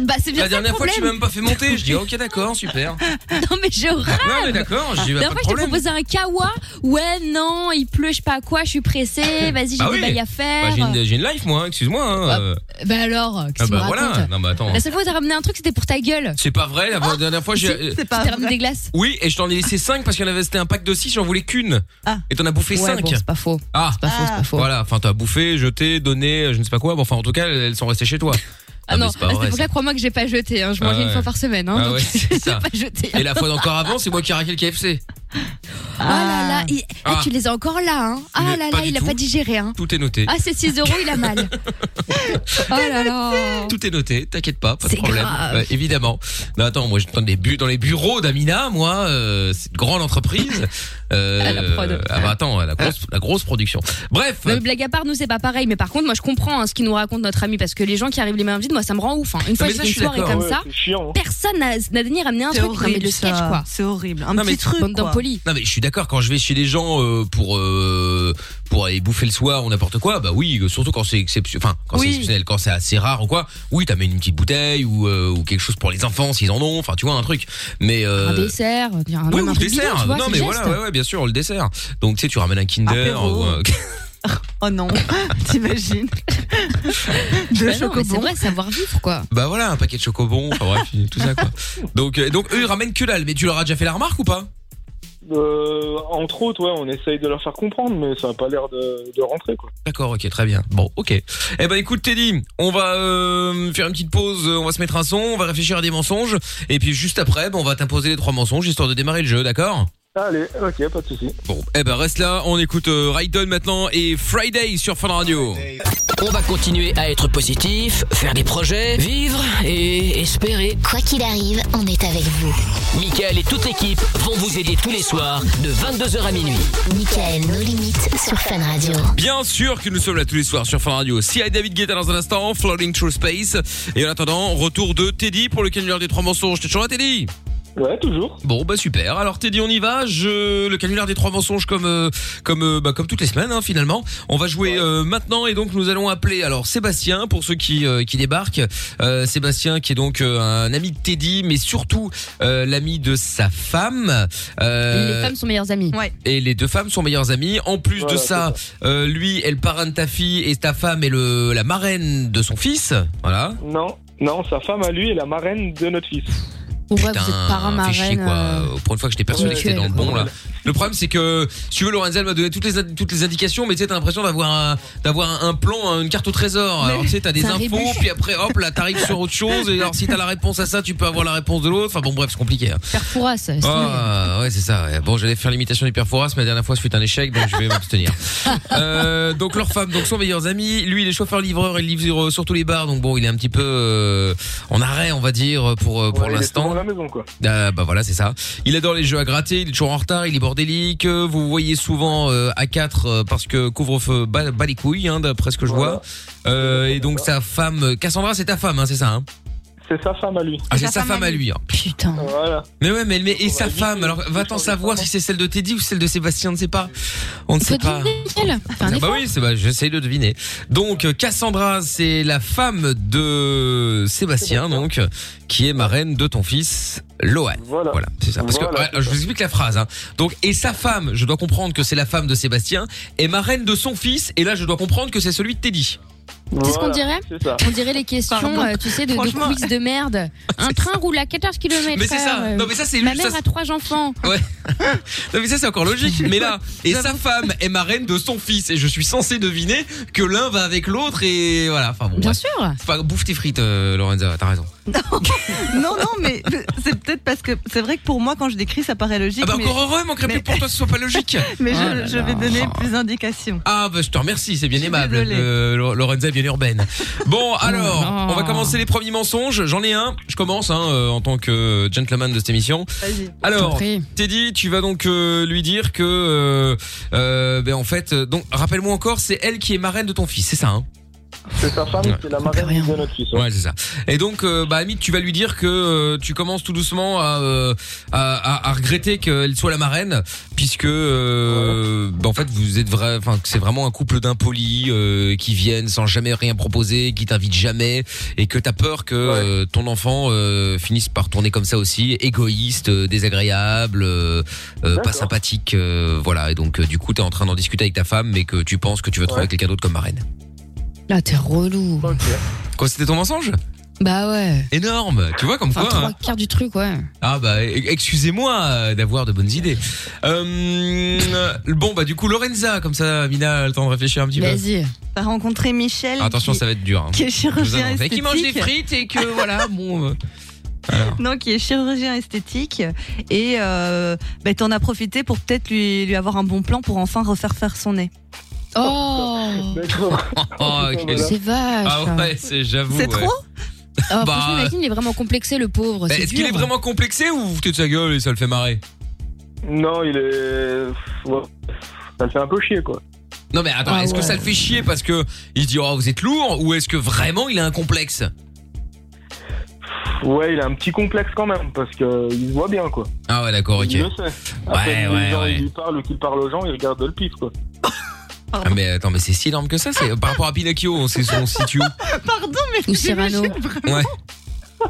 Speaker 4: Bah, c'est bien
Speaker 2: La
Speaker 4: ça le
Speaker 2: dernière fois, tu m'as
Speaker 4: problème.
Speaker 2: même pas fait monter. Je dis ok, d'accord, super.
Speaker 4: Non, mais je rêve.
Speaker 2: Non, mais d'accord, je dis, bah,
Speaker 4: La dernière fois,
Speaker 2: pas de
Speaker 4: je te
Speaker 2: problème.
Speaker 4: proposais un kawa. Ouais, non, il pleut, je sais pas quoi, je suis pressée. Vas-y, j'ai
Speaker 2: Bah
Speaker 4: des
Speaker 2: oui.
Speaker 4: bails à
Speaker 2: Bah,
Speaker 4: faire.
Speaker 2: j'ai une, j'ai une life, moi. hein, Excuse-moi. hein, euh.
Speaker 4: Bah alors, qu'est-ce
Speaker 2: Ah
Speaker 4: que tu
Speaker 2: bah
Speaker 4: me
Speaker 2: voilà.
Speaker 4: racontes
Speaker 2: Non, bah attends.
Speaker 4: La seule fois où t'as ramené un truc, c'était pour ta gueule.
Speaker 2: C'est pas vrai. La dernière fois, j'ai. euh,
Speaker 4: Ah, pas T'as ramené des glaces.
Speaker 2: Oui, et je t'en ai laissé 5 parce qu'il y en avait, c'était un pack de 6, j'en voulais qu'une. Et t'en as bouffé
Speaker 4: Ah. Ouais,
Speaker 2: 5.
Speaker 4: bon, c'est pas faux.
Speaker 2: Ah,
Speaker 4: C'est pas faux, c'est pas faux.
Speaker 2: Voilà, enfin, t'as bouffé, jeté, donné, je ne sais pas quoi. Bon, enfin, en tout cas, elles sont restées chez toi.
Speaker 4: Ah non,
Speaker 2: mais c'est pas
Speaker 4: à cette
Speaker 2: vrai,
Speaker 4: époque-là, crois-moi que j'ai pas jeté. hein. Je
Speaker 2: Ah
Speaker 4: mangeais une
Speaker 2: ouais.
Speaker 4: fois par semaine. hein,
Speaker 2: Ah
Speaker 4: donc
Speaker 2: ouais, c'est ça.
Speaker 4: j'ai pas jeté.
Speaker 2: Et la fois d'encore avant, c'est moi qui ai raqué le KFC.
Speaker 4: Oh là là, il- ah,
Speaker 2: Ah.
Speaker 4: tu les as encore là. Hein. Ah
Speaker 2: Mais
Speaker 4: là
Speaker 2: pas
Speaker 4: là,
Speaker 2: du
Speaker 4: il a
Speaker 2: tout.
Speaker 4: pas digéré. Hein.
Speaker 2: Tout est noté.
Speaker 4: Ah, c'est 6 euros, il a mal. oh là là.
Speaker 2: Tout est noté, t'inquiète pas, pas de
Speaker 4: C'est
Speaker 2: problème.
Speaker 4: grave.
Speaker 2: Ouais, évidemment. Non, attends, moi, je dans les, bu- dans les bureaux d'Amina, moi, euh, c'est une grande entreprise. Euh,
Speaker 4: Ah, la prod. Hein
Speaker 2: ah bah attends, la grosse, la grosse production. Bref.
Speaker 4: Non, mais blague à part, nous c'est pas pareil. Mais par contre, moi je comprends hein, ce qu'il nous raconte notre ami parce que les gens qui arrivent les mains vides, moi ça me rend ouf. hein. Une
Speaker 2: Non,
Speaker 4: fois
Speaker 2: mais
Speaker 4: j'ai
Speaker 2: ça,
Speaker 4: fait
Speaker 2: je
Speaker 4: une
Speaker 2: suis
Speaker 4: soirée
Speaker 2: d'accord.
Speaker 4: comme
Speaker 2: Ouais,
Speaker 4: ça,
Speaker 2: c'est chiant. hein.
Speaker 4: personne n'a n'a daigné ramener un
Speaker 7: C'est
Speaker 4: truc. Non, mais
Speaker 7: horrible,
Speaker 4: le sketch
Speaker 7: ça.
Speaker 4: quoi.
Speaker 7: C'est horrible. Un
Speaker 4: Non,
Speaker 7: petit
Speaker 4: mais
Speaker 7: truc.
Speaker 4: bande
Speaker 7: quoi.
Speaker 4: d'impolis.
Speaker 2: Non mais je suis d'accord quand je vais chez les gens euh, pour euh, pour aller bouffer le soir ou n'importe quoi bah oui euh, surtout quand c'est exceptionnel enfin quand c'est
Speaker 7: Oui.
Speaker 2: exceptionnel quand c'est assez rare ou quoi oui t'as mis une petite bouteille ou euh, ou quelque chose pour les enfants s'ils en ont enfin tu vois un truc mais euh,
Speaker 4: Un dessert, dire Ah, un,
Speaker 2: oui,
Speaker 4: même
Speaker 2: ou
Speaker 4: un
Speaker 2: le
Speaker 4: truc bidon,
Speaker 2: dessert
Speaker 4: tu vois,
Speaker 2: non
Speaker 4: c'est
Speaker 2: mais
Speaker 4: le
Speaker 2: voilà
Speaker 4: geste. Ah,
Speaker 2: ouais, ouais, bien sûr le dessert donc tu sais tu ramènes un Kinder
Speaker 7: Apéro.
Speaker 2: ou un-
Speaker 7: Oh non, t'imagines
Speaker 4: Bah
Speaker 7: Deux
Speaker 4: non, mais C'est
Speaker 7: chocobons.
Speaker 4: vrai, savoir vivre quoi.
Speaker 2: bah voilà un paquet de chocobons enfin bref tout ça quoi donc euh, donc eux ils ramènent que dalle mais tu leur as déjà fait la remarque ou pas
Speaker 15: Euh, entre autres, ouais, on essaye de leur faire comprendre, mais ça n'a pas l'air de, de rentrer, quoi.
Speaker 2: D'accord, ok, très bien. Bon, ok. Eh ben, écoute, Teddy, on va euh, faire une petite pause, euh, on va se mettre un son, on va réfléchir à des mensonges, et puis juste après, ben, on va t'imposer les trois mensonges histoire de démarrer le jeu, d'accord
Speaker 15: Allez, ok, pas de soucis.
Speaker 2: Bon, eh ben, reste là, on écoute euh, Raiden maintenant et Friday sur Fun Radio.
Speaker 1: On va continuer à être positif, faire des projets, vivre et espérer.
Speaker 12: Quoi qu'il arrive, on est avec vous.
Speaker 1: Michael et toute l'équipe vont vous aider tous les soirs de 22h à minuit.
Speaker 12: Michael, nos limites sur Fun Radio.
Speaker 2: Bien sûr que nous sommes là tous les soirs sur Fun Radio. Si et David Guetta dans un instant, Floating Through Space. Et en attendant, retour de Teddy pour le canular des trois mensonges. T'es toujours là, Teddy
Speaker 15: Ouais, toujours.
Speaker 2: Bon, bah super. Alors Teddy, on y va. Je le canular des trois mensonges comme euh, comme euh, bah, comme toutes les semaines hein, finalement. On va jouer euh, maintenant et donc nous allons appeler alors Sébastien pour ceux qui euh, qui débarquent. Euh, Sébastien qui est donc euh, un ami de Teddy, mais surtout euh, l'ami de sa femme. Euh,
Speaker 4: Les femmes sont meilleures amies. Ouais.
Speaker 2: et les deux femmes sont meilleures amies. En plus
Speaker 4: Voilà,
Speaker 2: de
Speaker 4: c'est
Speaker 2: ça, euh, lui est le parrain de ta fille et ta femme est le, la marraine de son fils. Voilà.
Speaker 15: Non, non, sa femme à lui est la marraine de notre fils.
Speaker 4: Bon, bref,
Speaker 2: Putain, Ah,
Speaker 4: vous êtes parrain,
Speaker 2: fais chier,
Speaker 4: marraine.
Speaker 2: quoi.
Speaker 4: euh,
Speaker 2: Pour une fois que j'étais persuadé
Speaker 4: Ouais.
Speaker 2: que c'était dans le bon là.
Speaker 4: Ouais.
Speaker 2: Le problème c'est que si tu veux Lorenzo elle m'a donné toutes les ind- toutes les indications mais tu sais t'as l'impression d'avoir un d'avoir un plan un- une carte au trésor. Alors tu sais t'as des
Speaker 8: ça
Speaker 2: infos
Speaker 8: rébute.
Speaker 2: puis après hop là t'arrives sur autre chose et alors si t'as la réponse à ça tu peux avoir la réponse de l'autre. Enfin bon bref c'est compliqué. hein.
Speaker 4: Faire pourras, ça, c'est
Speaker 2: Ah ouais c'est ça. ouais. Bon j'allais faire l'imitation du père Fouras mais la dernière fois ce fut un échec donc je vais m'abstenir. Euh, donc leurs femmes donc sont meilleurs amis. Lui il est chauffeur livreur il livre sur- sur tous les bars donc bon il est un petit peu euh, en arrêt on va dire pour euh, pour
Speaker 15: Ouais, il est
Speaker 2: l'instant.
Speaker 15: souvent à la maison, quoi.
Speaker 2: Ah, bah voilà, c'est ça. Il adore les jeux à gratter, il est toujours en retard, il est bordélique. euh, Vous voyez souvent euh, à 4 euh, parce que couvre-feu bat, bat les couilles, hein, d'après ce que je vois. Euh, et donc sa femme, euh, Cassandra, c'est ta femme, hein, c'est ça hein
Speaker 15: C'est sa femme à lui.
Speaker 2: Ah, c'est sa femme à lui. hein.
Speaker 4: Putain.
Speaker 15: Voilà.
Speaker 2: Mais ouais, mais, mais et sa femme, alors va-t'en savoir si c'est celle de Teddy ou celle de Sébastien, on ne sait pas. On ne sait pas.
Speaker 4: Nickel. Fais un
Speaker 2: Ah bah
Speaker 4: effort.
Speaker 2: oui, c'est bah, j'essaye de deviner. Donc euh, Cassandra, c'est la femme de Sébastien, donc euh, qui est marraine de ton fils Loan. Voilà, c'est ça. Parce que
Speaker 8: Voilà,
Speaker 2: ouais, je vous explique la phrase. hein. Donc et sa femme, je dois comprendre que c'est la femme de Sébastien, est marraine de son fils. Et là, je dois comprendre que c'est celui de Teddy.
Speaker 4: C'est ce qu'on dirait
Speaker 15: ça.
Speaker 4: On dirait les questions,
Speaker 2: Pardon.
Speaker 4: euh, tu sais, de, de
Speaker 2: Franchement.
Speaker 4: quiz de merde. Un train roule à 14 km.
Speaker 2: Mais c'est ça. Non, mais ça, c'est
Speaker 4: Ma
Speaker 2: juste-
Speaker 4: mère
Speaker 2: ça,
Speaker 4: a trois enfants.
Speaker 2: Ouais. non mais ça c'est encore logique. Mais là, et sa femme est marraine de son fils et je suis censé deviner que l'un va avec l'autre et voilà. Enfin bon.
Speaker 4: Bien
Speaker 2: bref.
Speaker 4: sûr.
Speaker 2: C'est pas- bouffe tes frites, euh, Lorenza. T'as raison.
Speaker 7: Non, non, mais c'est peut-être parce que c'est vrai que pour moi, quand je décris, ça paraît logique.
Speaker 2: Ah bah
Speaker 7: mais-
Speaker 2: encore heureux, il manquerait plus
Speaker 7: mais-
Speaker 2: que pour toi ce soit pas logique.
Speaker 7: Mais je,
Speaker 2: Oh là
Speaker 7: je
Speaker 2: là.
Speaker 7: vais donner plus d'indications.
Speaker 2: Ah bah je te remercie, c'est bien aimable.
Speaker 7: désolée. Oh
Speaker 2: Euh, Lo- Lorenza est bien urbaine. Bon alors,
Speaker 8: là.
Speaker 2: on va commencer les premiers mensonges. J'en ai un. Je commence hein, euh, en tant que gentleman de cette émission.
Speaker 7: Vas-y.
Speaker 2: Alors, Teddy, tu vas donc euh, lui dire que, euh, euh, ben en fait, euh, donc rappelle-moi encore, c'est elle qui est marraine de ton fils, c'est ça hein
Speaker 15: C'est sa femme, c'est la marraine de notre fils.
Speaker 2: Ouais, c'est ça. Et donc, euh, bah, Amit, tu vas lui dire que euh, tu commences tout doucement à, euh, à, à- à regretter qu'elle soit la marraine, puisque euh, bah, en fait, vous êtes vrai, enfin, que c'est vraiment un couple d'impolis euh, qui viennent sans jamais rien proposer, qui t'invitent jamais, et que t'as peur que euh, ton enfant euh, finisse par tourner comme ça aussi, égoïste, euh, désagréable, euh, euh, pas sympathique, euh, voilà. Et donc, euh, du coup, t'es en train d'en discuter avec ta femme, mais que tu penses que tu veux trouver quelqu'un d'autre comme marraine.
Speaker 4: Là, t'es relou.
Speaker 2: Quoi, c'était ton mensonge
Speaker 4: Bah ouais.
Speaker 2: Énorme, tu vois comme
Speaker 4: Enfin,
Speaker 2: quoi. hein.
Speaker 4: trois quarts du truc, ouais.
Speaker 2: Ah bah e- excusez-moi euh, d'avoir de bonnes idées. Euh, euh, bon bah du coup Lorenza comme ça Mina a le temps de réfléchir un petit peu.
Speaker 7: T'as rencontré Michel.
Speaker 2: Attention
Speaker 7: qui-
Speaker 2: ça va être dur. hein.
Speaker 7: Qui est
Speaker 2: Je vous
Speaker 7: chirurgien
Speaker 2: annonce. Et
Speaker 7: esthétique.
Speaker 2: qui mange des frites et que voilà bon. euh, alors.
Speaker 7: Non, qui est chirurgien esthétique. Et euh, bah, t'en as profité pour peut-être lui, lui avoir un bon plan pour enfin refaire faire son nez.
Speaker 4: Oh
Speaker 2: Oh, quel-
Speaker 4: C'est vache. hein.
Speaker 2: Ah ouais c'est j'avoue.
Speaker 4: C'est
Speaker 2: ouais.
Speaker 4: trop Ah,
Speaker 2: Bah,
Speaker 4: franchement, imagine, il est vraiment complexé, le pauvre.
Speaker 2: bah,
Speaker 4: c'est
Speaker 2: Est-ce qu'il
Speaker 4: dur. hein.
Speaker 2: est vraiment complexé ou vous vous foutez de sa gueule et ça le fait marrer
Speaker 15: Non, il est. ouais. Ça le fait un peu chier, quoi.
Speaker 2: Non mais attends
Speaker 15: Ah
Speaker 2: est-ce
Speaker 15: ouais.
Speaker 2: que ça le fait chier parce que il se dit oh vous êtes lourd ou est-ce que vraiment il a un complexe
Speaker 15: Ouais, il a un petit complexe quand même, parce qu'il se voit bien, quoi.
Speaker 2: Ah ouais d'accord ok.
Speaker 15: Il le sait. Après,
Speaker 2: Ouais,
Speaker 15: les
Speaker 2: ouais,
Speaker 15: gens,
Speaker 2: ouais.
Speaker 15: Il lui parle ou qu'il parle aux gens, il regarde le pif, quoi.
Speaker 2: Ah, mais attends mais c'est si énorme que ça c'est par rapport à Pinocchio on sait on se situe où
Speaker 7: Pardon, mais.
Speaker 4: Ou Cyrano.
Speaker 2: Ouais.
Speaker 4: Vous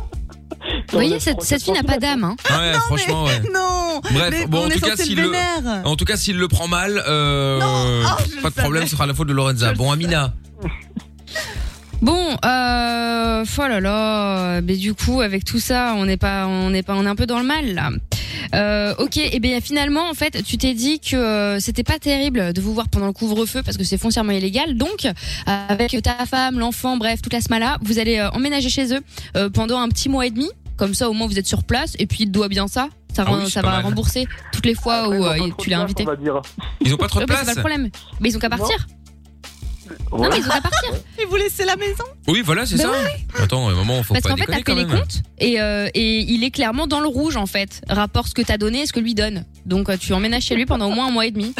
Speaker 4: voyez, cette, cette fille n'a pas d'âme. Hein.
Speaker 2: Ouais, franchement, ouais.
Speaker 7: Non
Speaker 2: Bref,
Speaker 4: mais
Speaker 2: bon,
Speaker 4: on
Speaker 2: en
Speaker 4: est
Speaker 2: tout, cas,
Speaker 4: censé le
Speaker 2: s'il le...
Speaker 4: vénère. oh,
Speaker 2: en tout cas, s'il le prend mal, euh, pas de problème, ce sera la faute de Lorenza. Bon, Amina,
Speaker 4: Bon, euh, oh là là, mais du coup, avec tout ça, on n'est pas, on n'est pas, on est un peu dans le mal là. Euh, ok, et bien finalement, en fait, tu t'es dit que euh, c'était pas terrible de vous voir pendant le couvre-feu parce que c'est foncièrement illégal. Donc, avec ta femme, l'enfant, bref, toute la smala, vous allez euh, emménager chez eux euh, pendant un petit mois et demi. Comme ça, au moins, vous êtes sur place. Et puis, il te doit bien ça. Ça,
Speaker 2: Ah
Speaker 4: va-
Speaker 2: oui, c'est
Speaker 4: ça
Speaker 2: pas
Speaker 4: va
Speaker 2: mal.
Speaker 4: rembourser toutes les fois où euh, tu l'as invité.
Speaker 2: ils ont pas trop de
Speaker 4: Ouais, bah, c'est
Speaker 2: place.
Speaker 4: pas le problème. Mais ils ont qu'à partir. Non,
Speaker 2: Ouais.
Speaker 4: mais ils ont qu'à partir.
Speaker 7: Ils vous laissez la maison.
Speaker 2: Oui, voilà, c'est
Speaker 4: Bah
Speaker 2: ça. Attends, un moment, faut
Speaker 4: Parce
Speaker 2: pas
Speaker 4: qu'en fait,
Speaker 2: déconner
Speaker 4: t'as fait
Speaker 2: quand
Speaker 4: les
Speaker 2: même.
Speaker 4: comptes et, euh, et il est clairement dans le rouge en fait. Rapport ce que t'as donné et ce que lui donne. Donc euh, tu emménages chez lui pendant au moins un mois et demi.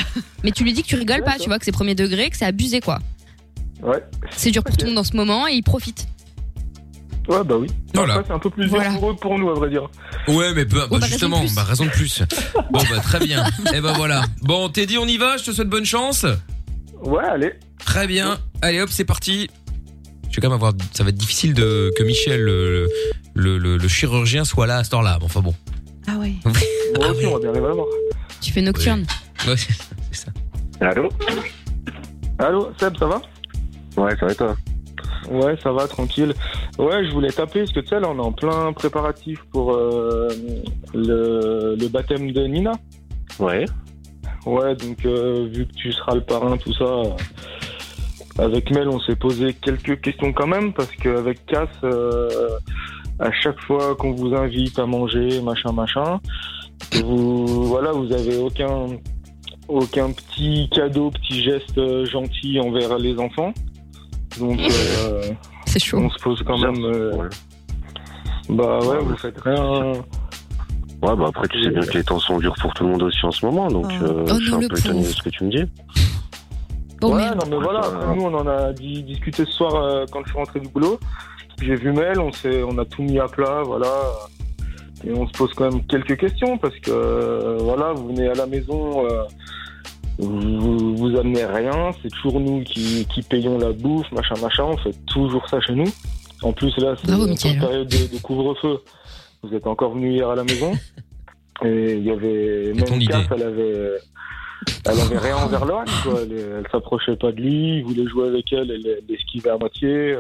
Speaker 4: Mais tu lui dis que tu rigoles pas, tu vois que c'est premier degré, que c'est abusé quoi.
Speaker 15: Ouais.
Speaker 4: C'est dur pour tout le monde en ce moment et il profite.
Speaker 15: Ouais, bah oui.
Speaker 2: Voilà.
Speaker 15: Après, c'est un peu plus dur pour eux que pour nous, à vrai dire.
Speaker 2: Ouais, mais peu- bah,
Speaker 15: raison de
Speaker 2: justement,
Speaker 15: plus.
Speaker 2: bah, raison de plus. bon, bah, très bien. Et ben voilà. Bon, Teddy, on y va. Je te souhaite bonne chance.
Speaker 15: Ouais, allez.
Speaker 2: Très bien. Allez, hop, c'est parti. Je vais quand même avoir. Ça va être difficile de que Michel, le, le, le- le chirurgien, soit là à cette heure-là. Bon, enfin bon.
Speaker 7: Ah ouais.
Speaker 15: Moi aussi, on va bien aller voir.
Speaker 4: Tu fais nocturne.
Speaker 2: Ouais, c'est ça.
Speaker 15: Allô Allô, Seb, ça va Ouais, ça va et toi Ouais, ça va, tranquille. Ouais, je voulais taper parce que tu sais, là, on est en plein préparatif pour euh, le, le baptême de Nina. Ouais. Ouais, donc euh, vu que tu seras le parrain, tout ça, euh, avec Mel, on s'est posé quelques questions quand même parce qu'avec Cass, euh, à chaque fois qu'on vous invite à manger, machin, machin, vous, voilà, vous avez aucun, aucun petit cadeau, petit geste euh, gentil envers les enfants. Donc, euh,
Speaker 4: C'est chaud.
Speaker 15: on se pose quand même. euh, Bah ouais, vous faites rien.
Speaker 3: Ouais, bah après, tu sais bien que les temps sont durs pour tout le monde aussi en ce moment, donc euh,
Speaker 15: Oh
Speaker 3: je suis
Speaker 15: non,
Speaker 3: un
Speaker 15: le
Speaker 3: peu étonné de
Speaker 15: pauvre.
Speaker 3: ce que tu me dis.
Speaker 15: ouais, non, mais voilà,
Speaker 2: Ah.
Speaker 15: après, nous on en a di- discuté ce soir euh, quand je suis rentré du boulot. J'ai vu Mel, on, s'est- on a tout mis à plat, voilà. Et on se pose quand même quelques questions parce que, euh, voilà, vous venez à la maison, euh, vous, vous amenez rien, c'est toujours nous qui, qui payons la bouffe, machin, machin, on fait toujours ça chez nous. En plus, là, c'est
Speaker 4: Bravo,
Speaker 15: encore
Speaker 4: Mickaël.
Speaker 15: période de, de couvre-feu. Vous êtes encore venu hier à la maison. Et il y avait
Speaker 2: ton
Speaker 15: même
Speaker 2: idée.
Speaker 15: Kaff, elle avait, elle avait rien envers Lohan, quoi. Elle, elle s'approchait pas de lui, il voulait jouer avec elle, elle elle l'esquivait à moitié.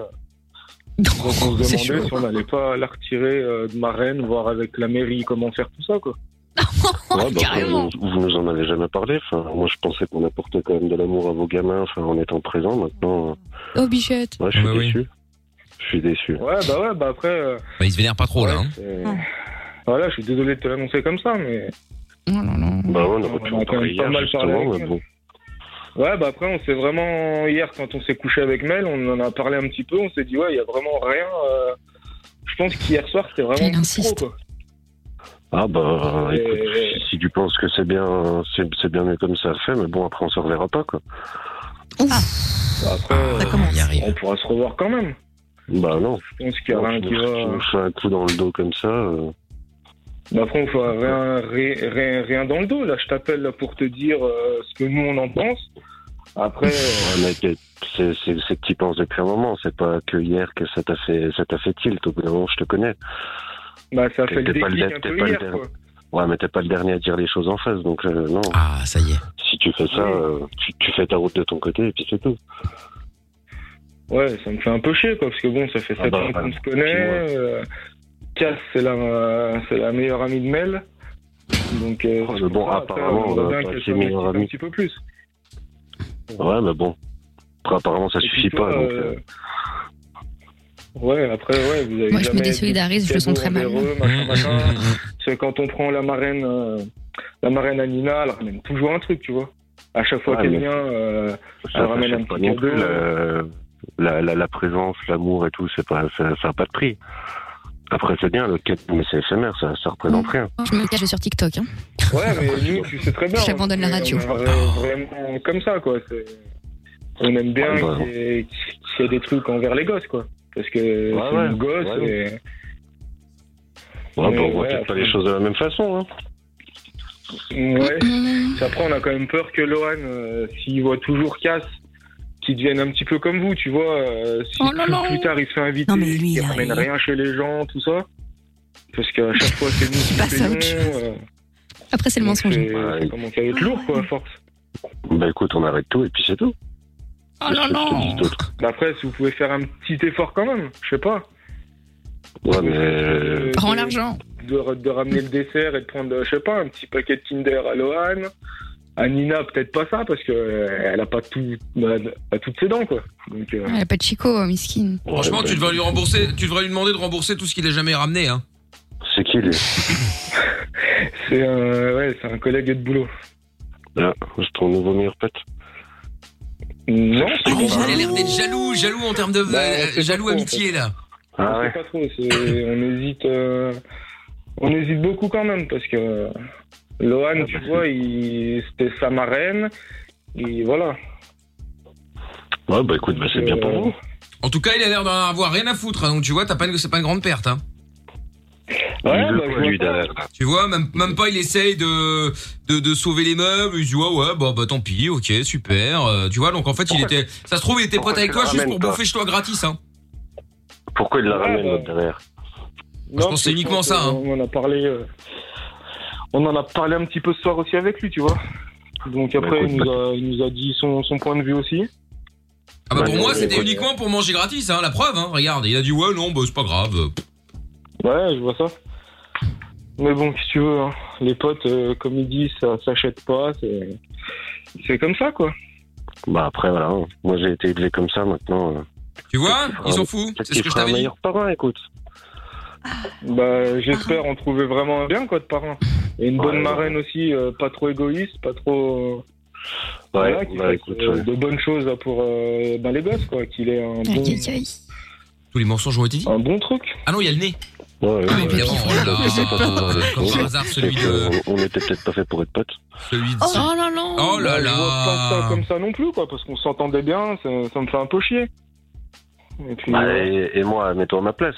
Speaker 15: Donc on se
Speaker 2: C'est
Speaker 15: demandait
Speaker 2: chaud.
Speaker 15: si on n'allait pas la retirer euh, de Marraine, voir avec la mairie comment faire tout ça, quoi. Oh,
Speaker 3: Ouais, bah, vous, vous nous en avez jamais parlé. Enfin, moi, je pensais qu'on apportait quand même de l'amour à vos gamins enfin, en étant présent. Maintenant,
Speaker 4: Oh bichette.
Speaker 3: euh, ouais, je suis déçu. Je suis déçu.
Speaker 15: Ouais, bah ouais, bah après. euh,
Speaker 2: Bah, il se vénère pas trop là. hein.
Speaker 15: c'est- Voilà, je suis désolé de te l'annoncer comme ça, mais.
Speaker 3: Bah ouais, on aurait pu
Speaker 15: On a
Speaker 3: en
Speaker 15: quand même
Speaker 3: parler
Speaker 15: pas
Speaker 3: hier,
Speaker 15: mal parlé
Speaker 3: justement,
Speaker 15: avec
Speaker 3: mais bon.
Speaker 15: Ouais, bah après, on s'est vraiment. Hier, quand on s'est couché avec Mel, on en a parlé un petit peu, on s'est dit, ouais, il y a vraiment rien. euh, Je pense qu'hier soir, c'était vraiment. trop, quoi.
Speaker 3: Ah bah,
Speaker 15: Et-
Speaker 3: écoute, si, si tu penses que c'est bien, c'est c'est bien mieux comme ça fait, mais bon, après, on se reverra pas, quoi.
Speaker 15: Après,
Speaker 3: commence.
Speaker 15: euh, on pourra se revoir quand même.
Speaker 3: Bah non.
Speaker 15: Je pense qu'il y a
Speaker 3: Non,
Speaker 15: rien
Speaker 3: tu
Speaker 15: Ah, qui
Speaker 3: me-
Speaker 15: va- hein.
Speaker 3: tu me fais un coup dans le dos comme ça. euh,
Speaker 15: Mais après, on fera rien, rien, rien, rien dans le dos. Là, je t'appelle là, pour te dire euh, ce que nous, on en pense. Après, euh,
Speaker 3: ouais, mec, c'est c'est- c'est que tu penses depuis un moment. C'est pas que hier que ça t'a fait, ça t'a fait tilt. Au bout d'un moment, je te connais.
Speaker 15: bah, ça a fait
Speaker 3: T'es
Speaker 15: le
Speaker 3: pas le
Speaker 15: déclic
Speaker 3: der-
Speaker 15: un
Speaker 3: t'es
Speaker 15: peu
Speaker 3: pas le
Speaker 15: hier,
Speaker 3: der-
Speaker 15: quoi.
Speaker 3: Ouais, mais t'es pas le dernier à dire les choses en face, donc euh, non.
Speaker 2: Ah, ça y est.
Speaker 3: Si tu fais ça, euh, tu, tu fais ta route de ton côté et puis c'est tout.
Speaker 15: Ouais, ça me fait un peu chier, quoi, parce que bon, ça fait
Speaker 3: Ah
Speaker 15: 7
Speaker 3: bah,
Speaker 15: ans qu'on
Speaker 3: ouais.
Speaker 15: se connaît. euh, Cass, c'est la, euh, c'est la meilleure amie de Mel. Donc, euh,
Speaker 3: Ah,
Speaker 15: c'est pour
Speaker 3: bon,
Speaker 15: ça, après,
Speaker 3: apparemment,
Speaker 15: on voudrait
Speaker 3: euh,
Speaker 15: bien
Speaker 3: toi,
Speaker 15: qu'elle
Speaker 3: c'est
Speaker 15: soit
Speaker 3: meilleure
Speaker 15: active un
Speaker 3: amie.
Speaker 15: petit peu plus.
Speaker 3: Ouais, mais bon. Après, apparemment, ça
Speaker 15: Et
Speaker 3: suffit
Speaker 15: puis toi,
Speaker 3: pas. donc,
Speaker 15: euh,
Speaker 3: euh,
Speaker 15: Ouais, après, ouais, vous avez
Speaker 11: Moi, je me
Speaker 15: jamais
Speaker 11: désolidarise, je le sens très
Speaker 15: cadeau
Speaker 11: mal.
Speaker 15: envers eux, machin, machin. Parce que quand on prend la marraine, euh, la marraine Anina, elle ramène toujours un truc, tu vois. À chaque fois
Speaker 3: Ouais,
Speaker 15: qu'elle
Speaker 3: Ah, mais-
Speaker 15: vient, euh,
Speaker 3: ça
Speaker 15: elle ramène un
Speaker 3: s'achète pas
Speaker 15: petit
Speaker 3: non
Speaker 15: cadeau.
Speaker 3: plus. euh, La, la, la présence, l'amour et tout, c'est pas, ça n'a pas de prix. Après, c'est bien, le quête, mais c'est éphémère, ça, ça représente rien.
Speaker 11: Je me cache sur TikTok. hein.
Speaker 15: Ouais, mais nous, tu sais très bien.
Speaker 11: J'abandonne la
Speaker 15: on-
Speaker 11: radio.
Speaker 15: on est Vraiment comme ça, quoi. C'est- On aime bien
Speaker 3: Ouais, bah,
Speaker 15: qu'il y ait- qu'il y ait des trucs envers les gosses, quoi. Parce que c'est
Speaker 3: ouais,
Speaker 15: nos gosses
Speaker 3: ouais.
Speaker 15: et-
Speaker 3: Ouais,
Speaker 15: Mm. Mais
Speaker 3: bah, on voit
Speaker 15: ouais,
Speaker 3: peut-être pas
Speaker 15: après-
Speaker 3: les choses de la même façon. Hein.
Speaker 15: Ouais. Puis Après, on a quand même peur que Lohan, euh, s'il voit toujours Cass, qu'il devienne un petit peu comme vous, tu vois. euh, si
Speaker 7: Oh là
Speaker 15: plus,
Speaker 7: là.
Speaker 15: plus tard il se fait inviter,
Speaker 7: Non, mais lui,
Speaker 15: qu'il
Speaker 7: il a-
Speaker 15: ramène rien chez les gens, tout ça. Parce qu'à chaque fois, c'est nous qui
Speaker 11: passe à autre
Speaker 15: payons. euh,
Speaker 11: Après, c'est le mensonge.
Speaker 15: c'est- ça commence à être lourd, quoi, à force.
Speaker 3: Bah écoute, on arrête tout et puis c'est tout.
Speaker 15: Oh là là Bah, Après, si vous pouvez faire un petit effort quand même, je sais pas.
Speaker 3: Ouais, mais. euh,
Speaker 15: Prends l'argent. De, de ramener le dessert et de prendre, euh, je sais pas, un petit paquet de Tinder à Lohan. À Nina, peut-être pas ça, parce qu'elle a pas tout, bah, elle a toutes ses dents, quoi. Donc, euh,
Speaker 11: Elle a pas de chico, euh, miskine.
Speaker 2: Franchement, tu devrais lui rembourser, tu devrais lui demander de rembourser tout ce qu'il a jamais ramené, hein.
Speaker 3: C'est qui lui
Speaker 15: c'est un, ouais, c'est un collègue de boulot.
Speaker 3: Là, Ah, c'est ton nouveau meilleur pote
Speaker 15: Non,
Speaker 2: Elle a Ah, l'air d'être jaloux, jaloux en termes de
Speaker 15: Bah,
Speaker 2: euh,
Speaker 15: on sait pas
Speaker 2: jaloux
Speaker 15: trop, en
Speaker 2: amitié là.
Speaker 3: Ah
Speaker 15: on sait pas trop. c'est- On hésite, euh, on hésite beaucoup quand même parce que euh, Lohan,
Speaker 3: Ah,
Speaker 15: tu vois, il- c'était sa marraine. Et voilà.
Speaker 3: Ouais, bah écoute, bah, c'est bien
Speaker 15: Euh,
Speaker 3: pour vous.
Speaker 2: En tout cas, il a l'air d'en avoir rien à foutre, hein, donc tu vois, t'as pas une- c'est pas une grande perte, hein.
Speaker 3: Ouais, bah, je vois lui, derrière.
Speaker 2: Tu vois, même, même pas, il essaye de, de, de sauver les meubles. Il se dit, ouais, ouais, bah, bah, tant pis, ok, super. euh, tu vois, donc en fait, il était, ça se trouve, il était
Speaker 3: Pourquoi
Speaker 2: prêt avec
Speaker 3: tu
Speaker 2: toi
Speaker 3: le
Speaker 2: juste
Speaker 3: ramènes,
Speaker 2: pour
Speaker 3: toi
Speaker 2: bouffer chez toi gratis, hein.
Speaker 3: Pourquoi il la
Speaker 15: Ouais,
Speaker 3: ramène
Speaker 15: bah.
Speaker 3: l'autre derrière
Speaker 15: Non,
Speaker 2: pense que c'est
Speaker 15: puis
Speaker 2: uniquement ça, hein.
Speaker 15: qu'on- On en a parlé. euh, on en a parlé un petit peu ce soir aussi avec lui, tu vois. Donc
Speaker 3: Bah,
Speaker 15: après,
Speaker 3: écoute,
Speaker 15: il, nous a, il nous a dit son, son point de vue aussi.
Speaker 2: Ah bah,
Speaker 15: Ouais,
Speaker 2: pour
Speaker 15: mais
Speaker 3: euh,
Speaker 2: moi,
Speaker 15: ouais,
Speaker 2: c'était
Speaker 15: ouais.
Speaker 2: uniquement pour manger gratis, hein. La preuve, hein. Regarde, il a dit, ouais, non, bah, c'est pas grave.
Speaker 15: Ouais, je vois ça. Mais bon, si tu veux, hein, les potes, euh, comme ils disent, ça s'achète pas. C'est c'est comme ça, quoi.
Speaker 3: Bah après, voilà. hein. Moi, j'ai été élevé comme ça maintenant. euh.
Speaker 2: Tu vois,
Speaker 3: fera-
Speaker 2: ils s'en foutent.
Speaker 3: peut-être
Speaker 2: C'est ce
Speaker 3: qu'il
Speaker 2: que je
Speaker 3: fera un
Speaker 2: t'avais dit.
Speaker 3: meilleur parrain, écoute.
Speaker 11: Ah.
Speaker 15: Bah, j'espère en trouver vraiment un bien, quoi, de parrain. Et une bonne
Speaker 3: Ouais,
Speaker 15: marraine aussi, euh, pas trop égoïste, pas trop. euh,
Speaker 3: Ouais,
Speaker 15: voilà, qui
Speaker 3: bah,
Speaker 15: fasse,
Speaker 3: écoute,
Speaker 15: euh,
Speaker 3: ouais.
Speaker 15: de bonnes choses là, pour euh, ben, les gosses, quoi. Qu'il ait un bon,
Speaker 11: Aïe, aïe, aïe.
Speaker 2: Tous les mensonges ont été dits.
Speaker 15: un bon truc.
Speaker 2: Ah non, il y a le nez.
Speaker 3: Ouais, ouais,
Speaker 2: Ah,
Speaker 3: ouais.
Speaker 2: évidemment, oh là là.
Speaker 3: C'est pas vrai.
Speaker 2: Comme par hasard, celui
Speaker 3: C'est que
Speaker 2: de-
Speaker 3: On on était peut-être pas fait pour être potes.
Speaker 2: Celui de.
Speaker 11: Oh là là.
Speaker 2: Oh là
Speaker 15: Bah, Je vois pas ça
Speaker 2: là.
Speaker 15: comme ça non plus, quoi, parce qu'on s'entendait bien, ça, ça me fait un peu chier. Et puis,
Speaker 3: Bah,
Speaker 15: euh,
Speaker 3: et, et moi, mets-toi à ma place.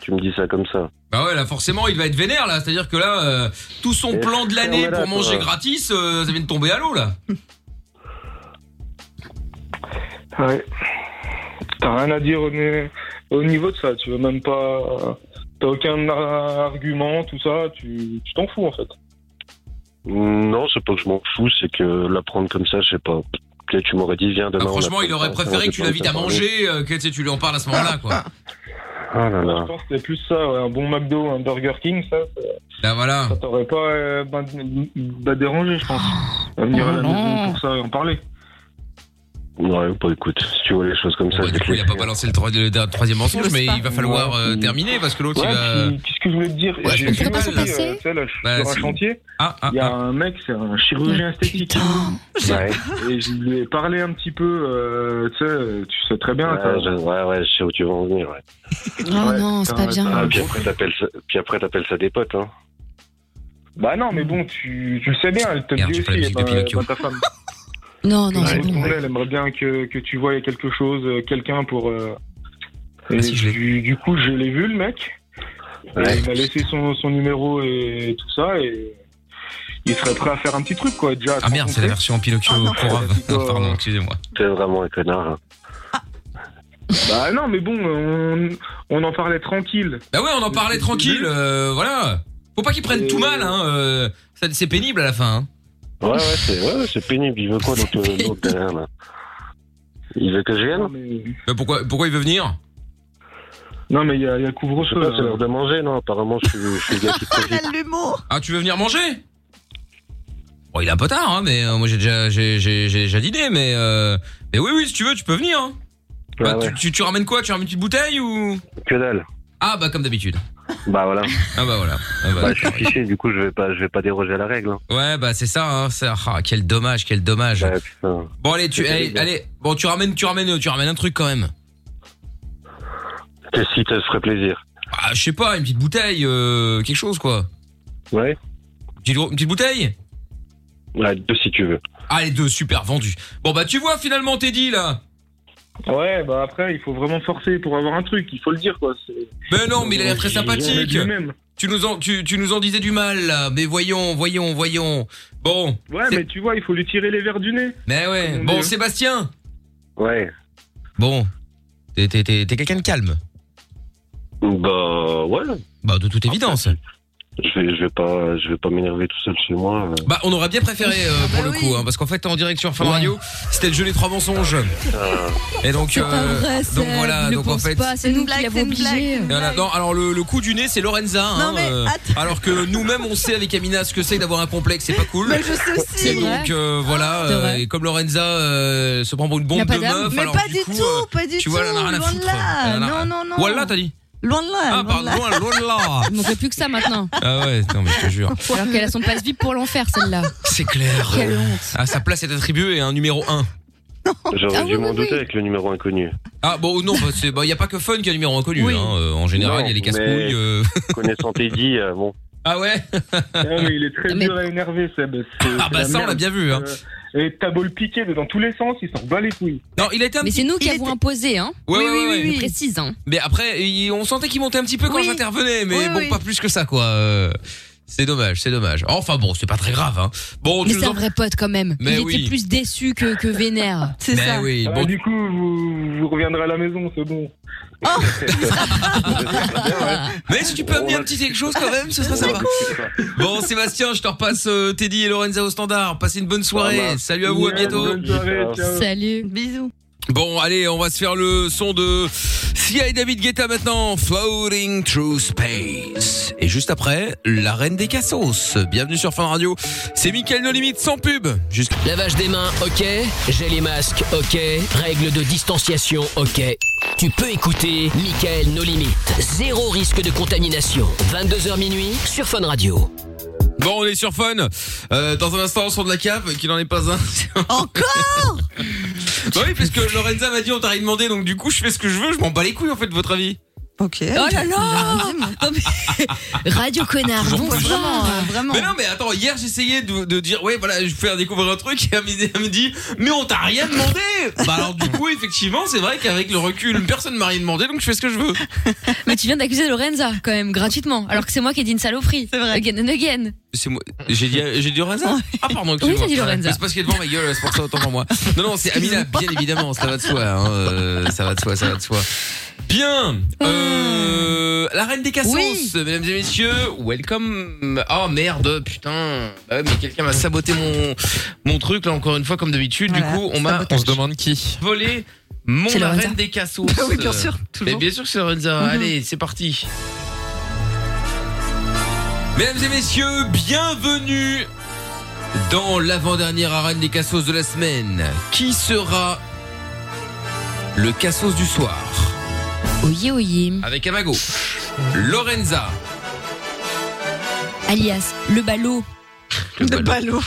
Speaker 3: Tu me dis ça comme ça.
Speaker 2: Bah ouais, là forcément, il va être vénère là. C'est-à-dire que là, euh, tout son
Speaker 3: Et
Speaker 2: plan de l'année
Speaker 3: voilà,
Speaker 2: pour manger
Speaker 3: toi.
Speaker 2: gratis, euh, ça vient de tomber à l'eau là.
Speaker 15: Ouais. T'as rien à dire au, ni- au niveau de ça. Tu veux même pas. euh, T'as aucun ar- argument, tout ça. Tu tu t'en fous en fait.
Speaker 3: Non, c'est pas que je m'en fous, c'est que la prendre comme ça, je sais pas. Tu sais, tu m'aurais dit, viens demain.
Speaker 2: Ah,
Speaker 3: on
Speaker 2: franchement,
Speaker 3: apprend
Speaker 2: il aurait
Speaker 3: ça,
Speaker 2: préféré
Speaker 3: on
Speaker 2: que tu l'invites à
Speaker 3: apprend ça.
Speaker 2: manger, euh, que tu sais, tu lui en parles à ce moment-là quoi.
Speaker 3: Ah là
Speaker 15: Je
Speaker 3: là.
Speaker 15: pense que c'est plus ça, ouais, un bon McDo, un Burger King, ça, ça,
Speaker 2: Là voilà.
Speaker 15: ça t'aurait pas euh, ben- ben dérangé, je pense. À venir à la
Speaker 2: Oh non.
Speaker 15: maison pour ça et en parler.
Speaker 3: Ouais, bah écoute, si tu vois les choses comme ça,
Speaker 2: bah, Du coup, il a pas balancé le, tro- le der- troisième mensonge, mais il va falloir euh, terminer parce que l'autre
Speaker 15: Ouais,
Speaker 2: il va.
Speaker 15: puis, qu'est-ce que je voulais te dire
Speaker 2: Ouais, je
Speaker 15: J'ai
Speaker 2: comprends
Speaker 15: du
Speaker 2: pas
Speaker 15: mal,
Speaker 2: son
Speaker 15: euh,
Speaker 2: passé.
Speaker 15: tu sais, là, je suis
Speaker 2: Bah,
Speaker 15: sur
Speaker 2: si. ah,
Speaker 15: un chantier. Il y a un mec, c'est un chirurgien esthétique. Et je lui ai parlé un petit peu, euh, tu sais, euh, tu sais très bien.
Speaker 3: Ouais,
Speaker 15: t'as-
Speaker 3: je- ouais, ouais, je sais où tu veux en venir. Ouais.
Speaker 11: Oh non, c'est
Speaker 15: t'as-
Speaker 11: pas
Speaker 3: Ah,
Speaker 11: bien.
Speaker 3: puis après, t'appelles ça, puis après, t'appelles ça des potes, hein.
Speaker 15: Bah non, mais bon, tu, tu le sais bien, elle te
Speaker 2: Merde,
Speaker 15: dit
Speaker 2: j'ai pas la
Speaker 15: aussi, eh
Speaker 2: musique de
Speaker 15: ben,
Speaker 2: Pinocchio.
Speaker 15: ben, ta femme.
Speaker 4: Non, non,
Speaker 15: Ouais,
Speaker 4: c'est
Speaker 15: elle,
Speaker 4: bon.
Speaker 15: elle aimerait bien que, que tu voyes quelque chose, euh, quelqu'un pour. euh,
Speaker 3: Ah,
Speaker 15: et
Speaker 3: si, je l'ai.
Speaker 15: du, du coup, je l'ai vu, le mec.
Speaker 3: Ouais.
Speaker 15: Et Il m'a laissé son, son numéro et tout ça. Et il serait prêt à faire un petit truc, quoi. Déjà,
Speaker 2: Ah merde, c'est la version Pinocchio Corave. Pardon, excusez-moi.
Speaker 3: T'es vraiment un connard. hein.
Speaker 15: Bah non, mais bon, on, on en parlait tranquille.
Speaker 2: Bah ouais, on en parlait tranquille, euh, voilà. Faut pas qu'ils prennent tout mal, hein. euh, ça- c'est pénible à la fin. Hein.
Speaker 3: Ouais, ouais, c'est ouais, ouais, c'est pénible. Il veut quoi, l'autre l'autre derrière, là Il veut que je vienne
Speaker 2: Mais Euh, pourquoi, pourquoi il veut venir
Speaker 15: Non, mais il y a, il y a
Speaker 3: Je sais
Speaker 15: couvre-feu.
Speaker 3: pas,
Speaker 15: là.
Speaker 3: c'est l'heure de manger, non Apparemment, je suis, je suis le gars qui profite.
Speaker 7: l'humour
Speaker 2: Ah, tu veux venir manger Bon, il est un peu tard, hein, mais euh, moi j'ai déjà, j'ai, j'ai, j'ai déjà dîné, mais, euh, mais oui, oui, si tu veux, tu peux venir. Hein. Bah, tu- Tu, tu ramènes quoi Tu ramènes une petite bouteille ou
Speaker 3: Que dalle.
Speaker 2: Ah, bah comme d'habitude.
Speaker 3: Bah voilà.
Speaker 2: Ah bah voilà. Ah, bah,
Speaker 3: bah, je suis fiché, du coup, je vais pas, je vais pas déroger à la règle. hein.
Speaker 2: Ouais, bah c'est ça, hein, ça. ah, quel dommage, quel dommage.
Speaker 3: putain.
Speaker 2: Bon allez, tu
Speaker 3: C'est
Speaker 2: allez,
Speaker 3: terrible, hein.
Speaker 2: allez, bon tu ramènes tu ramènes tu ramènes un truc quand même.
Speaker 3: Qu'est-ce qui te ferait plaisir
Speaker 2: Ah, je sais pas, une petite bouteille euh, quelque chose quoi.
Speaker 3: Ouais.
Speaker 2: Une petite, une petite bouteille
Speaker 3: Ouais, deux si tu veux.
Speaker 2: Ah les deux super vendus. Bon bah tu vois finalement Teddy là.
Speaker 15: Ouais, bah après, il faut vraiment forcer pour avoir un truc, il faut le dire, quoi. c'est-
Speaker 2: Mais Ben non, mais il a l'air très
Speaker 15: Il- il en est
Speaker 2: sympathique.
Speaker 15: lui-même.
Speaker 2: Tu nous en tu, tu nous en disais du mal là, mais voyons, voyons, voyons. Bon.
Speaker 15: Ouais, mais tu vois, il faut lui tirer les verres du nez.
Speaker 2: Mais ouais.
Speaker 15: Comme on
Speaker 2: Bon
Speaker 15: dit, hein.
Speaker 2: Sébastien.
Speaker 3: Ouais.
Speaker 2: Bon. T'es t'es- t'es- t'es quelqu'un de calme.
Speaker 3: Bah ouais.
Speaker 2: Bah de toute évidence.
Speaker 3: Je vais, je vais pas, je vais pas m'énerver tout seul chez moi. euh.
Speaker 2: Bah on aurait bien préféré
Speaker 4: Ah,
Speaker 2: euh,
Speaker 4: bah
Speaker 2: pour le coup, hein, parce qu'en fait en direct sur Fun Radio, c'était le jeu des trois mensonges. Et donc,
Speaker 4: C'est pas
Speaker 2: euh,
Speaker 4: vrai,
Speaker 2: donc
Speaker 4: Seb,
Speaker 2: voilà,
Speaker 4: ne
Speaker 2: donc en
Speaker 4: pense
Speaker 2: fait.
Speaker 4: pas, c'est nous qui l'avons obligé.
Speaker 2: Voilà, non, alors le, le coup du nez c'est Lorenza, hein, euh, alors que nous-mêmes on sait avec Amina ce que c'est que d'avoir un complexe, c'est pas cool.
Speaker 7: Mais je sais aussi.
Speaker 2: Et donc euh, voilà,
Speaker 7: C'est
Speaker 2: euh,
Speaker 7: vrai.
Speaker 2: et comme Lorenza euh, se prend pour une
Speaker 7: Y a
Speaker 2: bombe
Speaker 7: pas
Speaker 2: de
Speaker 7: d'âme.
Speaker 2: meuf,
Speaker 7: Mais
Speaker 2: alors
Speaker 7: pas
Speaker 2: du
Speaker 7: du
Speaker 2: coup,
Speaker 7: tout,
Speaker 2: euh,
Speaker 7: pas du
Speaker 2: tu vois,
Speaker 7: tout,
Speaker 2: elle en a rien à
Speaker 7: loin de
Speaker 2: foutre.
Speaker 7: là.
Speaker 2: Elle en a-
Speaker 7: Non, non, non.
Speaker 2: Voilà, t'as dit.
Speaker 7: Loin de là.
Speaker 2: Ah,
Speaker 7: loin de là.
Speaker 2: pardon, loin de là.
Speaker 4: Il manquerait plus que ça maintenant.
Speaker 2: Ah ouais, non mais je te jure.
Speaker 4: Alors qu'elle a son passe vip pour l'enfer, celle-là.
Speaker 2: C'est clair.
Speaker 4: Quelle honte.
Speaker 2: Ah, sa place est attribuée à un numéro 1.
Speaker 3: J'aurais
Speaker 2: Ah
Speaker 3: dû
Speaker 2: oui,
Speaker 3: m'en
Speaker 2: oui,
Speaker 3: douter
Speaker 2: oui.
Speaker 3: avec le numéro inconnu.
Speaker 2: Ah bon non, il bah, n'y a pas que Fun qui a un numéro inconnu. hein, euh, en général, il y a les
Speaker 3: Non, mais
Speaker 2: casse-couilles. euh.
Speaker 3: Connaissant Teddy, euh, bon.
Speaker 2: Ah ouais
Speaker 15: mais il est très dur à énerver, Seb.
Speaker 2: Ah bah ça, on l'a bien vu, hein.
Speaker 15: Euh, Et t'as beau le piquer, mais dans tous les sens, il s'en bat les couilles.
Speaker 2: Non, il a été un
Speaker 4: Mais c'est nous qui avons imposé, hein.
Speaker 2: Ouais, ouais, ouais, ouais.
Speaker 4: Je précise, hein.
Speaker 2: Mais après, il- on sentait qu'il montait un petit peu quand
Speaker 4: Oui.
Speaker 2: j'intervenais, mais
Speaker 4: Oui,
Speaker 2: bon,
Speaker 4: oui.
Speaker 2: pas plus que ça, quoi. Euh, C'est dommage, c'est dommage. Enfin bon, c'est pas très grave. Hein. Bon,
Speaker 4: Mais
Speaker 2: tu
Speaker 4: c'est
Speaker 2: nous
Speaker 4: un
Speaker 2: en-
Speaker 4: vrai pote quand même.
Speaker 2: Mais
Speaker 4: il
Speaker 2: oui.
Speaker 4: était plus déçu que, que vénère.
Speaker 2: C'est Mais ça. oui,
Speaker 15: Ah,
Speaker 2: bon.
Speaker 15: Du coup, vous, vous reviendrez à la maison, c'est bon.
Speaker 16: Oh.
Speaker 2: Mais si tu peux amener un petit quelque chose quand même, ce serait sympa. Bon, Sébastien, je te repasse euh, Teddy et Lorenza au standard. Passez une bonne soirée. Salut à vous, à
Speaker 15: Ouais,
Speaker 2: bientôt.
Speaker 15: bonne soirée, ciao.
Speaker 4: Salut. Bisous.
Speaker 2: Bon, allez, on va se faire le son de Sia et David Guetta maintenant, Floating Through Space. Et juste après, la reine des cassos. Bienvenue sur Fin Radio. C'est Mickaël No Limite sans pub. Jusqu'à...
Speaker 1: Lavage des mains, ok. Gel et masque, ok. Règles de distanciation, ok. Tu peux écouter Michael No Limites. Zéro risque de contamination. 22h minuit sur Fun Radio.
Speaker 2: Bon, on est sur Fun. Euh, dans un instant, on sort de la cave, qu'il n'en est pas un. Encore Bah oui, parce que Lorenza m'a dit on t'a rien demandé, donc du coup, je fais ce que je veux, je m'en bats les couilles, en fait, de votre avis.
Speaker 7: Ok.
Speaker 4: Oh là là Radio connard,
Speaker 2: Toujours plus.
Speaker 4: bonsoir.
Speaker 2: Mais non, mais attends, hier j'essayais de, de dire, ouais, voilà, je vais faire découvrir un truc et elle me dit- elle me dit, mais on t'a rien demandé Bah alors, du coup, effectivement, c'est vrai qu'avec le recul, personne m'a rien demandé donc je fais ce que je veux.
Speaker 4: Mais tu viens d'accuser Lorenza quand même gratuitement, alors que c'est moi qui ai dit une saloperie. C'est vrai. Again and again.
Speaker 2: C'est moi, j'ai dit, j'ai dit Lorenza Ah, pardon,
Speaker 4: Oui,
Speaker 2: excuse-moi.
Speaker 4: t'as dit Lorenza.
Speaker 2: Mais C'est parce qu'il est devant ma gueule, c'est pour ça autant pour moi. Non, non, c'est Amina, bien évidemment, ça va de soi, hein, euh, ça va de soi, ça va de soi. Bien,
Speaker 8: Hum.
Speaker 2: euh, la reine des cassos, mesdames et messieurs, welcome. Oh merde, putain, Bah ouais, mais quelqu'un m'a saboté mon mon truc là encore une fois comme d'habitude.
Speaker 8: Voilà,
Speaker 2: du coup, on m'a
Speaker 8: sabotage. On se demande qui.
Speaker 2: volé mon
Speaker 8: C'est
Speaker 2: la
Speaker 8: Lorenza.
Speaker 2: reine des cassos.
Speaker 8: Bah oui, bien sûr,
Speaker 2: Euh,
Speaker 8: toujours.
Speaker 2: Mais bien sûr, que c'est Lorenza.
Speaker 8: Mhm.
Speaker 2: Allez, c'est parti. Mesdames et messieurs, bienvenue dans l'avant-dernière arène des cassos de la semaine. Qui sera le cassos du soir
Speaker 4: Oyé, oyé.
Speaker 2: Avec à ma gauche, Lorenza.
Speaker 4: Alias, le ballot.
Speaker 2: Le ballot.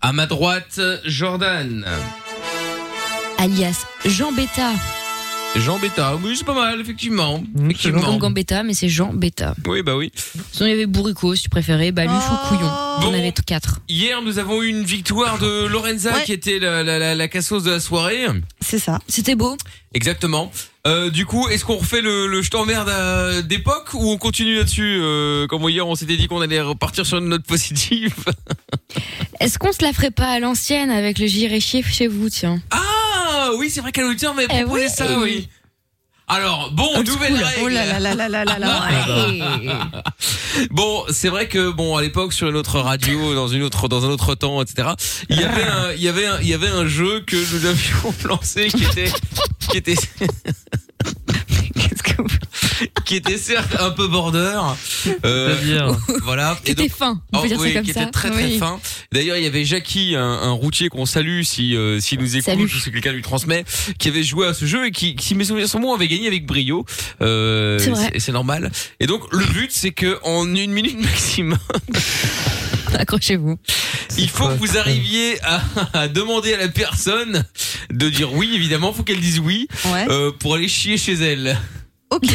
Speaker 2: À ma droite, Jordan.
Speaker 4: Alias, Jean Beta.
Speaker 2: Jean Beta, oui, c'est pas mal, effectivement.
Speaker 4: Comme
Speaker 2: effectivement.
Speaker 4: Gambetta, mais c'est Jean Beta.
Speaker 2: Oui, bah oui.
Speaker 4: Sinon, il y avait Bourrico, si tu préférais,
Speaker 7: Oh.
Speaker 4: Baluch ou Couillon. On avait quatre.
Speaker 2: Hier, nous avons eu une victoire de Lorenza qui était la, la, la, la cassos de la soirée.
Speaker 7: C'est ça.
Speaker 4: C'était beau.
Speaker 2: Exactement. Euh, du coup, est-ce qu'on refait le, le je t'emmerde euh, d'époque ou on continue là-dessus euh, Comme hier, on s'était dit qu'on allait repartir sur une note positive.
Speaker 4: Est-ce qu'on se la ferait pas à l'ancienne avec le giret chiffre chez vous, tiens
Speaker 2: Ah oui, c'est vrai qu'à l'auditeur m'avait
Speaker 4: Eh
Speaker 2: proposé
Speaker 4: oui.
Speaker 2: ça, oui. Alors, bon,
Speaker 7: Old
Speaker 2: nouvelle
Speaker 7: school.
Speaker 2: règle.
Speaker 7: Oh là là là là là là là.
Speaker 2: Bon, c'est vrai que bon à l'époque sur une autre radio, dans une autre, dans un autre temps, etc. Il y avait un, Euh, il y avait un, il y avait un jeu que nous avions lancé qui était, qui était, qui était certes un peu border, euh, voilà,
Speaker 4: Qui était fin, on peut dire ça
Speaker 2: Oh, oui,
Speaker 4: comme
Speaker 2: qui
Speaker 4: ça,
Speaker 2: était très très
Speaker 4: oui.
Speaker 2: fin. D'ailleurs, il y avait Jackie, un, un routier qu'on salue si euh, s'il nous écoute
Speaker 4: Salut.
Speaker 2: ou si quelqu'un lui transmet, qui avait joué à ce jeu et qui, si mes souvenirs sont bons, avait gagné avec brio. Euh,
Speaker 4: C'est vrai.
Speaker 2: c'est- c'est normal. Et donc le but, c'est que en une minute maximum,
Speaker 4: Accrochez-vous.
Speaker 2: il faut que vous arriviez à, à demander à la personne de dire oui. Évidemment, faut qu'elle dise oui
Speaker 7: Ouais.
Speaker 2: euh, pour aller chier chez elle.
Speaker 7: Ok.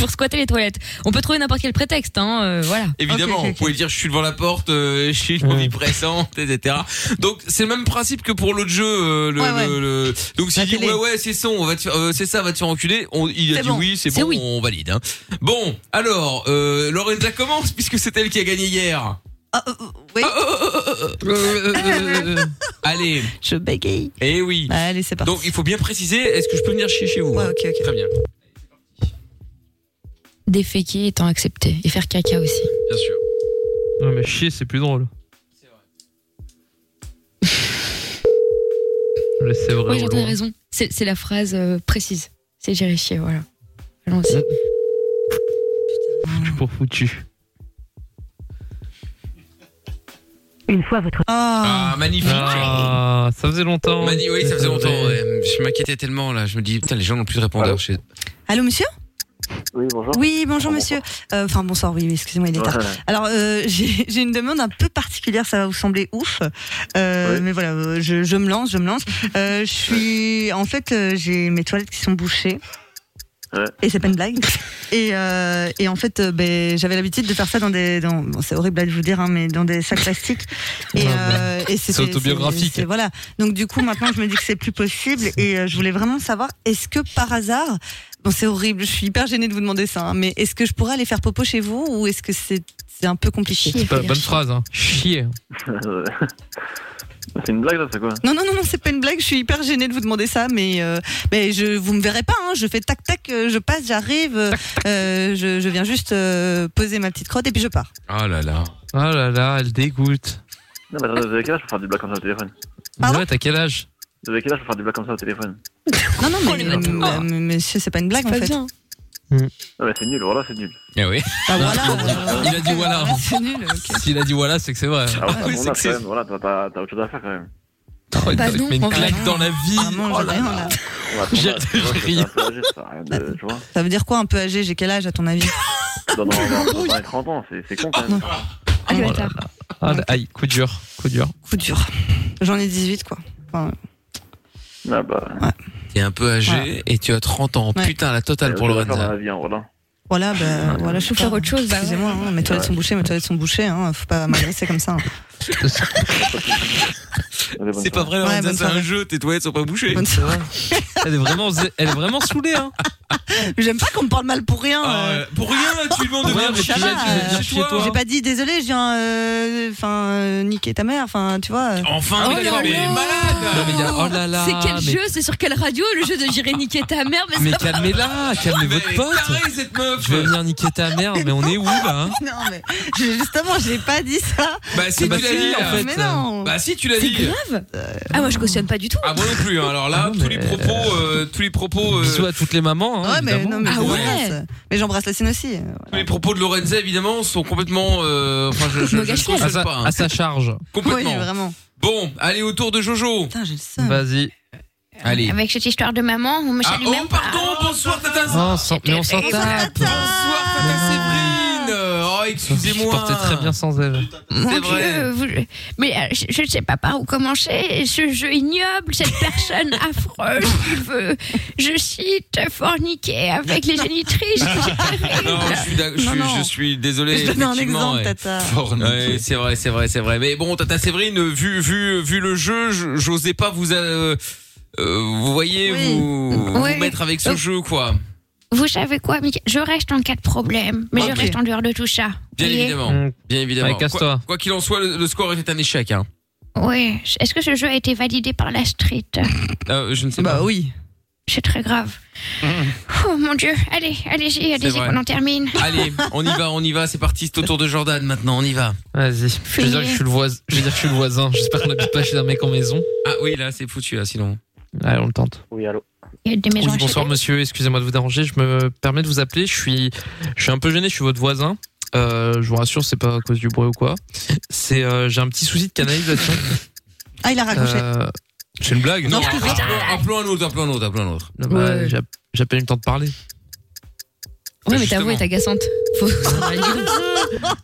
Speaker 4: Pour squatter les toilettes. On peut trouver n'importe quel prétexte, hein, euh, voilà.
Speaker 2: Évidemment, vous pouvez dire je suis devant la porte, euh, je suis une envie pressante, etc. Donc c'est le même principe que pour l'autre jeu. euh, le,
Speaker 7: Ouais, ouais.
Speaker 2: le- le- Donc s'il dit
Speaker 7: télé.
Speaker 2: ouais ouais c'est ça, on va te faire- euh, c'est ça, va te faire enculer. On, il a
Speaker 7: C'est
Speaker 2: dit
Speaker 7: bon.
Speaker 2: oui, c'est
Speaker 7: C'est
Speaker 2: bon,
Speaker 7: oui.
Speaker 2: on valide. hein. Bon, alors euh, Lorenza commence puisque c'est elle qui a gagné hier. Oh,
Speaker 7: Oui.
Speaker 2: Allez.
Speaker 7: Je bégaye.
Speaker 2: Eh oui.
Speaker 7: Allez, c'est parti.
Speaker 2: Donc il faut bien préciser. Est-ce que je peux venir chier chez vous hein Très bien.
Speaker 4: Déféquer étant accepté. Et faire caca aussi.
Speaker 2: Bien sûr.
Speaker 16: Non mais chier, c'est plus drôle. C'est vrai. C'est vrai.
Speaker 4: Oui,
Speaker 16: au
Speaker 4: j'entends
Speaker 16: loin.
Speaker 4: raison. C'est c'est la phrase euh, précise. C'est gérer chier, voilà. Allons-y.
Speaker 16: Je suis pour foutu.
Speaker 4: Une fois votre.
Speaker 2: Ah, magnifique.
Speaker 16: Ah, ça faisait longtemps.
Speaker 2: Mani, oui, ça faisait longtemps. ouais. Je m'inquiétais tellement là. Je me dis putain, les gens n'ont plus de répondeur chez.
Speaker 7: Allô, monsieur
Speaker 3: Oui, bonjour.
Speaker 7: Oui, bonjour, monsieur. Euh, Enfin, bonsoir, oui, mais excusez-moi, il est tard.
Speaker 3: Ouais.
Speaker 7: Alors, euh, j'ai j'ai une demande un peu particulière, ça va vous sembler ouf. Euh, Mais voilà, euh, je, je me lance, je me lance. Euh, je suis. En fait, euh, j'ai mes toilettes qui sont bouchées. Et c'est pas une blague. Et, euh, et en fait, euh, ben, j'avais l'habitude de faire ça dans des. Dans, bon, c'est horrible à vous dire, hein, mais dans des sacs plastiques.
Speaker 16: Ah,
Speaker 7: Et, euh,
Speaker 16: ben,
Speaker 7: et
Speaker 8: C'est
Speaker 7: c'était-
Speaker 8: autobiographique.
Speaker 7: c'est- c'est- voilà. Donc du coup, maintenant, je me dis que c'est plus possible. Et euh, je voulais vraiment savoir, est-ce que par hasard, bon, c'est horrible, je suis hyper gênée de vous demander ça, hein, mais est-ce que je pourrais aller faire popo chez vous ou est-ce que c'est c'est un peu compliqué
Speaker 16: C'est pas la bonne phrase, hein. Chier.
Speaker 3: C'est une blague là, c'est quoi
Speaker 7: Non, non, non, non, c'est pas une blague. Je suis hyper gênée de vous demander ça, mais euh, mais je vous me verrez pas. hein, je fais tac tac, euh, je passe, j'arrive, euh, euh, je, je viens juste euh, poser ma petite crotte et puis je pars.
Speaker 2: Ah là là.
Speaker 16: Ah là là, elle dégoûte.
Speaker 3: Non, mais attends, vous avez quel âge pour faire des blagues comme ça au téléphone
Speaker 16: ouais, t'as quel âge
Speaker 3: Vous avez quel âge pour faire des blagues comme ça au téléphone
Speaker 7: Non, non, mais, mais- mais- monsieur, c'est pas une blague en fait.
Speaker 3: Non, mais c'est nul, voilà, c'est nul.
Speaker 2: Eh oui.
Speaker 7: Ah
Speaker 2: Il a dit voilà. Ah,
Speaker 7: C'est nul.
Speaker 2: S'il a dit voilà, c'est que c'est vrai.
Speaker 3: Ah, ouais, à mon âge, quand même, voilà, t'as- t'as t'as autre chose à faire quand même.
Speaker 2: Bah non, mais une on va- Ah, claque dans la vie. Oh
Speaker 7: Vraiment, j'ai rien, là.
Speaker 3: Ouais, à ton
Speaker 2: J'ai-
Speaker 3: âge, tu vois,
Speaker 2: j'ai
Speaker 3: t'as un peu âgé, ça sert à rien de- Tu vois
Speaker 7: Ça veut dire quoi un peu âgé J'ai quel âge à ton avis
Speaker 3: Dans dans- dans- dans les 30 ans, c'est c'est con quand même.
Speaker 16: Ah, Aïe, coup dur, coup dur.
Speaker 7: Coup dur. J'en ai 18 quoi. Enfin,
Speaker 3: Ah bah.
Speaker 2: T'es un peu âgé
Speaker 7: Voilà.
Speaker 2: et tu as 30 ans.
Speaker 7: Ouais.
Speaker 2: Putain, la totale pour
Speaker 3: Euh, je vais faire
Speaker 2: Lorenza.
Speaker 3: ma vie, hein, voilà.
Speaker 7: voilà, bah, voilà, je suis
Speaker 4: faire autre chose, bah,
Speaker 7: Excusez-moi, hein, mes toilettes
Speaker 3: Ouais.
Speaker 7: sont bouchées, mes toilettes sont bouchées, hein, faut pas m'agresser comme ça. hein.
Speaker 2: C'est pas
Speaker 16: hein,
Speaker 2: vrai,
Speaker 7: Ouais,
Speaker 2: Lorenza,
Speaker 7: bonne
Speaker 2: c'est un
Speaker 7: soirée.
Speaker 2: jeu. Tes toilettes sont pas bouchées.
Speaker 7: Bonne soirée.
Speaker 16: Elle est vraiment, zé- elle est vraiment saoulée, hein.
Speaker 7: Mais J'aime pas qu'on me parle mal pour rien.
Speaker 2: Ah,
Speaker 7: euh.
Speaker 2: euh, Pour rien, tu lui demandes de
Speaker 16: Ouais,
Speaker 2: venir
Speaker 16: mais
Speaker 2: chez
Speaker 16: tu l'as dit,
Speaker 2: elle,
Speaker 16: viens
Speaker 2: chez
Speaker 16: chez
Speaker 2: toi.
Speaker 7: J'ai pas dit désolé, je viens, euh, enfin, euh, niquer ta mère, enfin, tu vois. euh.
Speaker 2: Enfin, mais
Speaker 4: là
Speaker 2: elle est
Speaker 4: là.
Speaker 2: malade.
Speaker 16: Oh Non, mais il y a- oh là là.
Speaker 4: C'est quel
Speaker 16: mais-
Speaker 4: jeu Euh, C'est sur quelle radio Le jeu de J'irai niquer ta mère mais
Speaker 16: Mais
Speaker 4: ça-
Speaker 16: calmez-la, calmez
Speaker 2: Mais
Speaker 16: votre pote.
Speaker 2: tarée, cette meuf.
Speaker 16: Je vais venir niquer ta mère, mais on est où là hein
Speaker 7: Non, mais j'ai- justement, j'ai pas dit ça.
Speaker 2: Bah si,
Speaker 16: Bah,
Speaker 2: tu l'as
Speaker 16: si,
Speaker 2: dit.
Speaker 16: en fait.
Speaker 7: Mais non.
Speaker 2: Bah si, tu l'as
Speaker 4: C'est
Speaker 2: dit.
Speaker 4: grave
Speaker 16: Euh,
Speaker 4: Ah, moi je cautionne pas du tout.
Speaker 2: Ah moi non plus. hein. Alors là, tous les propos, euh, tous les propos, euh,
Speaker 16: Bisous à toutes les mamans. Hein,
Speaker 7: ouais, mais
Speaker 16: évidemment.
Speaker 7: non, mais
Speaker 4: Ah
Speaker 7: j'embrasse. Mais j'embrasse la sienne aussi.
Speaker 2: tous les propos de Lorenza évidemment sont complètement. euh, Enfin, je je,
Speaker 4: Me
Speaker 2: je
Speaker 4: gâche
Speaker 2: trouve
Speaker 4: pas.
Speaker 16: à,
Speaker 2: ça
Speaker 16: sa,
Speaker 2: pas. hein.
Speaker 16: à sa charge.
Speaker 7: Oui,
Speaker 2: Complètement.
Speaker 7: vraiment.
Speaker 2: Bon, allez au tour de Jojo.
Speaker 7: Putain, j'ai le seum.
Speaker 16: Vas-y.
Speaker 2: Allez.
Speaker 12: Avec cette histoire de maman, on me
Speaker 2: Ah,
Speaker 12: salue
Speaker 2: oh,
Speaker 12: même pas.
Speaker 2: pardon, bonsoir Tata.
Speaker 16: Oh, on s'en- mais on s'en tape.
Speaker 2: Bonsoir Tata Séverine. Oh excusez-moi.
Speaker 16: Je portais très bien sans elle.
Speaker 11: Ah. Mon
Speaker 2: C'est vrai.
Speaker 11: Dieu, vous- mais euh, je- je ne sais pas par où commencer. Ce jeu ignoble, cette personne affreuse qui veut, je cite, forniquer avec les génitrices.
Speaker 2: Non, je suis, d'ac- je
Speaker 11: Non,
Speaker 2: suis-
Speaker 11: non.
Speaker 2: je suis désolé.
Speaker 11: Je te donne un
Speaker 2: effectivement,
Speaker 11: exemple,
Speaker 2: ouais.
Speaker 11: Tata.
Speaker 2: Ouais, c'est vrai, c'est vrai, c'est vrai. Mais bon, Tata Séverine, vu, vu, vu le jeu, je- j'osais pas vous, euh, euh, vous voyez, vous, vous
Speaker 11: Ouais.
Speaker 2: mettre avec ce
Speaker 11: Euh.
Speaker 2: jeu, quoi.
Speaker 11: Vous savez quoi, Mika Je reste en cas de problème, mais
Speaker 2: Ok.
Speaker 11: je reste en dehors de tout ça.
Speaker 2: Bien
Speaker 11: voyez
Speaker 2: évidemment. Bien évidemment.
Speaker 16: Allez, Mm. casse-toi.
Speaker 2: Quoi- Quoi qu'il en soit, le, le score était un échec, hein.
Speaker 11: Oui. Est-ce que ce jeu a été validé par la street
Speaker 2: Euh, je ne sais pas. Mm. Bah
Speaker 7: oui.
Speaker 11: C'est très grave. Oh mon Dieu. Allez, allez-y, allez-y,
Speaker 2: vrai.
Speaker 11: qu'on en termine.
Speaker 2: Allez, on y va, on y va. C'est parti, c'est au tour de Jordan maintenant, on y va.
Speaker 16: Vas-y. Je veux dire que je suis le voisin. Je veux dire que je suis le voisin. J'espère qu'on n'habite pas chez un mec en maison.
Speaker 2: Ah oui, là, c'est foutu, là, sinon.
Speaker 16: Allez, on le tente.
Speaker 2: Oui, allô.
Speaker 11: Il y a des
Speaker 16: Oui,
Speaker 11: maisons à
Speaker 16: bonsoir monsieur, excusez-moi de vous déranger, je me permets de vous appeler, je suis, je suis un peu gêné, je suis votre voisin. Euh, je vous rassure, c'est pas à cause du bruit ou quoi. C'est, euh, j'ai un petit souci de canalisation.
Speaker 7: Ah, il a raccroché.
Speaker 16: Euh, c'est une blague
Speaker 2: Non, appelons un autre, appelons un autre, appelons un autre.
Speaker 16: Non, bah,
Speaker 11: Ouais.
Speaker 16: j'app- J'ai à peine eu le temps de parler.
Speaker 11: Ouais, mais ta voix est agaçante. Faut...
Speaker 16: Ah, bah,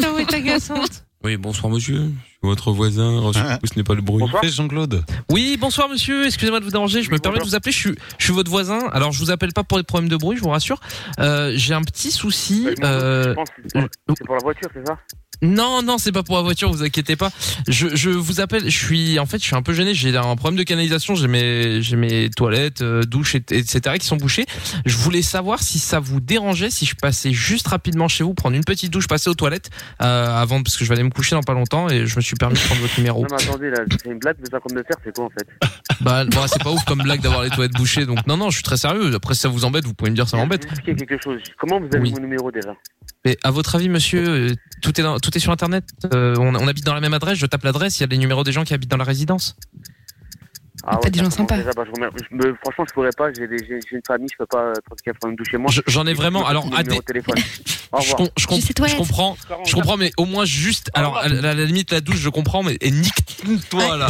Speaker 7: ta voix est agaçante.
Speaker 2: Oui, bonsoir monsieur. Votre voisin,
Speaker 17: Ah.
Speaker 2: rassure-vous, ce n'est pas le bruit.
Speaker 16: Bonsoir.
Speaker 2: Jean-Claude.
Speaker 16: Oui, bonsoir monsieur, excusez-moi de vous déranger, je me permets de vous appeler, je suis, je suis votre voisin. Alors je vous appelle pas pour des problèmes de bruit, je vous rassure. Euh, j'ai un petit souci. euh,
Speaker 17: C'est pour la voiture, c'est ça
Speaker 16: Non, non, c'est pas pour la voiture, vous inquiétez pas. Je, je vous appelle, je suis, en fait, je suis un peu gêné, j'ai un problème de canalisation, j'ai mes, j'ai mes toilettes, euh, douches, et- etc. qui sont bouchées. Je voulais savoir si ça vous dérangeait, si je passais juste rapidement chez vous, prendre une petite douche, passer aux toilettes, euh, avant, parce que je vais aller me coucher dans pas longtemps, et je me suis permis de prendre votre numéro.
Speaker 17: Non, mais attendez, là, c'est une blague de 50 de faire, c'est quoi en fait
Speaker 16: Bah, bon, c'est pas ouf comme blague d'avoir les toilettes bouchées, donc non, non, je suis très sérieux. Après, si ça vous embête, vous pouvez me dire ça m'embête.
Speaker 17: Expliquez quelque chose. Comment vous avez
Speaker 16: Oui.
Speaker 17: mon numéro déjà
Speaker 16: Mais à votre avis, monsieur, euh, tout est, dans- tout est sur internet Euh, on, on habite dans la même adresse, je tape l'adresse, il y a les numéros des gens qui habitent dans la résidence.
Speaker 17: Ah
Speaker 16: Pas des gens
Speaker 17: ça commence
Speaker 16: sympas.
Speaker 17: déjà, bah, je vous remercie. Je me- franchement, je pourrais pas, j'ai des- j'ai j'ai une famille, je peux pas euh, prendre qu'à prendre une douche chez moi.
Speaker 16: Je- j'en ai
Speaker 17: Et
Speaker 16: vraiment-
Speaker 17: je peux
Speaker 16: alors,
Speaker 17: prendre
Speaker 16: à
Speaker 17: le numéro
Speaker 16: des-
Speaker 17: de téléphone. Au
Speaker 16: Je, com-
Speaker 17: revoir.
Speaker 16: je, com- je comprends, je comprends, mais au moins juste. Alors, à la, à la limite, la douche, je comprends, mais et
Speaker 2: oh.
Speaker 16: nique-toi là.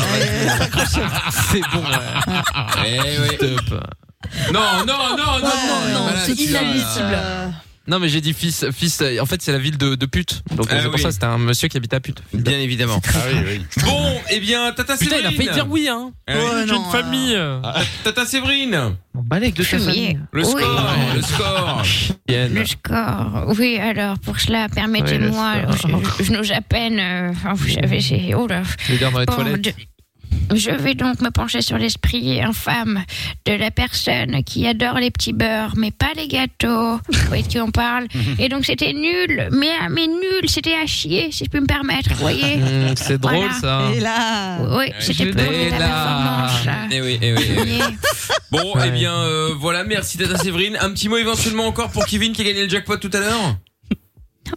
Speaker 16: C'est bon,
Speaker 2: Ah,
Speaker 16: ouais.
Speaker 2: eh
Speaker 16: Stop.
Speaker 2: Non, non, non, non, non, non,
Speaker 16: c'est inadmissible. Non, mais j'ai dit fils, fils. euh, En fait, c'est la ville de, de pute. Donc,
Speaker 2: Ah
Speaker 16: c'est pour
Speaker 2: oui.
Speaker 16: ça, c'était un monsieur qui habite à pute.
Speaker 2: Bien évidemment. Ah oui, oui. Bon, eh bien,
Speaker 16: Putain,
Speaker 2: Tata Séverine. Eh
Speaker 16: il a failli dire oui, hein. Ouais,
Speaker 2: j'ai
Speaker 16: non,
Speaker 2: une
Speaker 16: famille.
Speaker 2: Ah. Tata Séverine.
Speaker 16: Balèque de ta
Speaker 11: Oui.
Speaker 16: famille.
Speaker 2: Le
Speaker 11: Oui.
Speaker 2: score, le score.
Speaker 11: Le score. Oui, alors pour cela, permettez-moi,
Speaker 16: Oui, le score.
Speaker 11: je, je nous appelle. euh, oh, vous savez, j'ai. Oh là.
Speaker 16: Je vais dire dans les
Speaker 11: Bon,
Speaker 16: toilettes.
Speaker 11: de- Je vais donc me pencher sur l'esprit infâme de la personne qui adore les petits beurres, mais pas les gâteaux. Vous voyez de qui on parle Et donc c'était nul, mais, mais nul, c'était à chier, si je peux me permettre, vous voyez
Speaker 16: Mmh, c'est drôle, ça. Et
Speaker 7: là
Speaker 11: Oui, c'était
Speaker 16: Je
Speaker 11: plus
Speaker 16: l'ai
Speaker 11: de la
Speaker 16: là.
Speaker 11: performance.
Speaker 2: Eh oui, eh oui, eh oui.
Speaker 11: Yeah.
Speaker 2: Bon, eh bien, euh, voilà, merci Tata Séverine. Un petit mot éventuellement encore pour Kevin qui a gagné le jackpot tout à l'heure.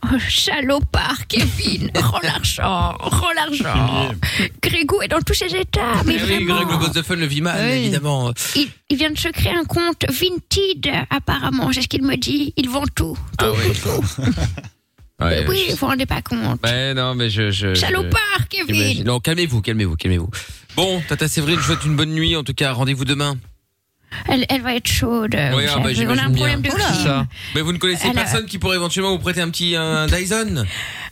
Speaker 11: Oh, Chalopard, Kevin, rends l'argent, rends l'argent. Grégo est dans tous ses états, Ah, mais
Speaker 2: Eh oui,
Speaker 11: vraiment.
Speaker 2: Greg, le boss de fun, le vit mal,
Speaker 11: Oui.
Speaker 2: évidemment.
Speaker 11: Il, il vient de se créer un compte Vinted, apparemment, c'est ce qu'il me dit. Ils vendent tout.
Speaker 2: Ah oui. Ouais,
Speaker 11: oui,
Speaker 2: je-
Speaker 11: vous vous rendez pas compte.
Speaker 2: Ouais, non, mais je. je je-
Speaker 11: Chalopard, Kevin.
Speaker 2: j'imagine. Non, calmez-vous, calmez-vous, calmez-vous. Bon, Tata Séverine, je vous souhaite une bonne nuit. En tout cas, rendez-vous demain.
Speaker 11: Elle, elle va être chaude. vous
Speaker 2: Ouais, ah, bah,
Speaker 11: savez, Euh, on a un
Speaker 2: j'imagine bien.
Speaker 11: problème de clim.
Speaker 2: Mais vous ne connaissez
Speaker 11: Elle a-
Speaker 2: personne qui pourrait éventuellement vous prêter un petit un Dyson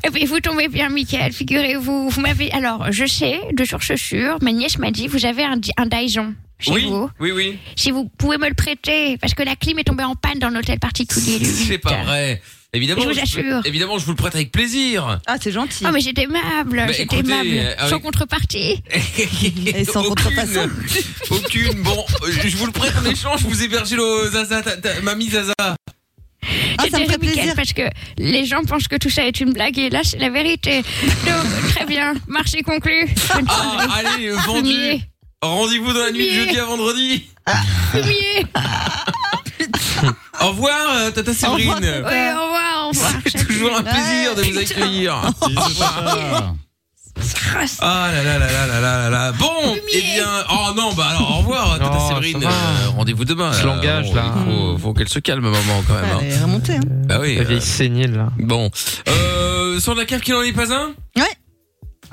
Speaker 11: Et puis Eh vous tombez bien, Michael, figurez-vous. Vous m'avez. Alors, je sais, de source sûre, ma nièce m'a dit vous avez un, di- un Dyson chez
Speaker 2: Oui,
Speaker 11: vous.
Speaker 2: oui, oui.
Speaker 11: Si vous pouvez me le prêter, parce que la clim est tombée en panne dans l'hôtel particulier. lui.
Speaker 2: C'est pas vrai. Évidemment,
Speaker 11: Je vous assure.
Speaker 2: évidemment, je vous le prête avec plaisir.
Speaker 7: Ah, c'est gentil.
Speaker 11: Oh, mais c'est aimable,
Speaker 2: Bah,
Speaker 11: c'est
Speaker 2: écoutez,
Speaker 11: aimable.
Speaker 2: euh, avec-
Speaker 11: Sans contrepartie.
Speaker 2: Et
Speaker 11: sans contrefaçon.
Speaker 2: Aucune. Bon, euh, je vous le prête en échange. Vous hébergez le Zaza, ta- ta- mamie Zaza.
Speaker 11: Ah, ça me fait plaisir. Parce que les gens pensent que tout ça est une blague et là, c'est la vérité. Donc, très bien, marché conclu. Bonne
Speaker 2: Ah,
Speaker 11: soirée.
Speaker 2: allez, euh, vendu.
Speaker 11: Fumier.
Speaker 2: Rendez-vous dans la nuit de
Speaker 11: Fumier.
Speaker 2: jeudi à vendredi.
Speaker 11: Fumier.
Speaker 2: Au revoir, euh, Tata Séverine.
Speaker 11: Ouais, au revoir, au revoir.
Speaker 2: C'est toujours un plaisir de vous accueillir. Au revoir. Ah là là là là là là là là. Bon, eh bien, oh non, bah alors au revoir, Tata
Speaker 16: Oh,
Speaker 2: Séverine.
Speaker 16: ça va.
Speaker 2: Euh, Rendez-vous demain.
Speaker 16: Je
Speaker 2: Euh,
Speaker 16: l'engage,
Speaker 2: bon,
Speaker 16: là.
Speaker 2: Il faut, faut qu'elle se calme, maman, quand
Speaker 16: Euh,
Speaker 2: même. hein.
Speaker 7: Elle est remontée. Hein.
Speaker 2: Bah oui.
Speaker 16: La vieille saignée, là.
Speaker 2: Bon. Euh, sans la cave qu'il n'en est pas un
Speaker 7: Ouais.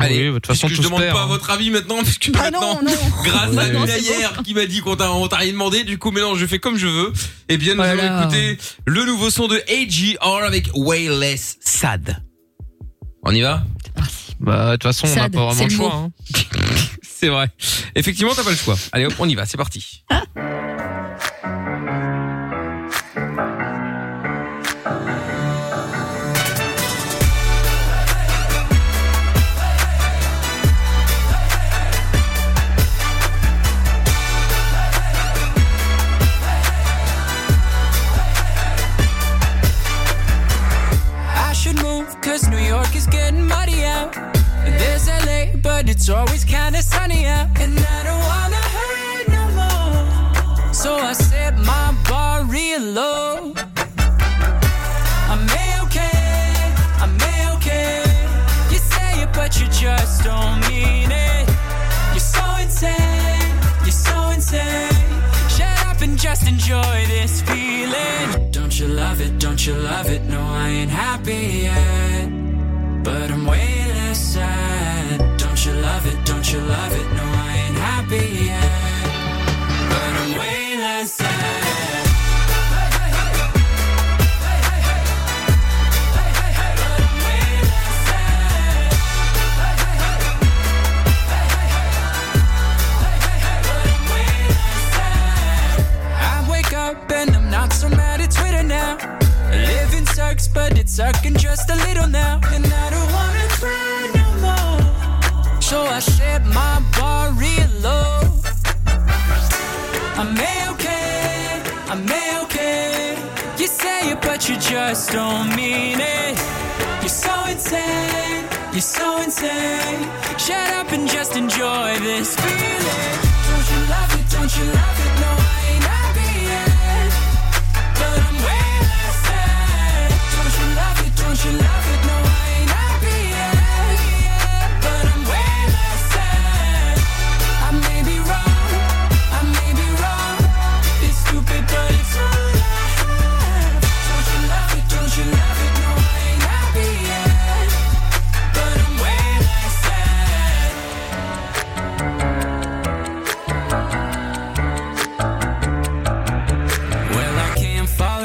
Speaker 2: Allez,
Speaker 16: de toute façon,
Speaker 2: puisque
Speaker 16: tout
Speaker 2: je
Speaker 16: se
Speaker 2: demande
Speaker 16: perd,
Speaker 2: pas
Speaker 16: hein.
Speaker 2: votre avis maintenant, puisque maintenant, grâce
Speaker 16: Ouais,
Speaker 2: à
Speaker 16: ouais.
Speaker 2: Nuna hier qui m'a dit qu'on t'a on t'a rien demandé, du coup maintenant je fais comme je veux. Et bien nous allons écouter le nouveau son de AGR avec Way Less Sad. On y va
Speaker 16: Bah, de toute façon, on n'a
Speaker 2: Sad,
Speaker 16: pas vraiment
Speaker 2: c'est
Speaker 16: le
Speaker 2: le hein.
Speaker 16: choix.
Speaker 1: hein.
Speaker 2: mot. C'est vrai. Effectivement, t'as pas le choix. Allez hop, on y va, c'est parti.
Speaker 18: I should move, cause New York is getting muddy out. There's LA, but it's always kinda sunny out. And I don't wanna hurt no more. So I set my bar real low. I'm okay, I'm okay. You say it, but you just don't mean it. You're so insane, you're so insane. Shut up and just enjoy this feeling. Don't you love it? Don't you love it? No, I ain't happy yet. But I'm way less sad. Don't you love it? Don't you love it? No, I ain't happy yet. But I'm way less sad. I wake up and I'm not so mad at Twitter now. Living sucks, but it's sucking just a little now. And I don't wanna cry no more. So I set my bar real low. I'm okay, I'm okay. You say it, but you just don't mean it. You're so insane, you're so insane. Shut up and just enjoy this feeling. Don't you love it? Don't you love it? No, I ain't happy yet. But I'm way less sad. Don't you love it? Don't you love it? No, I ain't happy yet. But I'm way less sad. I may be wrong. I may be wrong. It's stupid, but it's all I have. Don't you love it? Don't you love it? No, I ain't happy yet. But I'm way less sad. Well, I can't fall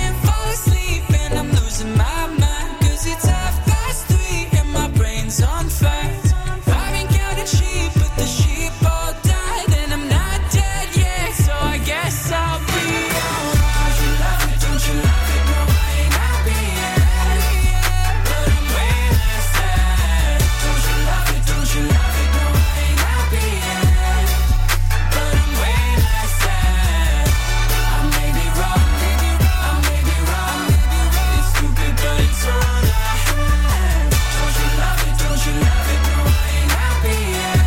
Speaker 18: fall asleep and I'm losing my mind. Cause it's half past three and my brain's on fire. I've been counting sheep, but the sheep all died. And I'm not dead yet, so I guess I'll be alright. Don't you love it? Don't you love it? No, I ain't happy yet. But I'm way less sad. Don't you love it? Don't you love it? No, I ain't happy yet. But I'm way less sad. I may be wrong, maybe wrong, I may be wrong, maybe wrong. It's stupid, but it's all I have. Don't you love it? Don't you love it? No, I ain't happy yet.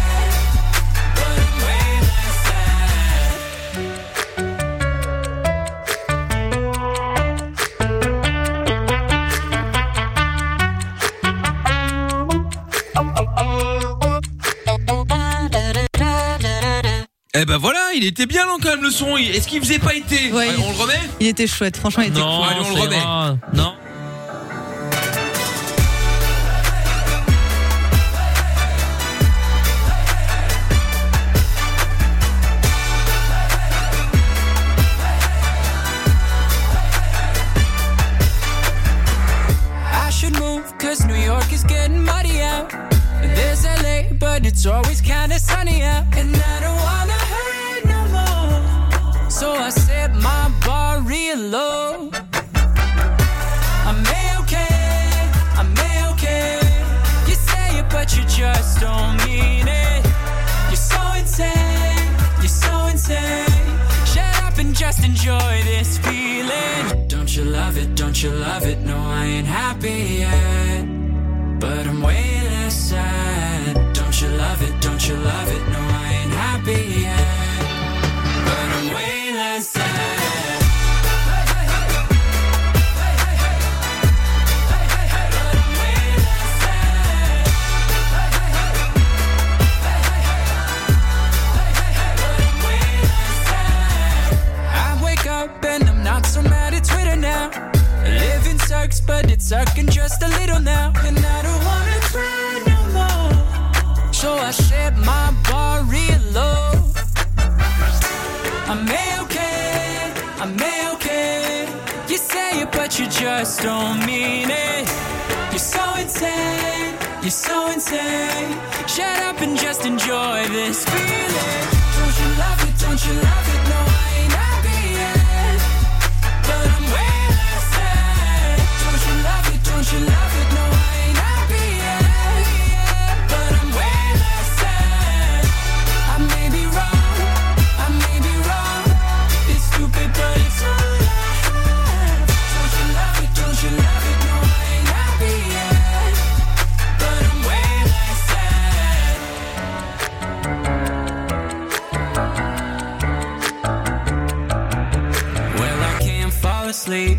Speaker 18: But I'm way less sad.
Speaker 2: Eh ben voilà, il était bien lent quand même le son. Il- Est-ce qu'il faisait pas été Allez, On le remet
Speaker 7: Il était chouette, franchement, il était cool.
Speaker 2: Allez, on le remet. Non.
Speaker 18: I should move, cause New York is getting muddy out. There's LA, but it's always kinda sunny out. And I don't wanna hurt no more. So I set my bar real low. I'm okay, I'm okay. You say it, but you just don't mean it. You're so insane, you're so insane. Shut up and just enjoy this feeling. Don't you love it? Don't you love it? No, I ain't happy yet. But I'm way less sad. Don't you love it? Don't you love it? No, I ain't happy yet. But I'm way less sad. works, but it's sucking just a little now. And I don't wanna cry no more. So I set my bar real low. I'm okay, I'm okay. You say it, but you just don't mean it. You're so insane, you're so insane. Shut up and just enjoy this feeling. Don't you love it, don't you love it? No, I ain't happy yet. But I'm way less sad. Don't you love it, don't you love it? No, I ain't happy yet. But I'm way less sad. I may be wrong, I may be wrong. It's stupid, but it's all I have. Don't you love it, don't you love it? No, I ain't happy yet. But I'm way less sad.
Speaker 12: Well,
Speaker 18: I can't fall asleep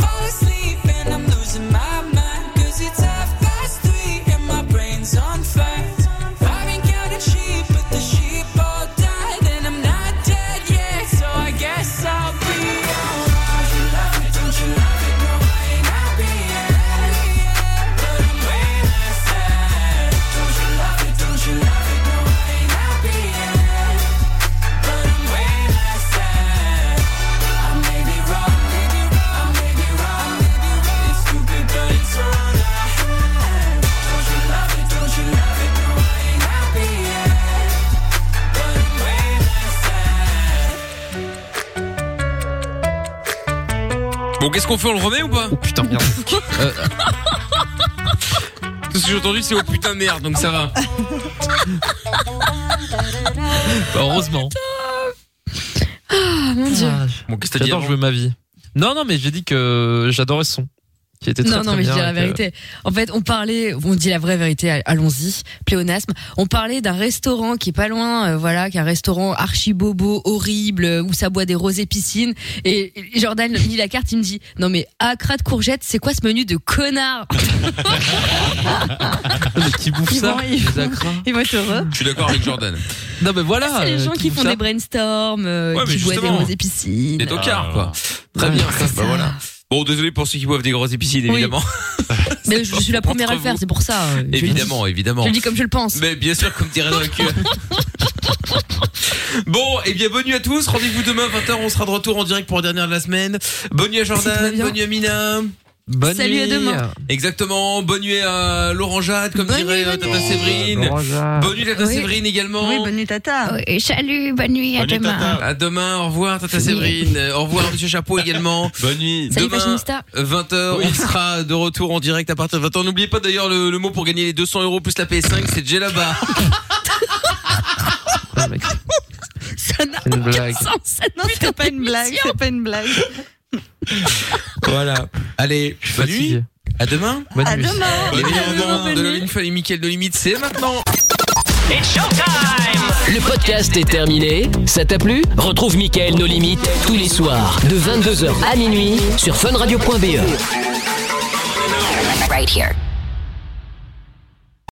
Speaker 12: fall asleep and I'm losing my mind Cause it's half past three and my brain's on fire I've been counting sheep, but the sheep all died And I'm not dead yet, so I guess I'll be alright Don't you love it, don't you love it, no, I ain't happy yet But I'm way less sad Don't you love it, don't you love it, no, I ain't happy yet But I'm way less sad I may be wrong, maybe wrong, I may be wrong, maybe wrong It's stupid, but it's all I have Don't you love it, don't you love it, no, I ain't happy yet But I'm way less sad
Speaker 2: Bon, qu'est-ce qu'on fait On le remet ou pas Oh putain, merde. Euh, tout ce que j'ai entendu, c'est oh putain, merde, donc ça va.
Speaker 16: heureusement.
Speaker 8: 아,
Speaker 11: Ah, mon dieu.
Speaker 2: Bon, qu'est-ce que t'as dit
Speaker 16: J'adore
Speaker 2: avant
Speaker 16: jouer ma vie. Non, non, mais j'ai dit que j'adorais ce son. Qui était très,
Speaker 11: non, non,
Speaker 16: très
Speaker 11: mais je
Speaker 16: bien
Speaker 11: dis la
Speaker 16: avec, euh,
Speaker 11: vérité. En fait, on parlait, on dit la vraie vérité, all- allons-y, pléonasme. On parlait d'un restaurant qui est pas loin, euh, voilà, qui est un restaurant archi bobo, horrible, euh, où ça boit des rosés piscines. Et et Jordan lit la carte, il me dit, non mais, acra de courgettes, c'est quoi ce menu de connard?
Speaker 16: Mais qui bouffe
Speaker 11: Ils
Speaker 16: ça
Speaker 11: vont- ils
Speaker 16: les acras.
Speaker 11: Ils vont être heureux.
Speaker 2: Je suis d'accord avec Jordan.
Speaker 16: Non, mais voilà.
Speaker 11: C'est les gens
Speaker 16: euh,
Speaker 11: qui
Speaker 16: bouffent
Speaker 11: font
Speaker 16: ça.
Speaker 11: des brainstorms, euh,
Speaker 2: Ouais, mais
Speaker 11: qui boivent des
Speaker 2: justement.
Speaker 11: rosés piscines.
Speaker 2: Des tocards, quoi. Très bien, bah voilà. Bon, désolé pour ceux qui boivent des grosses épicines,
Speaker 11: Oui.
Speaker 2: évidemment.
Speaker 11: Mais je suis la première à le faire, c'est pour ça. euh, je le dis.
Speaker 2: évidemment, évidemment.
Speaker 11: Je le dis comme je le pense.
Speaker 2: Mais bien sûr, comme dirait dans le cul. bon, et bien bonne nuit à tous. Rendez-vous demain 20h. On sera de retour en direct pour la dernière de la semaine. Bonne nuit à Jordan. Bonne nuit à Mina.
Speaker 16: Bonne Salut, nuit. à demain.
Speaker 2: Exactement. Bonne nuit à Laurent Jade, comme dirait euh, Tata Séverine.
Speaker 16: Laurent Jade.
Speaker 2: Bonne nuit Tata
Speaker 16: Oui.
Speaker 2: Séverine également.
Speaker 7: Oui, bonne nuit, Tata.
Speaker 11: salut, bonne nuit,
Speaker 2: Bonne nuit, Tata. À demain, au revoir Tata Séverine, Euh, au revoir Monsieur Chapeau également. Bonne nuit.
Speaker 11: Salut,
Speaker 2: Demain,
Speaker 11: fashionista.
Speaker 2: 20h, on sera de retour en direct à partir de 20h. N'oubliez pas d'ailleurs le, le mot pour gagner les 200 euros plus la PS5, c'est Gelaba.
Speaker 11: Ça n'a
Speaker 2: Une
Speaker 7: aucun
Speaker 2: blague.
Speaker 7: sens. ça- Non, c'est pas une blague. C'est pas une blague.
Speaker 2: Voilà. Allez, bonne nuit. À demain.
Speaker 16: Bonne
Speaker 7: À nuit. demain.
Speaker 2: Les meilleurs
Speaker 7: À demain,
Speaker 2: moments
Speaker 7: bonne
Speaker 2: de la
Speaker 7: nuit.
Speaker 2: ligne et Mickaël de Limite, c'est maintenant.
Speaker 1: Le podcast est terminé. Ça t'a plu Retrouve Mickaël nos limites tous les soirs de E. 22h à minuit sur funradio.be.
Speaker 12: Right here.